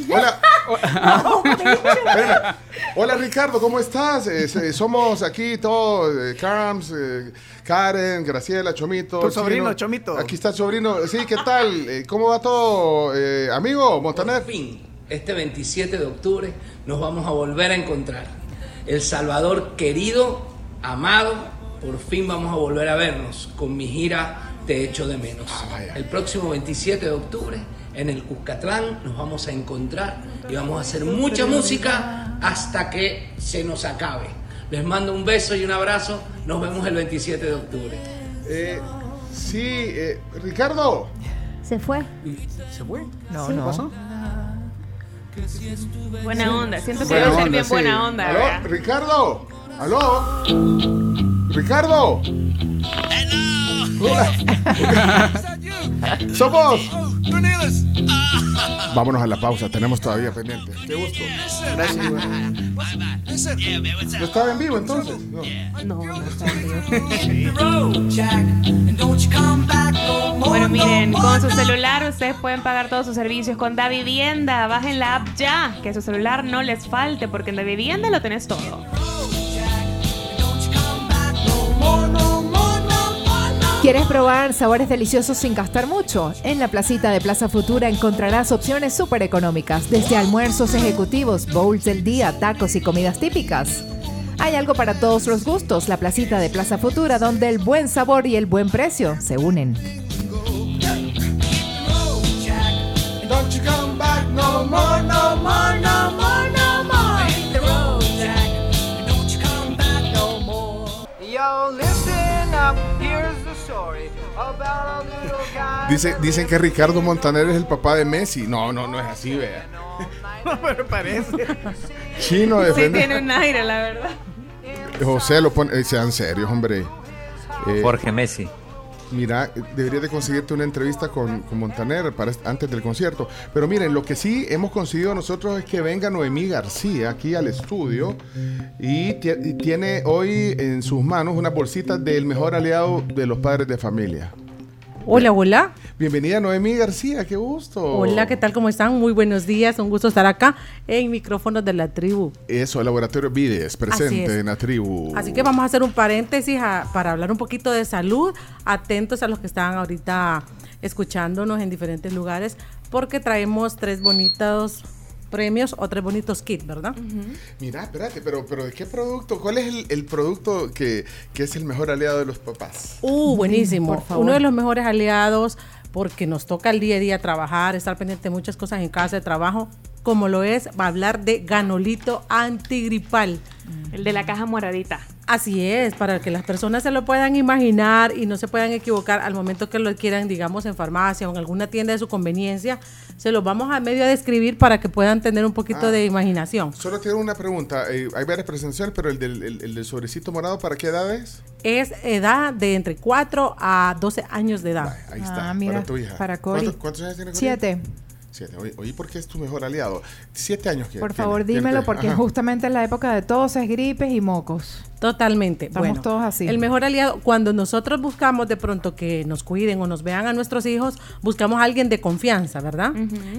S3: hola. Espérame. Hola Ricardo, ¿cómo estás? Eh, se- somos aquí todos, eh, Carms, eh, Karen, Graciela, Chomito. Chino.
S1: Tu sobrino, Chomito.
S3: Aquí está el sobrino. Sí, ¿qué tal? Eh, ¿Cómo va todo, eh, amigo Montaner?
S23: Este 27 de octubre nos vamos a volver a encontrar. El Salvador querido, amado, por fin vamos a volver a vernos con mi gira Te echo de menos.
S3: Ah,
S23: el próximo 27 de octubre en el Cuscatlán nos vamos a encontrar y vamos a hacer mucha música hasta que se nos acabe. Les mando un beso y un abrazo. Nos vemos el 27 de octubre.
S3: Eh, sí, eh, Ricardo.
S28: Se fue.
S17: ¿Se fue?
S11: No,
S17: ¿Sí?
S11: no.
S17: ¿Pasó?
S7: Buena onda. Siento que
S3: Buena
S7: va a ser
S3: onda,
S7: bien
S3: sí.
S7: buena onda.
S3: ¿Aló?
S7: ¿verdad?
S3: Ricardo, aló. Ricardo. Hola. Somos. Vámonos a la pausa, tenemos todavía pendiente. Qué gusto. Gracias. ¿No estaba en vivo entonces? No.
S7: Bueno, miren, con su celular ustedes pueden pagar todos sus servicios. Con Da Vivienda, bajen la app ya. Que su celular no les falte, porque en Da Vivienda lo tenés todo.
S11: ¿Quieres probar sabores deliciosos sin gastar mucho? En la placita de Plaza Futura encontrarás opciones súper económicas, desde almuerzos ejecutivos, bowls del día, tacos y comidas típicas. Hay algo para todos los gustos, la placita de Plaza Futura, donde el buen sabor y el buen precio se unen.
S2: Yo, listen
S3: Dice, dicen que Ricardo Montaner es el papá de Messi. No, no, no es así, vea.
S1: No me parece.
S3: Chino
S7: Sí,
S3: defende.
S7: tiene un aire, la verdad.
S3: José lo pone. eh, sean serios, hombre. Eh,
S8: Jorge Messi.
S3: Mira, eh, deberías de conseguirte una entrevista con, con Montaner para est- antes del concierto. Pero miren, lo que sí hemos conseguido nosotros es que venga Noemí García aquí al estudio y, ti- y tiene hoy en sus manos una bolsita del mejor aliado de los padres de familia.
S26: Hola, hola.
S3: Bienvenida Noemí García, qué gusto.
S26: Hola, ¿qué tal? ¿Cómo están? Muy buenos días. Un gusto estar acá en Micrófonos de la Tribu.
S3: Eso, el laboratorio Vides,
S26: Así
S3: presente
S26: es.
S3: en la tribu.
S26: Así que vamos a hacer un paréntesis a- para hablar un poquito de salud. Atentos a los que están ahorita escuchándonos en diferentes lugares, porque traemos tres bonitos premios o tres bonitos kits, ¿verdad?
S3: Mira, espérate, pero, pero ¿de qué producto? ¿Cuál es el, el producto que, que es el mejor aliado de los papás?
S26: Uh, buenísimo.
S3: Por favor.
S26: Uno de los mejores aliados porque nos toca el día a día trabajar, estar pendiente de muchas cosas en casa de trabajo, como lo es, va a hablar de ganolito antigripal.
S7: Mm. El de la caja moradita.
S26: Así es, para que las personas se lo puedan imaginar y no se puedan equivocar al momento que lo adquieran, digamos, en farmacia o en alguna tienda de su conveniencia, se los vamos a medio a describir para que puedan tener un poquito
S3: Ah.
S26: de imaginación.
S3: Solo tengo una pregunta. eh, hay varias presenciales, pero el del, el- el del sobrecito morado, ¿para qué edad es?
S26: Es edad de entre 4 a 12 años de edad.
S3: Ahí está, Ah, para tu hija. ¿Cuántos, cuántos años tiene Cori? Siete. Oye, oye, ¿por qué es tu mejor aliado? Siete años que
S11: Por
S3: tiene,
S11: favor,
S3: tiene-
S11: dímelo
S3: tiene-
S11: porque
S3: ajá.
S11: justamente es la época de todos es gripes y mocos.
S26: Totalmente.
S11: Estamos
S26: Bueno,
S11: todos así.
S26: El mejor aliado, cuando nosotros buscamos de pronto que nos cuiden o nos vean a nuestros hijos, buscamos a alguien de confianza, ¿verdad?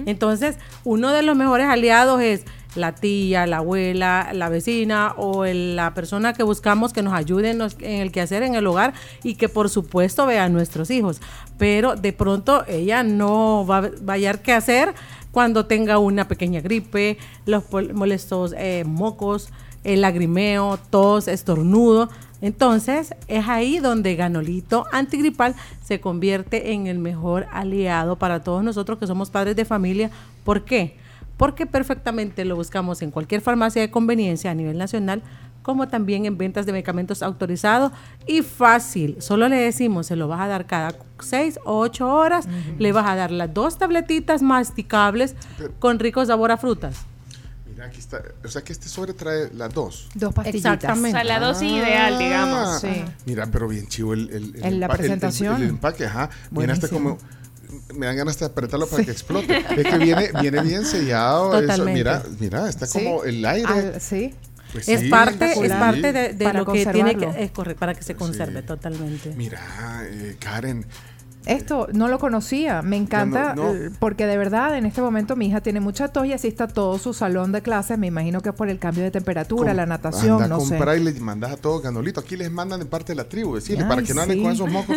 S26: Entonces, uno de los mejores aliados es la tía, la abuela, la vecina o el- la persona que buscamos que nos ayude en, los- en el quehacer en el hogar y que por supuesto vea a nuestros hijos. Pero de pronto ella no va, va a hallar qué hacer cuando tenga una pequeña gripe, los pol- molestos eh, mocos, el lagrimeo, tos, estornudo. Entonces es ahí donde Ganolito antigripal se convierte en el mejor aliado para todos nosotros que somos padres de familia. ¿Por qué? Porque perfectamente lo buscamos en cualquier farmacia de conveniencia a nivel nacional, como también en ventas de medicamentos autorizados y fácil. Solo le decimos, se lo vas a dar cada 6 o 8 horas, le vas a dar las dos tabletitas masticables con rico sabor a frutas.
S3: Mira, aquí está. O sea que este sobre trae las dos. ah,
S11: Dos
S26: pastillitas. Exactamente. O sea, la dosis ideal, digamos. Sí.
S3: Mira, pero bien chivo el, el, el
S11: En la
S3: empa- el- el-
S11: presentación.
S3: El, empaque, ajá. Viene hasta
S11: Buenísimo.
S3: como. Me dan ganas de apretarlo para
S11: Sí.
S3: que explote. Es que viene, viene bien sellado. eso.
S11: Totalmente.
S3: Mira, mira, está
S11: Sí.
S3: como el aire.
S11: Al- sí.
S3: Pues
S26: es
S3: sí,
S26: parte, es
S3: espectacular.
S26: parte de, Eh, de
S11: Para
S26: lo que tiene que
S11: conservarlo.
S26: es correcto, para que se conserve
S3: Sí.
S26: totalmente.
S3: Mira, eh, Karen.
S11: Esto no lo conocía, me encanta
S3: No, no, no.
S11: eh, porque de verdad en este momento mi hija tiene mucha tos y así está todo su salón de clases, me imagino que es por el cambio de temperatura,
S3: com-
S11: la natación,
S3: anda a
S11: no sé.
S3: comprar y le mandas a todos ganolitos. Aquí les mandan de parte de la tribu, decirle,
S11: Ay,
S3: para que no anden
S11: sí.
S3: con esos mocos.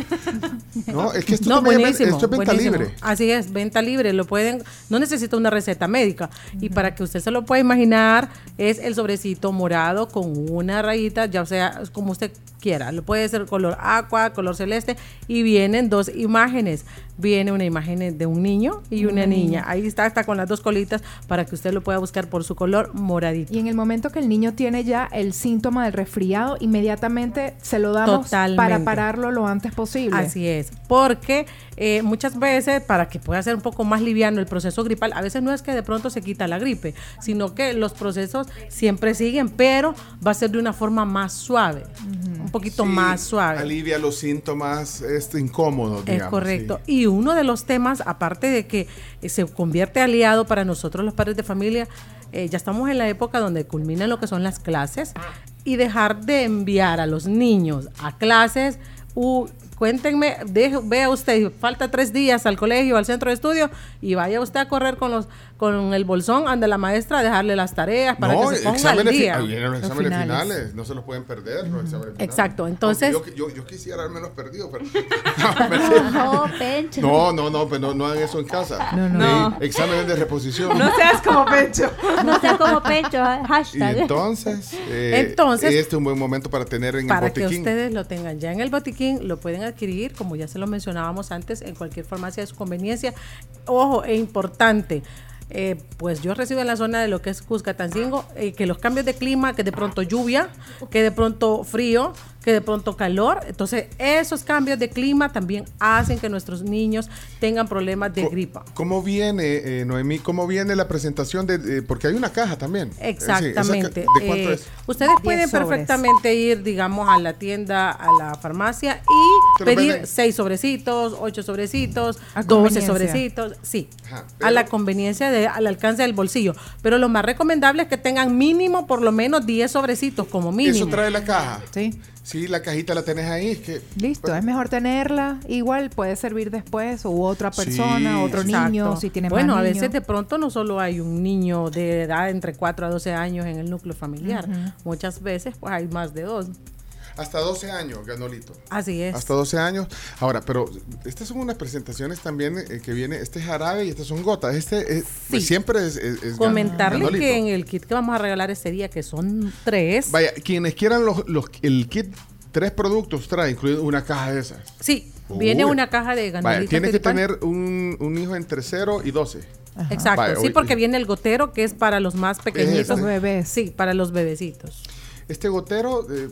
S3: No, es que esto,
S26: No,
S3: también es-
S26: buenísimo,
S3: esto es venta
S26: buenísimo.
S3: libre.
S26: Así es, venta libre. Lo pueden, no necesita una receta médica. Y para que usted se lo pueda imaginar, es el sobrecito morado con una rayita, ya sea como usted quiera. Lo puede ser color aqua, color celeste. Y vienen dos imágenes. Viene una imagen de un niño y una
S11: Una
S26: niña.
S11: niña.
S26: Ahí está, está con las dos colitas para que usted lo pueda buscar por su color moradito.
S11: Y en el momento que el niño tiene ya el síntoma del resfriado, inmediatamente se lo damos para
S26: Totalmente.
S11: pararlo lo antes posible.
S26: Así es, porque eh, muchas veces para que pueda ser un poco más liviano el proceso gripal, a veces no es que de pronto se quita la gripe, sino que los procesos siempre siguen, pero va a ser de una forma más suave, un poquito
S3: Sí,
S26: más suave.
S3: Alivia los síntomas este, incómodos,
S26: Es
S3: digamos.
S26: correcto. Y uno de los temas, aparte de que eh, se convierte aliado para nosotros los padres de familia, eh, ya estamos en la época donde culminan lo que son las clases y dejar de enviar a los niños a clases. u- cuéntenme, deje- vea usted, falta tres días al colegio, al centro de estudio y vaya usted a correr con los con el bolsón anda la maestra a dejarle las tareas Ah, para
S3: no,
S26: que se ponga al
S3: exámenes, fi-
S26: día.
S3: ahí vienen los exámenes finales. no se los pueden perder los exámenes finales.
S26: Exacto, entonces-
S3: Aunque Yo, yo- yo quisiera haberme los perdido, pero...
S13: 아, 어,
S20: No, Pencho.
S3: No, no, no, pues no, no hagan eso en casa.
S20: No, no.
S3: Sí, Exámenes de reposición.
S7: seas como Pencho.
S20: No seas como Pencho,
S3: Y
S20: hashtag.
S3: entonces, eh,
S26: Entonces-
S3: este es un buen momento para tener en
S26: para
S3: el botiquín.
S26: que ustedes lo tengan ya en el botiquín, lo pueden adquirir, como ya se lo mencionábamos antes, en cualquier farmacia de su conveniencia. Ojo, es e importante. eh, pues yo resido en la zona de lo que es Cuscatancingo, eh, que los cambios de clima, que de pronto lluvia, que de pronto frío, que de pronto calor, entonces esos cambios de clima también hacen que nuestros niños tengan problemas de gripa.
S3: ¿Cómo viene, eh, Noemí? ¿Cómo viene la presentación? de eh, Porque hay una caja también. Es decir, esa ca-
S26: Exactamente.
S3: ¿De cuánto
S26: Eh,
S3: es?
S26: Ustedes pueden
S3: sobres.
S26: perfectamente ir, digamos, a la tienda, a la farmacia y
S3: Te lo
S26: pedir
S3: venden.
S26: seis sobrecitos, ocho sobrecitos,
S11: A
S26: 12
S11: conveniencia.
S26: sobrecitos, sí,
S3: Ajá,
S26: a la conveniencia, de, al alcance del bolsillo. Pero lo más recomendable es que tengan mínimo, por lo menos 10 sobrecitos, como mínimo.
S3: Eso trae la caja.
S11: Sí.
S3: Sí, la cajita la tenés ahí. Es que pues
S11: Listo, es mejor tenerla. Igual puede servir después o otra persona,
S3: Sí.
S11: otro
S26: Exacto.
S11: niño, si tiene
S26: Bueno, a
S11: más niños.
S26: veces de pronto no solo hay un niño de edad entre 4 a 12 años en el núcleo familiar.
S3: Ujú.
S26: Muchas veces pues hay más de dos.
S3: hasta 12 años, Ganolito.
S26: Así es.
S3: Hasta 12 años. Ahora, pero estas son unas presentaciones también eh, que viene, este es jarabe y estas son gotas. Este es-
S26: Sí.
S3: siempre es, es- es gan-
S26: Comentarles
S3: Ganolito.
S26: que en el kit que vamos a regalar ese día, que son tres,
S3: Vaya, quienes quieran los, los- el kit, tres productos trae, incluido una caja de esas.
S26: sí, viene
S3: Uy.
S26: una caja de
S3: Uh. Vaya,
S26: ganaditos
S3: tienes que
S26: tripán.
S3: tener un, un hijo entre 0 y 12.
S26: Exacto,
S3: Vaya, Este.
S26: sí,
S3: hoy-
S26: porque viene el gotero que es para los más pequeñitos.
S3: Los
S26: bebés. Sí, para los bebecitos.
S3: Este gotero, eh,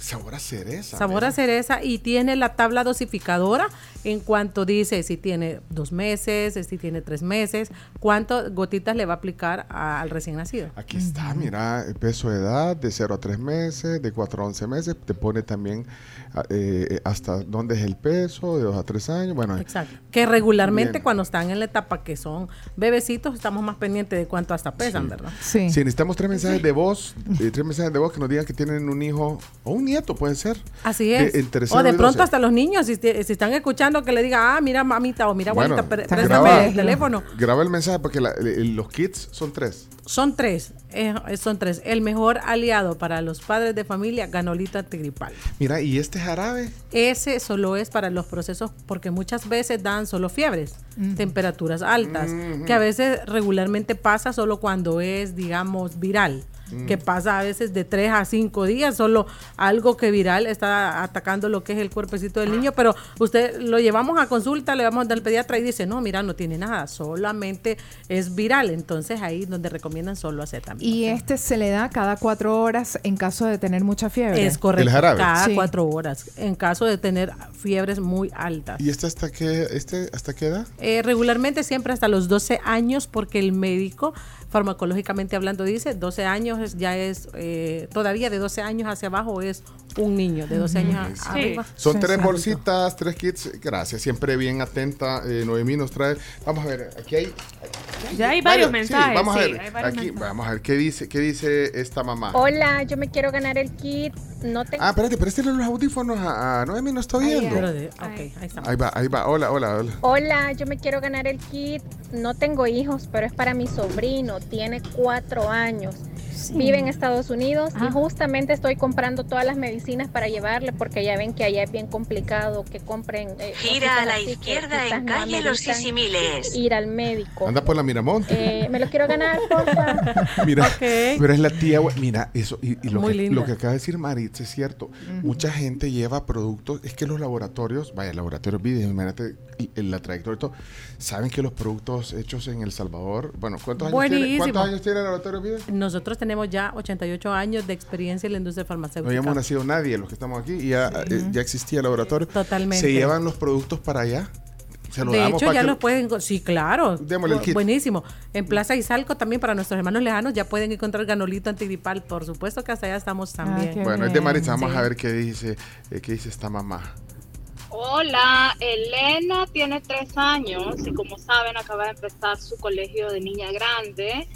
S3: sabor a cereza.
S26: Sabor a cereza y tiene la tabla dosificadora en cuanto dice si tiene dos meses, si tiene tres meses, cuántas gotitas le va a aplicar a- al recién nacido.
S3: Aquí está, mira, eh, peso de edad de 0 a 3 meses, de 4 a 11 meses, te pone también ah, eh, hasta dónde es el peso, de 2 a 3 años, bueno. eh,
S26: Exacto. Que regularmente
S3: Bien.
S26: cuando están en la etapa que son bebecitos estamos más pendientes de cuánto hasta pesan, ¿verdad?
S11: Sí.
S3: Si necesitamos tres mensajes de voz, eh, tres mensajes de voz que nos digan que tienen un hijo o un nieto, puede ser.
S26: Así
S3: de-
S26: es.
S3: entre
S26: o
S3: cero
S26: de
S3: y
S26: pronto
S3: doce.
S26: hasta los niños, si, te- si están escuchando, que le diga, ah, mira mamita o mira
S3: Bueno,
S26: abuelita, pre-
S3: graba-
S26: préstame el teléfono.
S3: Graba el mensaje porque la- el- el- los kits son tres.
S26: Son tres, eh, son tres. El mejor aliado para los padres de familia, ganolito antigripal.
S3: Mira, y este jarabe,
S26: Ese solo es para los procesos porque muchas veces dan solo fiebres,
S3: Mm.
S26: temperaturas altas,
S7: Ujú.
S26: que a veces regularmente pasa solo cuando es, digamos, viral,
S7: Mm.
S26: que pasa a veces de 3 a 5 días, solo algo que viral está atacando lo que es el cuerpecito del niño, pero usted lo llevamos a consulta, le vamos al pediatra y dice, no, mira, no tiene nada, solamente es viral, entonces ahí donde recomiendan solo hacer también.
S11: Y este se le da cada cuatro horas en caso de tener mucha fiebre.
S26: Es correcto, cada
S11: Sí.
S26: cuatro horas, en caso de tener fiebres muy altas.
S3: ¿y este hasta qué, este hasta qué edad?
S26: Eh, regularmente siempre hasta los 12 años, porque el médico, farmacológicamente hablando, dice 12 años es- ya es, eh, todavía de 12 años hacia abajo es un niño, de 12 años a- arriba.
S3: Son tres bolsitas, tres kits. Gracias, siempre bien atenta. Eh, Noemí nos trae. Vamos a ver, aquí hay.
S7: Ya hay varios
S3: sí,
S7: mensajes.
S3: vamos a
S7: sí,
S3: ver.
S7: hay varios
S3: aquí,
S7: mensajes.
S3: vamos a ver qué dice, qué dice esta mamá.
S18: Hola, yo me quiero ganar el kit. No tengo.
S3: Ah, espérate, préstale los audífonos a, a Noemí, no está
S18: Ahí,
S3: viendo.
S18: ahí.
S3: Ahí va, ahí va. Hola, hola, hola.
S18: Hola, yo me quiero ganar el kit. No tengo hijos, pero es para mi sobrino. Tiene cuatro años. Vive en Estados Unidos
S7: Ah.
S18: y justamente estoy comprando todas las medicinas para llevarle porque ya ven que allá es bien complicado que compren. eh,
S19: Gira a
S18: cositas
S19: la
S18: así que
S19: izquierda
S18: quizás
S19: en
S18: no
S19: calle Los
S18: ameritan
S19: Sisimiles.
S18: Ir al médico.
S3: Anda por la Miramonte.
S18: Eh, me lo quiero ganar, porfa.
S3: Mira,
S18: ok.
S3: pero es la tía. abue- Mira, eso. Y, y lo,
S18: Muy
S3: que,
S18: linda.
S3: lo que acaba de decir Maritz es cierto.
S18: Ujú.
S3: Mucha gente lleva productos. Es que los laboratorios, vaya, laboratorios vídeos, imagínate y- en la trayectoria y todo. Saben que los productos hechos en El Salvador. Bueno, ¿cuántos años tiene?
S26: Buenísimo.
S3: ¿Cuántos años tiene el laboratorio Vides?
S26: Nosotros tenemos ya 88 años de experiencia en la industria
S3: No
S26: farmacéutica.
S3: habíamos nacido nadie los que estamos aquí y ya, eh, ya existía el laboratorio.
S26: Totalmente.
S3: Se llevan los productos para allá. Se los
S26: de
S3: damos
S26: hecho,
S3: para
S26: ya
S3: que-
S26: los pueden. co- Sí, claro.
S3: Démosle el
S26: Bu-
S3: kit.
S26: Buenísimo. En Plaza Izalco también para nuestros hermanos lejanos ya pueden encontrar ganolito antigripal. Por supuesto que hasta allá estamos
S3: Ah,
S26: también.
S3: Bueno, es de Maritza. Vamos a ver qué dice, eh, qué dice esta mamá.
S21: Hola, Elena tiene tres años y como saben acaba de empezar su colegio de niña grande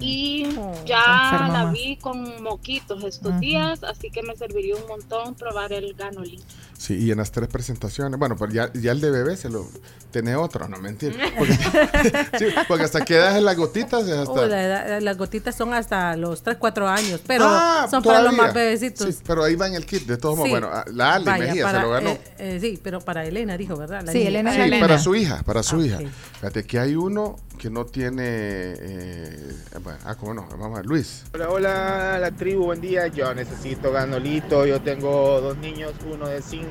S21: y
S11: se
S21: ya
S11: enferma
S21: la
S11: más.
S21: vi con moquitos estos
S11: Ujú.
S21: días, así que me serviría un montón probar el ganolito.
S3: Sí, y en las tres presentaciones. Bueno, pero ya, ya el de bebé se lo. Tiene otro, no mentira. Porque, sí, porque hasta que das las gotitas. es Hasta,
S26: Uh, la edad- las gotitas son hasta los 3, 4 años, pero
S3: Ah,
S26: son para los
S3: todavía.
S26: más bebecitos.
S3: Sí, pero ahí va en el kit, de todos modos.
S26: Sí.
S3: Bueno, ah, la Ale
S26: Vaya,
S3: Mejía
S26: para-
S3: se lo ganó.
S26: eh, eh, sí, pero para Elena Ah, dijo, ¿verdad? La
S11: Sí,
S26: niña.
S11: Elena
S3: Sí, para su hija, para su hija. Fíjate que hay uno que no tiene. eh, bueno, ah, cómo no. Vamos a ver, Luis.
S23: Hola, hola, la tribu, buen día. Yo necesito ganolito. Yo tengo dos niños, uno de cinco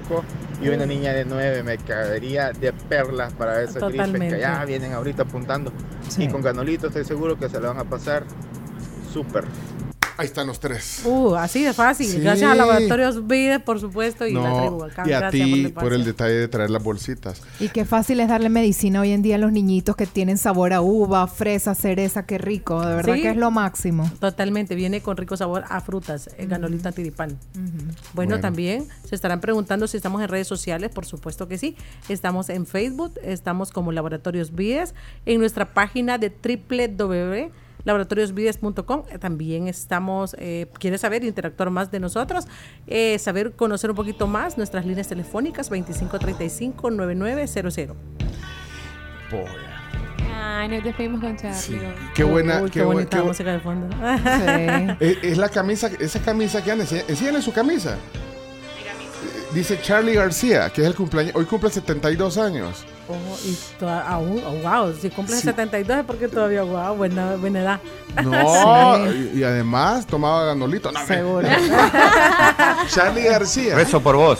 S23: y una niña de nueve. Me caería de perlas para esa gripe
S26: Totalmente.
S23: que ya vienen ahorita apuntando. Y con Canolito estoy seguro que se la van a pasar súper.
S3: Ahí están los tres.
S26: Uh, así de fácil.
S3: Sí.
S26: Gracias a Laboratorios Vides, por supuesto, y la tribu
S3: No,
S26: Volcán.
S3: y a
S26: Gracias
S3: ti
S26: tu
S3: por el detalle de traer las bolsitas.
S11: Y qué fácil es darle medicina hoy en día a los niñitos que tienen sabor a uva, fresa, cereza, qué rico. De verdad
S26: Sí.
S11: que es lo máximo.
S26: Totalmente, viene con rico sabor a frutas, el ganolito antiripán. Bueno,
S11: Bueno.
S26: también se estarán preguntando si estamos en redes sociales, por supuesto que sí. Estamos en Facebook, estamos como Laboratorios Vides, en nuestra página de www.laboratoriosvides.com eh, también estamos, eh, quieres saber, interactuar más de nosotros, eh, saber, conocer un poquito más nuestras líneas telefónicas 2535-9900.
S7: Ay, nos despedimos con Charlie.
S3: Qué buena,
S26: Uy,
S3: qué,
S26: qué
S3: bu-
S26: bonita
S3: qué bu-
S26: música de fondo.
S3: Es, es la camisa, esa camisa que anda, enseña- enséñale su camisa. Eh, Dice Charlie García, que es el cumpleaños, hoy cumple 72 años.
S26: Ojo, Oh, y to- aún, oh, wow, si cumples
S3: Sí.
S26: 72 es porque todavía, wow, buena, buena edad.
S3: No, y, y además tomaba ganolito. No, Seguro. Charlie García.
S8: Rezo por vos.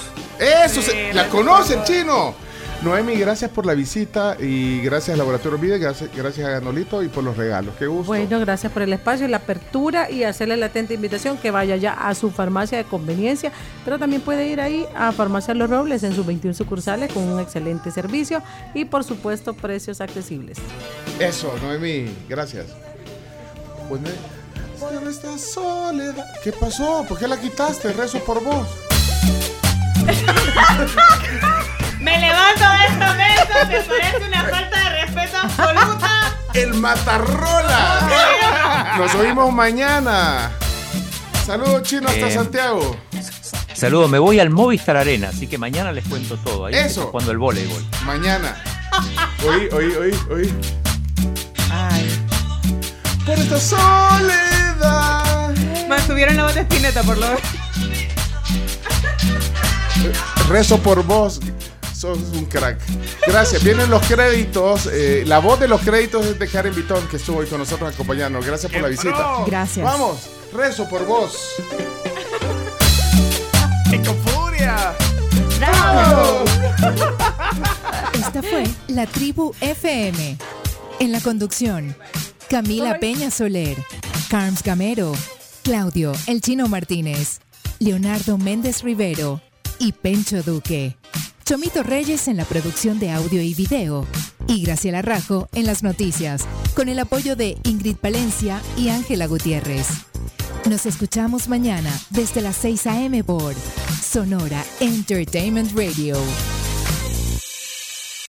S3: Eso, se- la conoce el chino. Noemi, gracias por la visita y gracias a Laboratorio Vida, gracias, gracias a Ganolito y por los regalos. Qué gusto.
S26: Bueno, gracias por el espacio y la apertura y hacerle la atenta invitación que vaya ya a su farmacia de conveniencia, pero también puede ir ahí a Farmacia Los Robles en sus 21 sucursales con un excelente servicio y por supuesto precios accesibles.
S3: Eso, Noemi, gracias. Pues, Bueno, Por esta soledad. ¿Qué pasó? ¿Por qué la quitaste? Rezo por vos.
S7: Me levanto de esta mesa, me parece una falta de respeto absoluta.
S3: El Matarrola. Nos oímos mañana. Saludos, chino, hasta
S8: Eh,
S3: Santiago.
S8: Saludos, me voy al Movistar Arena, así que mañana les cuento todo. Ahí
S3: Eso.
S8: está Jugando el voleibol.
S3: Mañana. Oí, oí, oí, oí. Por esta soledad.
S7: Mantuvieron la voz de Spinetta, por lo menos.
S3: Rezo por vos. Sos un crack. Gracias. Vienen los créditos. eh, la voz de los créditos es de Karen Vitón, que estuvo hoy con nosotros acompañándonos. Gracias por la visita.
S11: Gracias.
S3: Vamos, rezo por vos.
S1: ¡Furia!
S11: ¡Bravo! Esta fue la tribu FM. En la conducción, Camila Peña Soler, Carms Gamero, Claudio El Chino Martínez, Leonardo Méndez Rivero y Pencho Duque. Chomito Reyes en la producción de audio y video y Graciela Rajo en las noticias, con el apoyo de Ingrid Palencia y Ángela Gutiérrez. Nos escuchamos mañana desde las 6 a.m. por Sonora Entertainment Radio.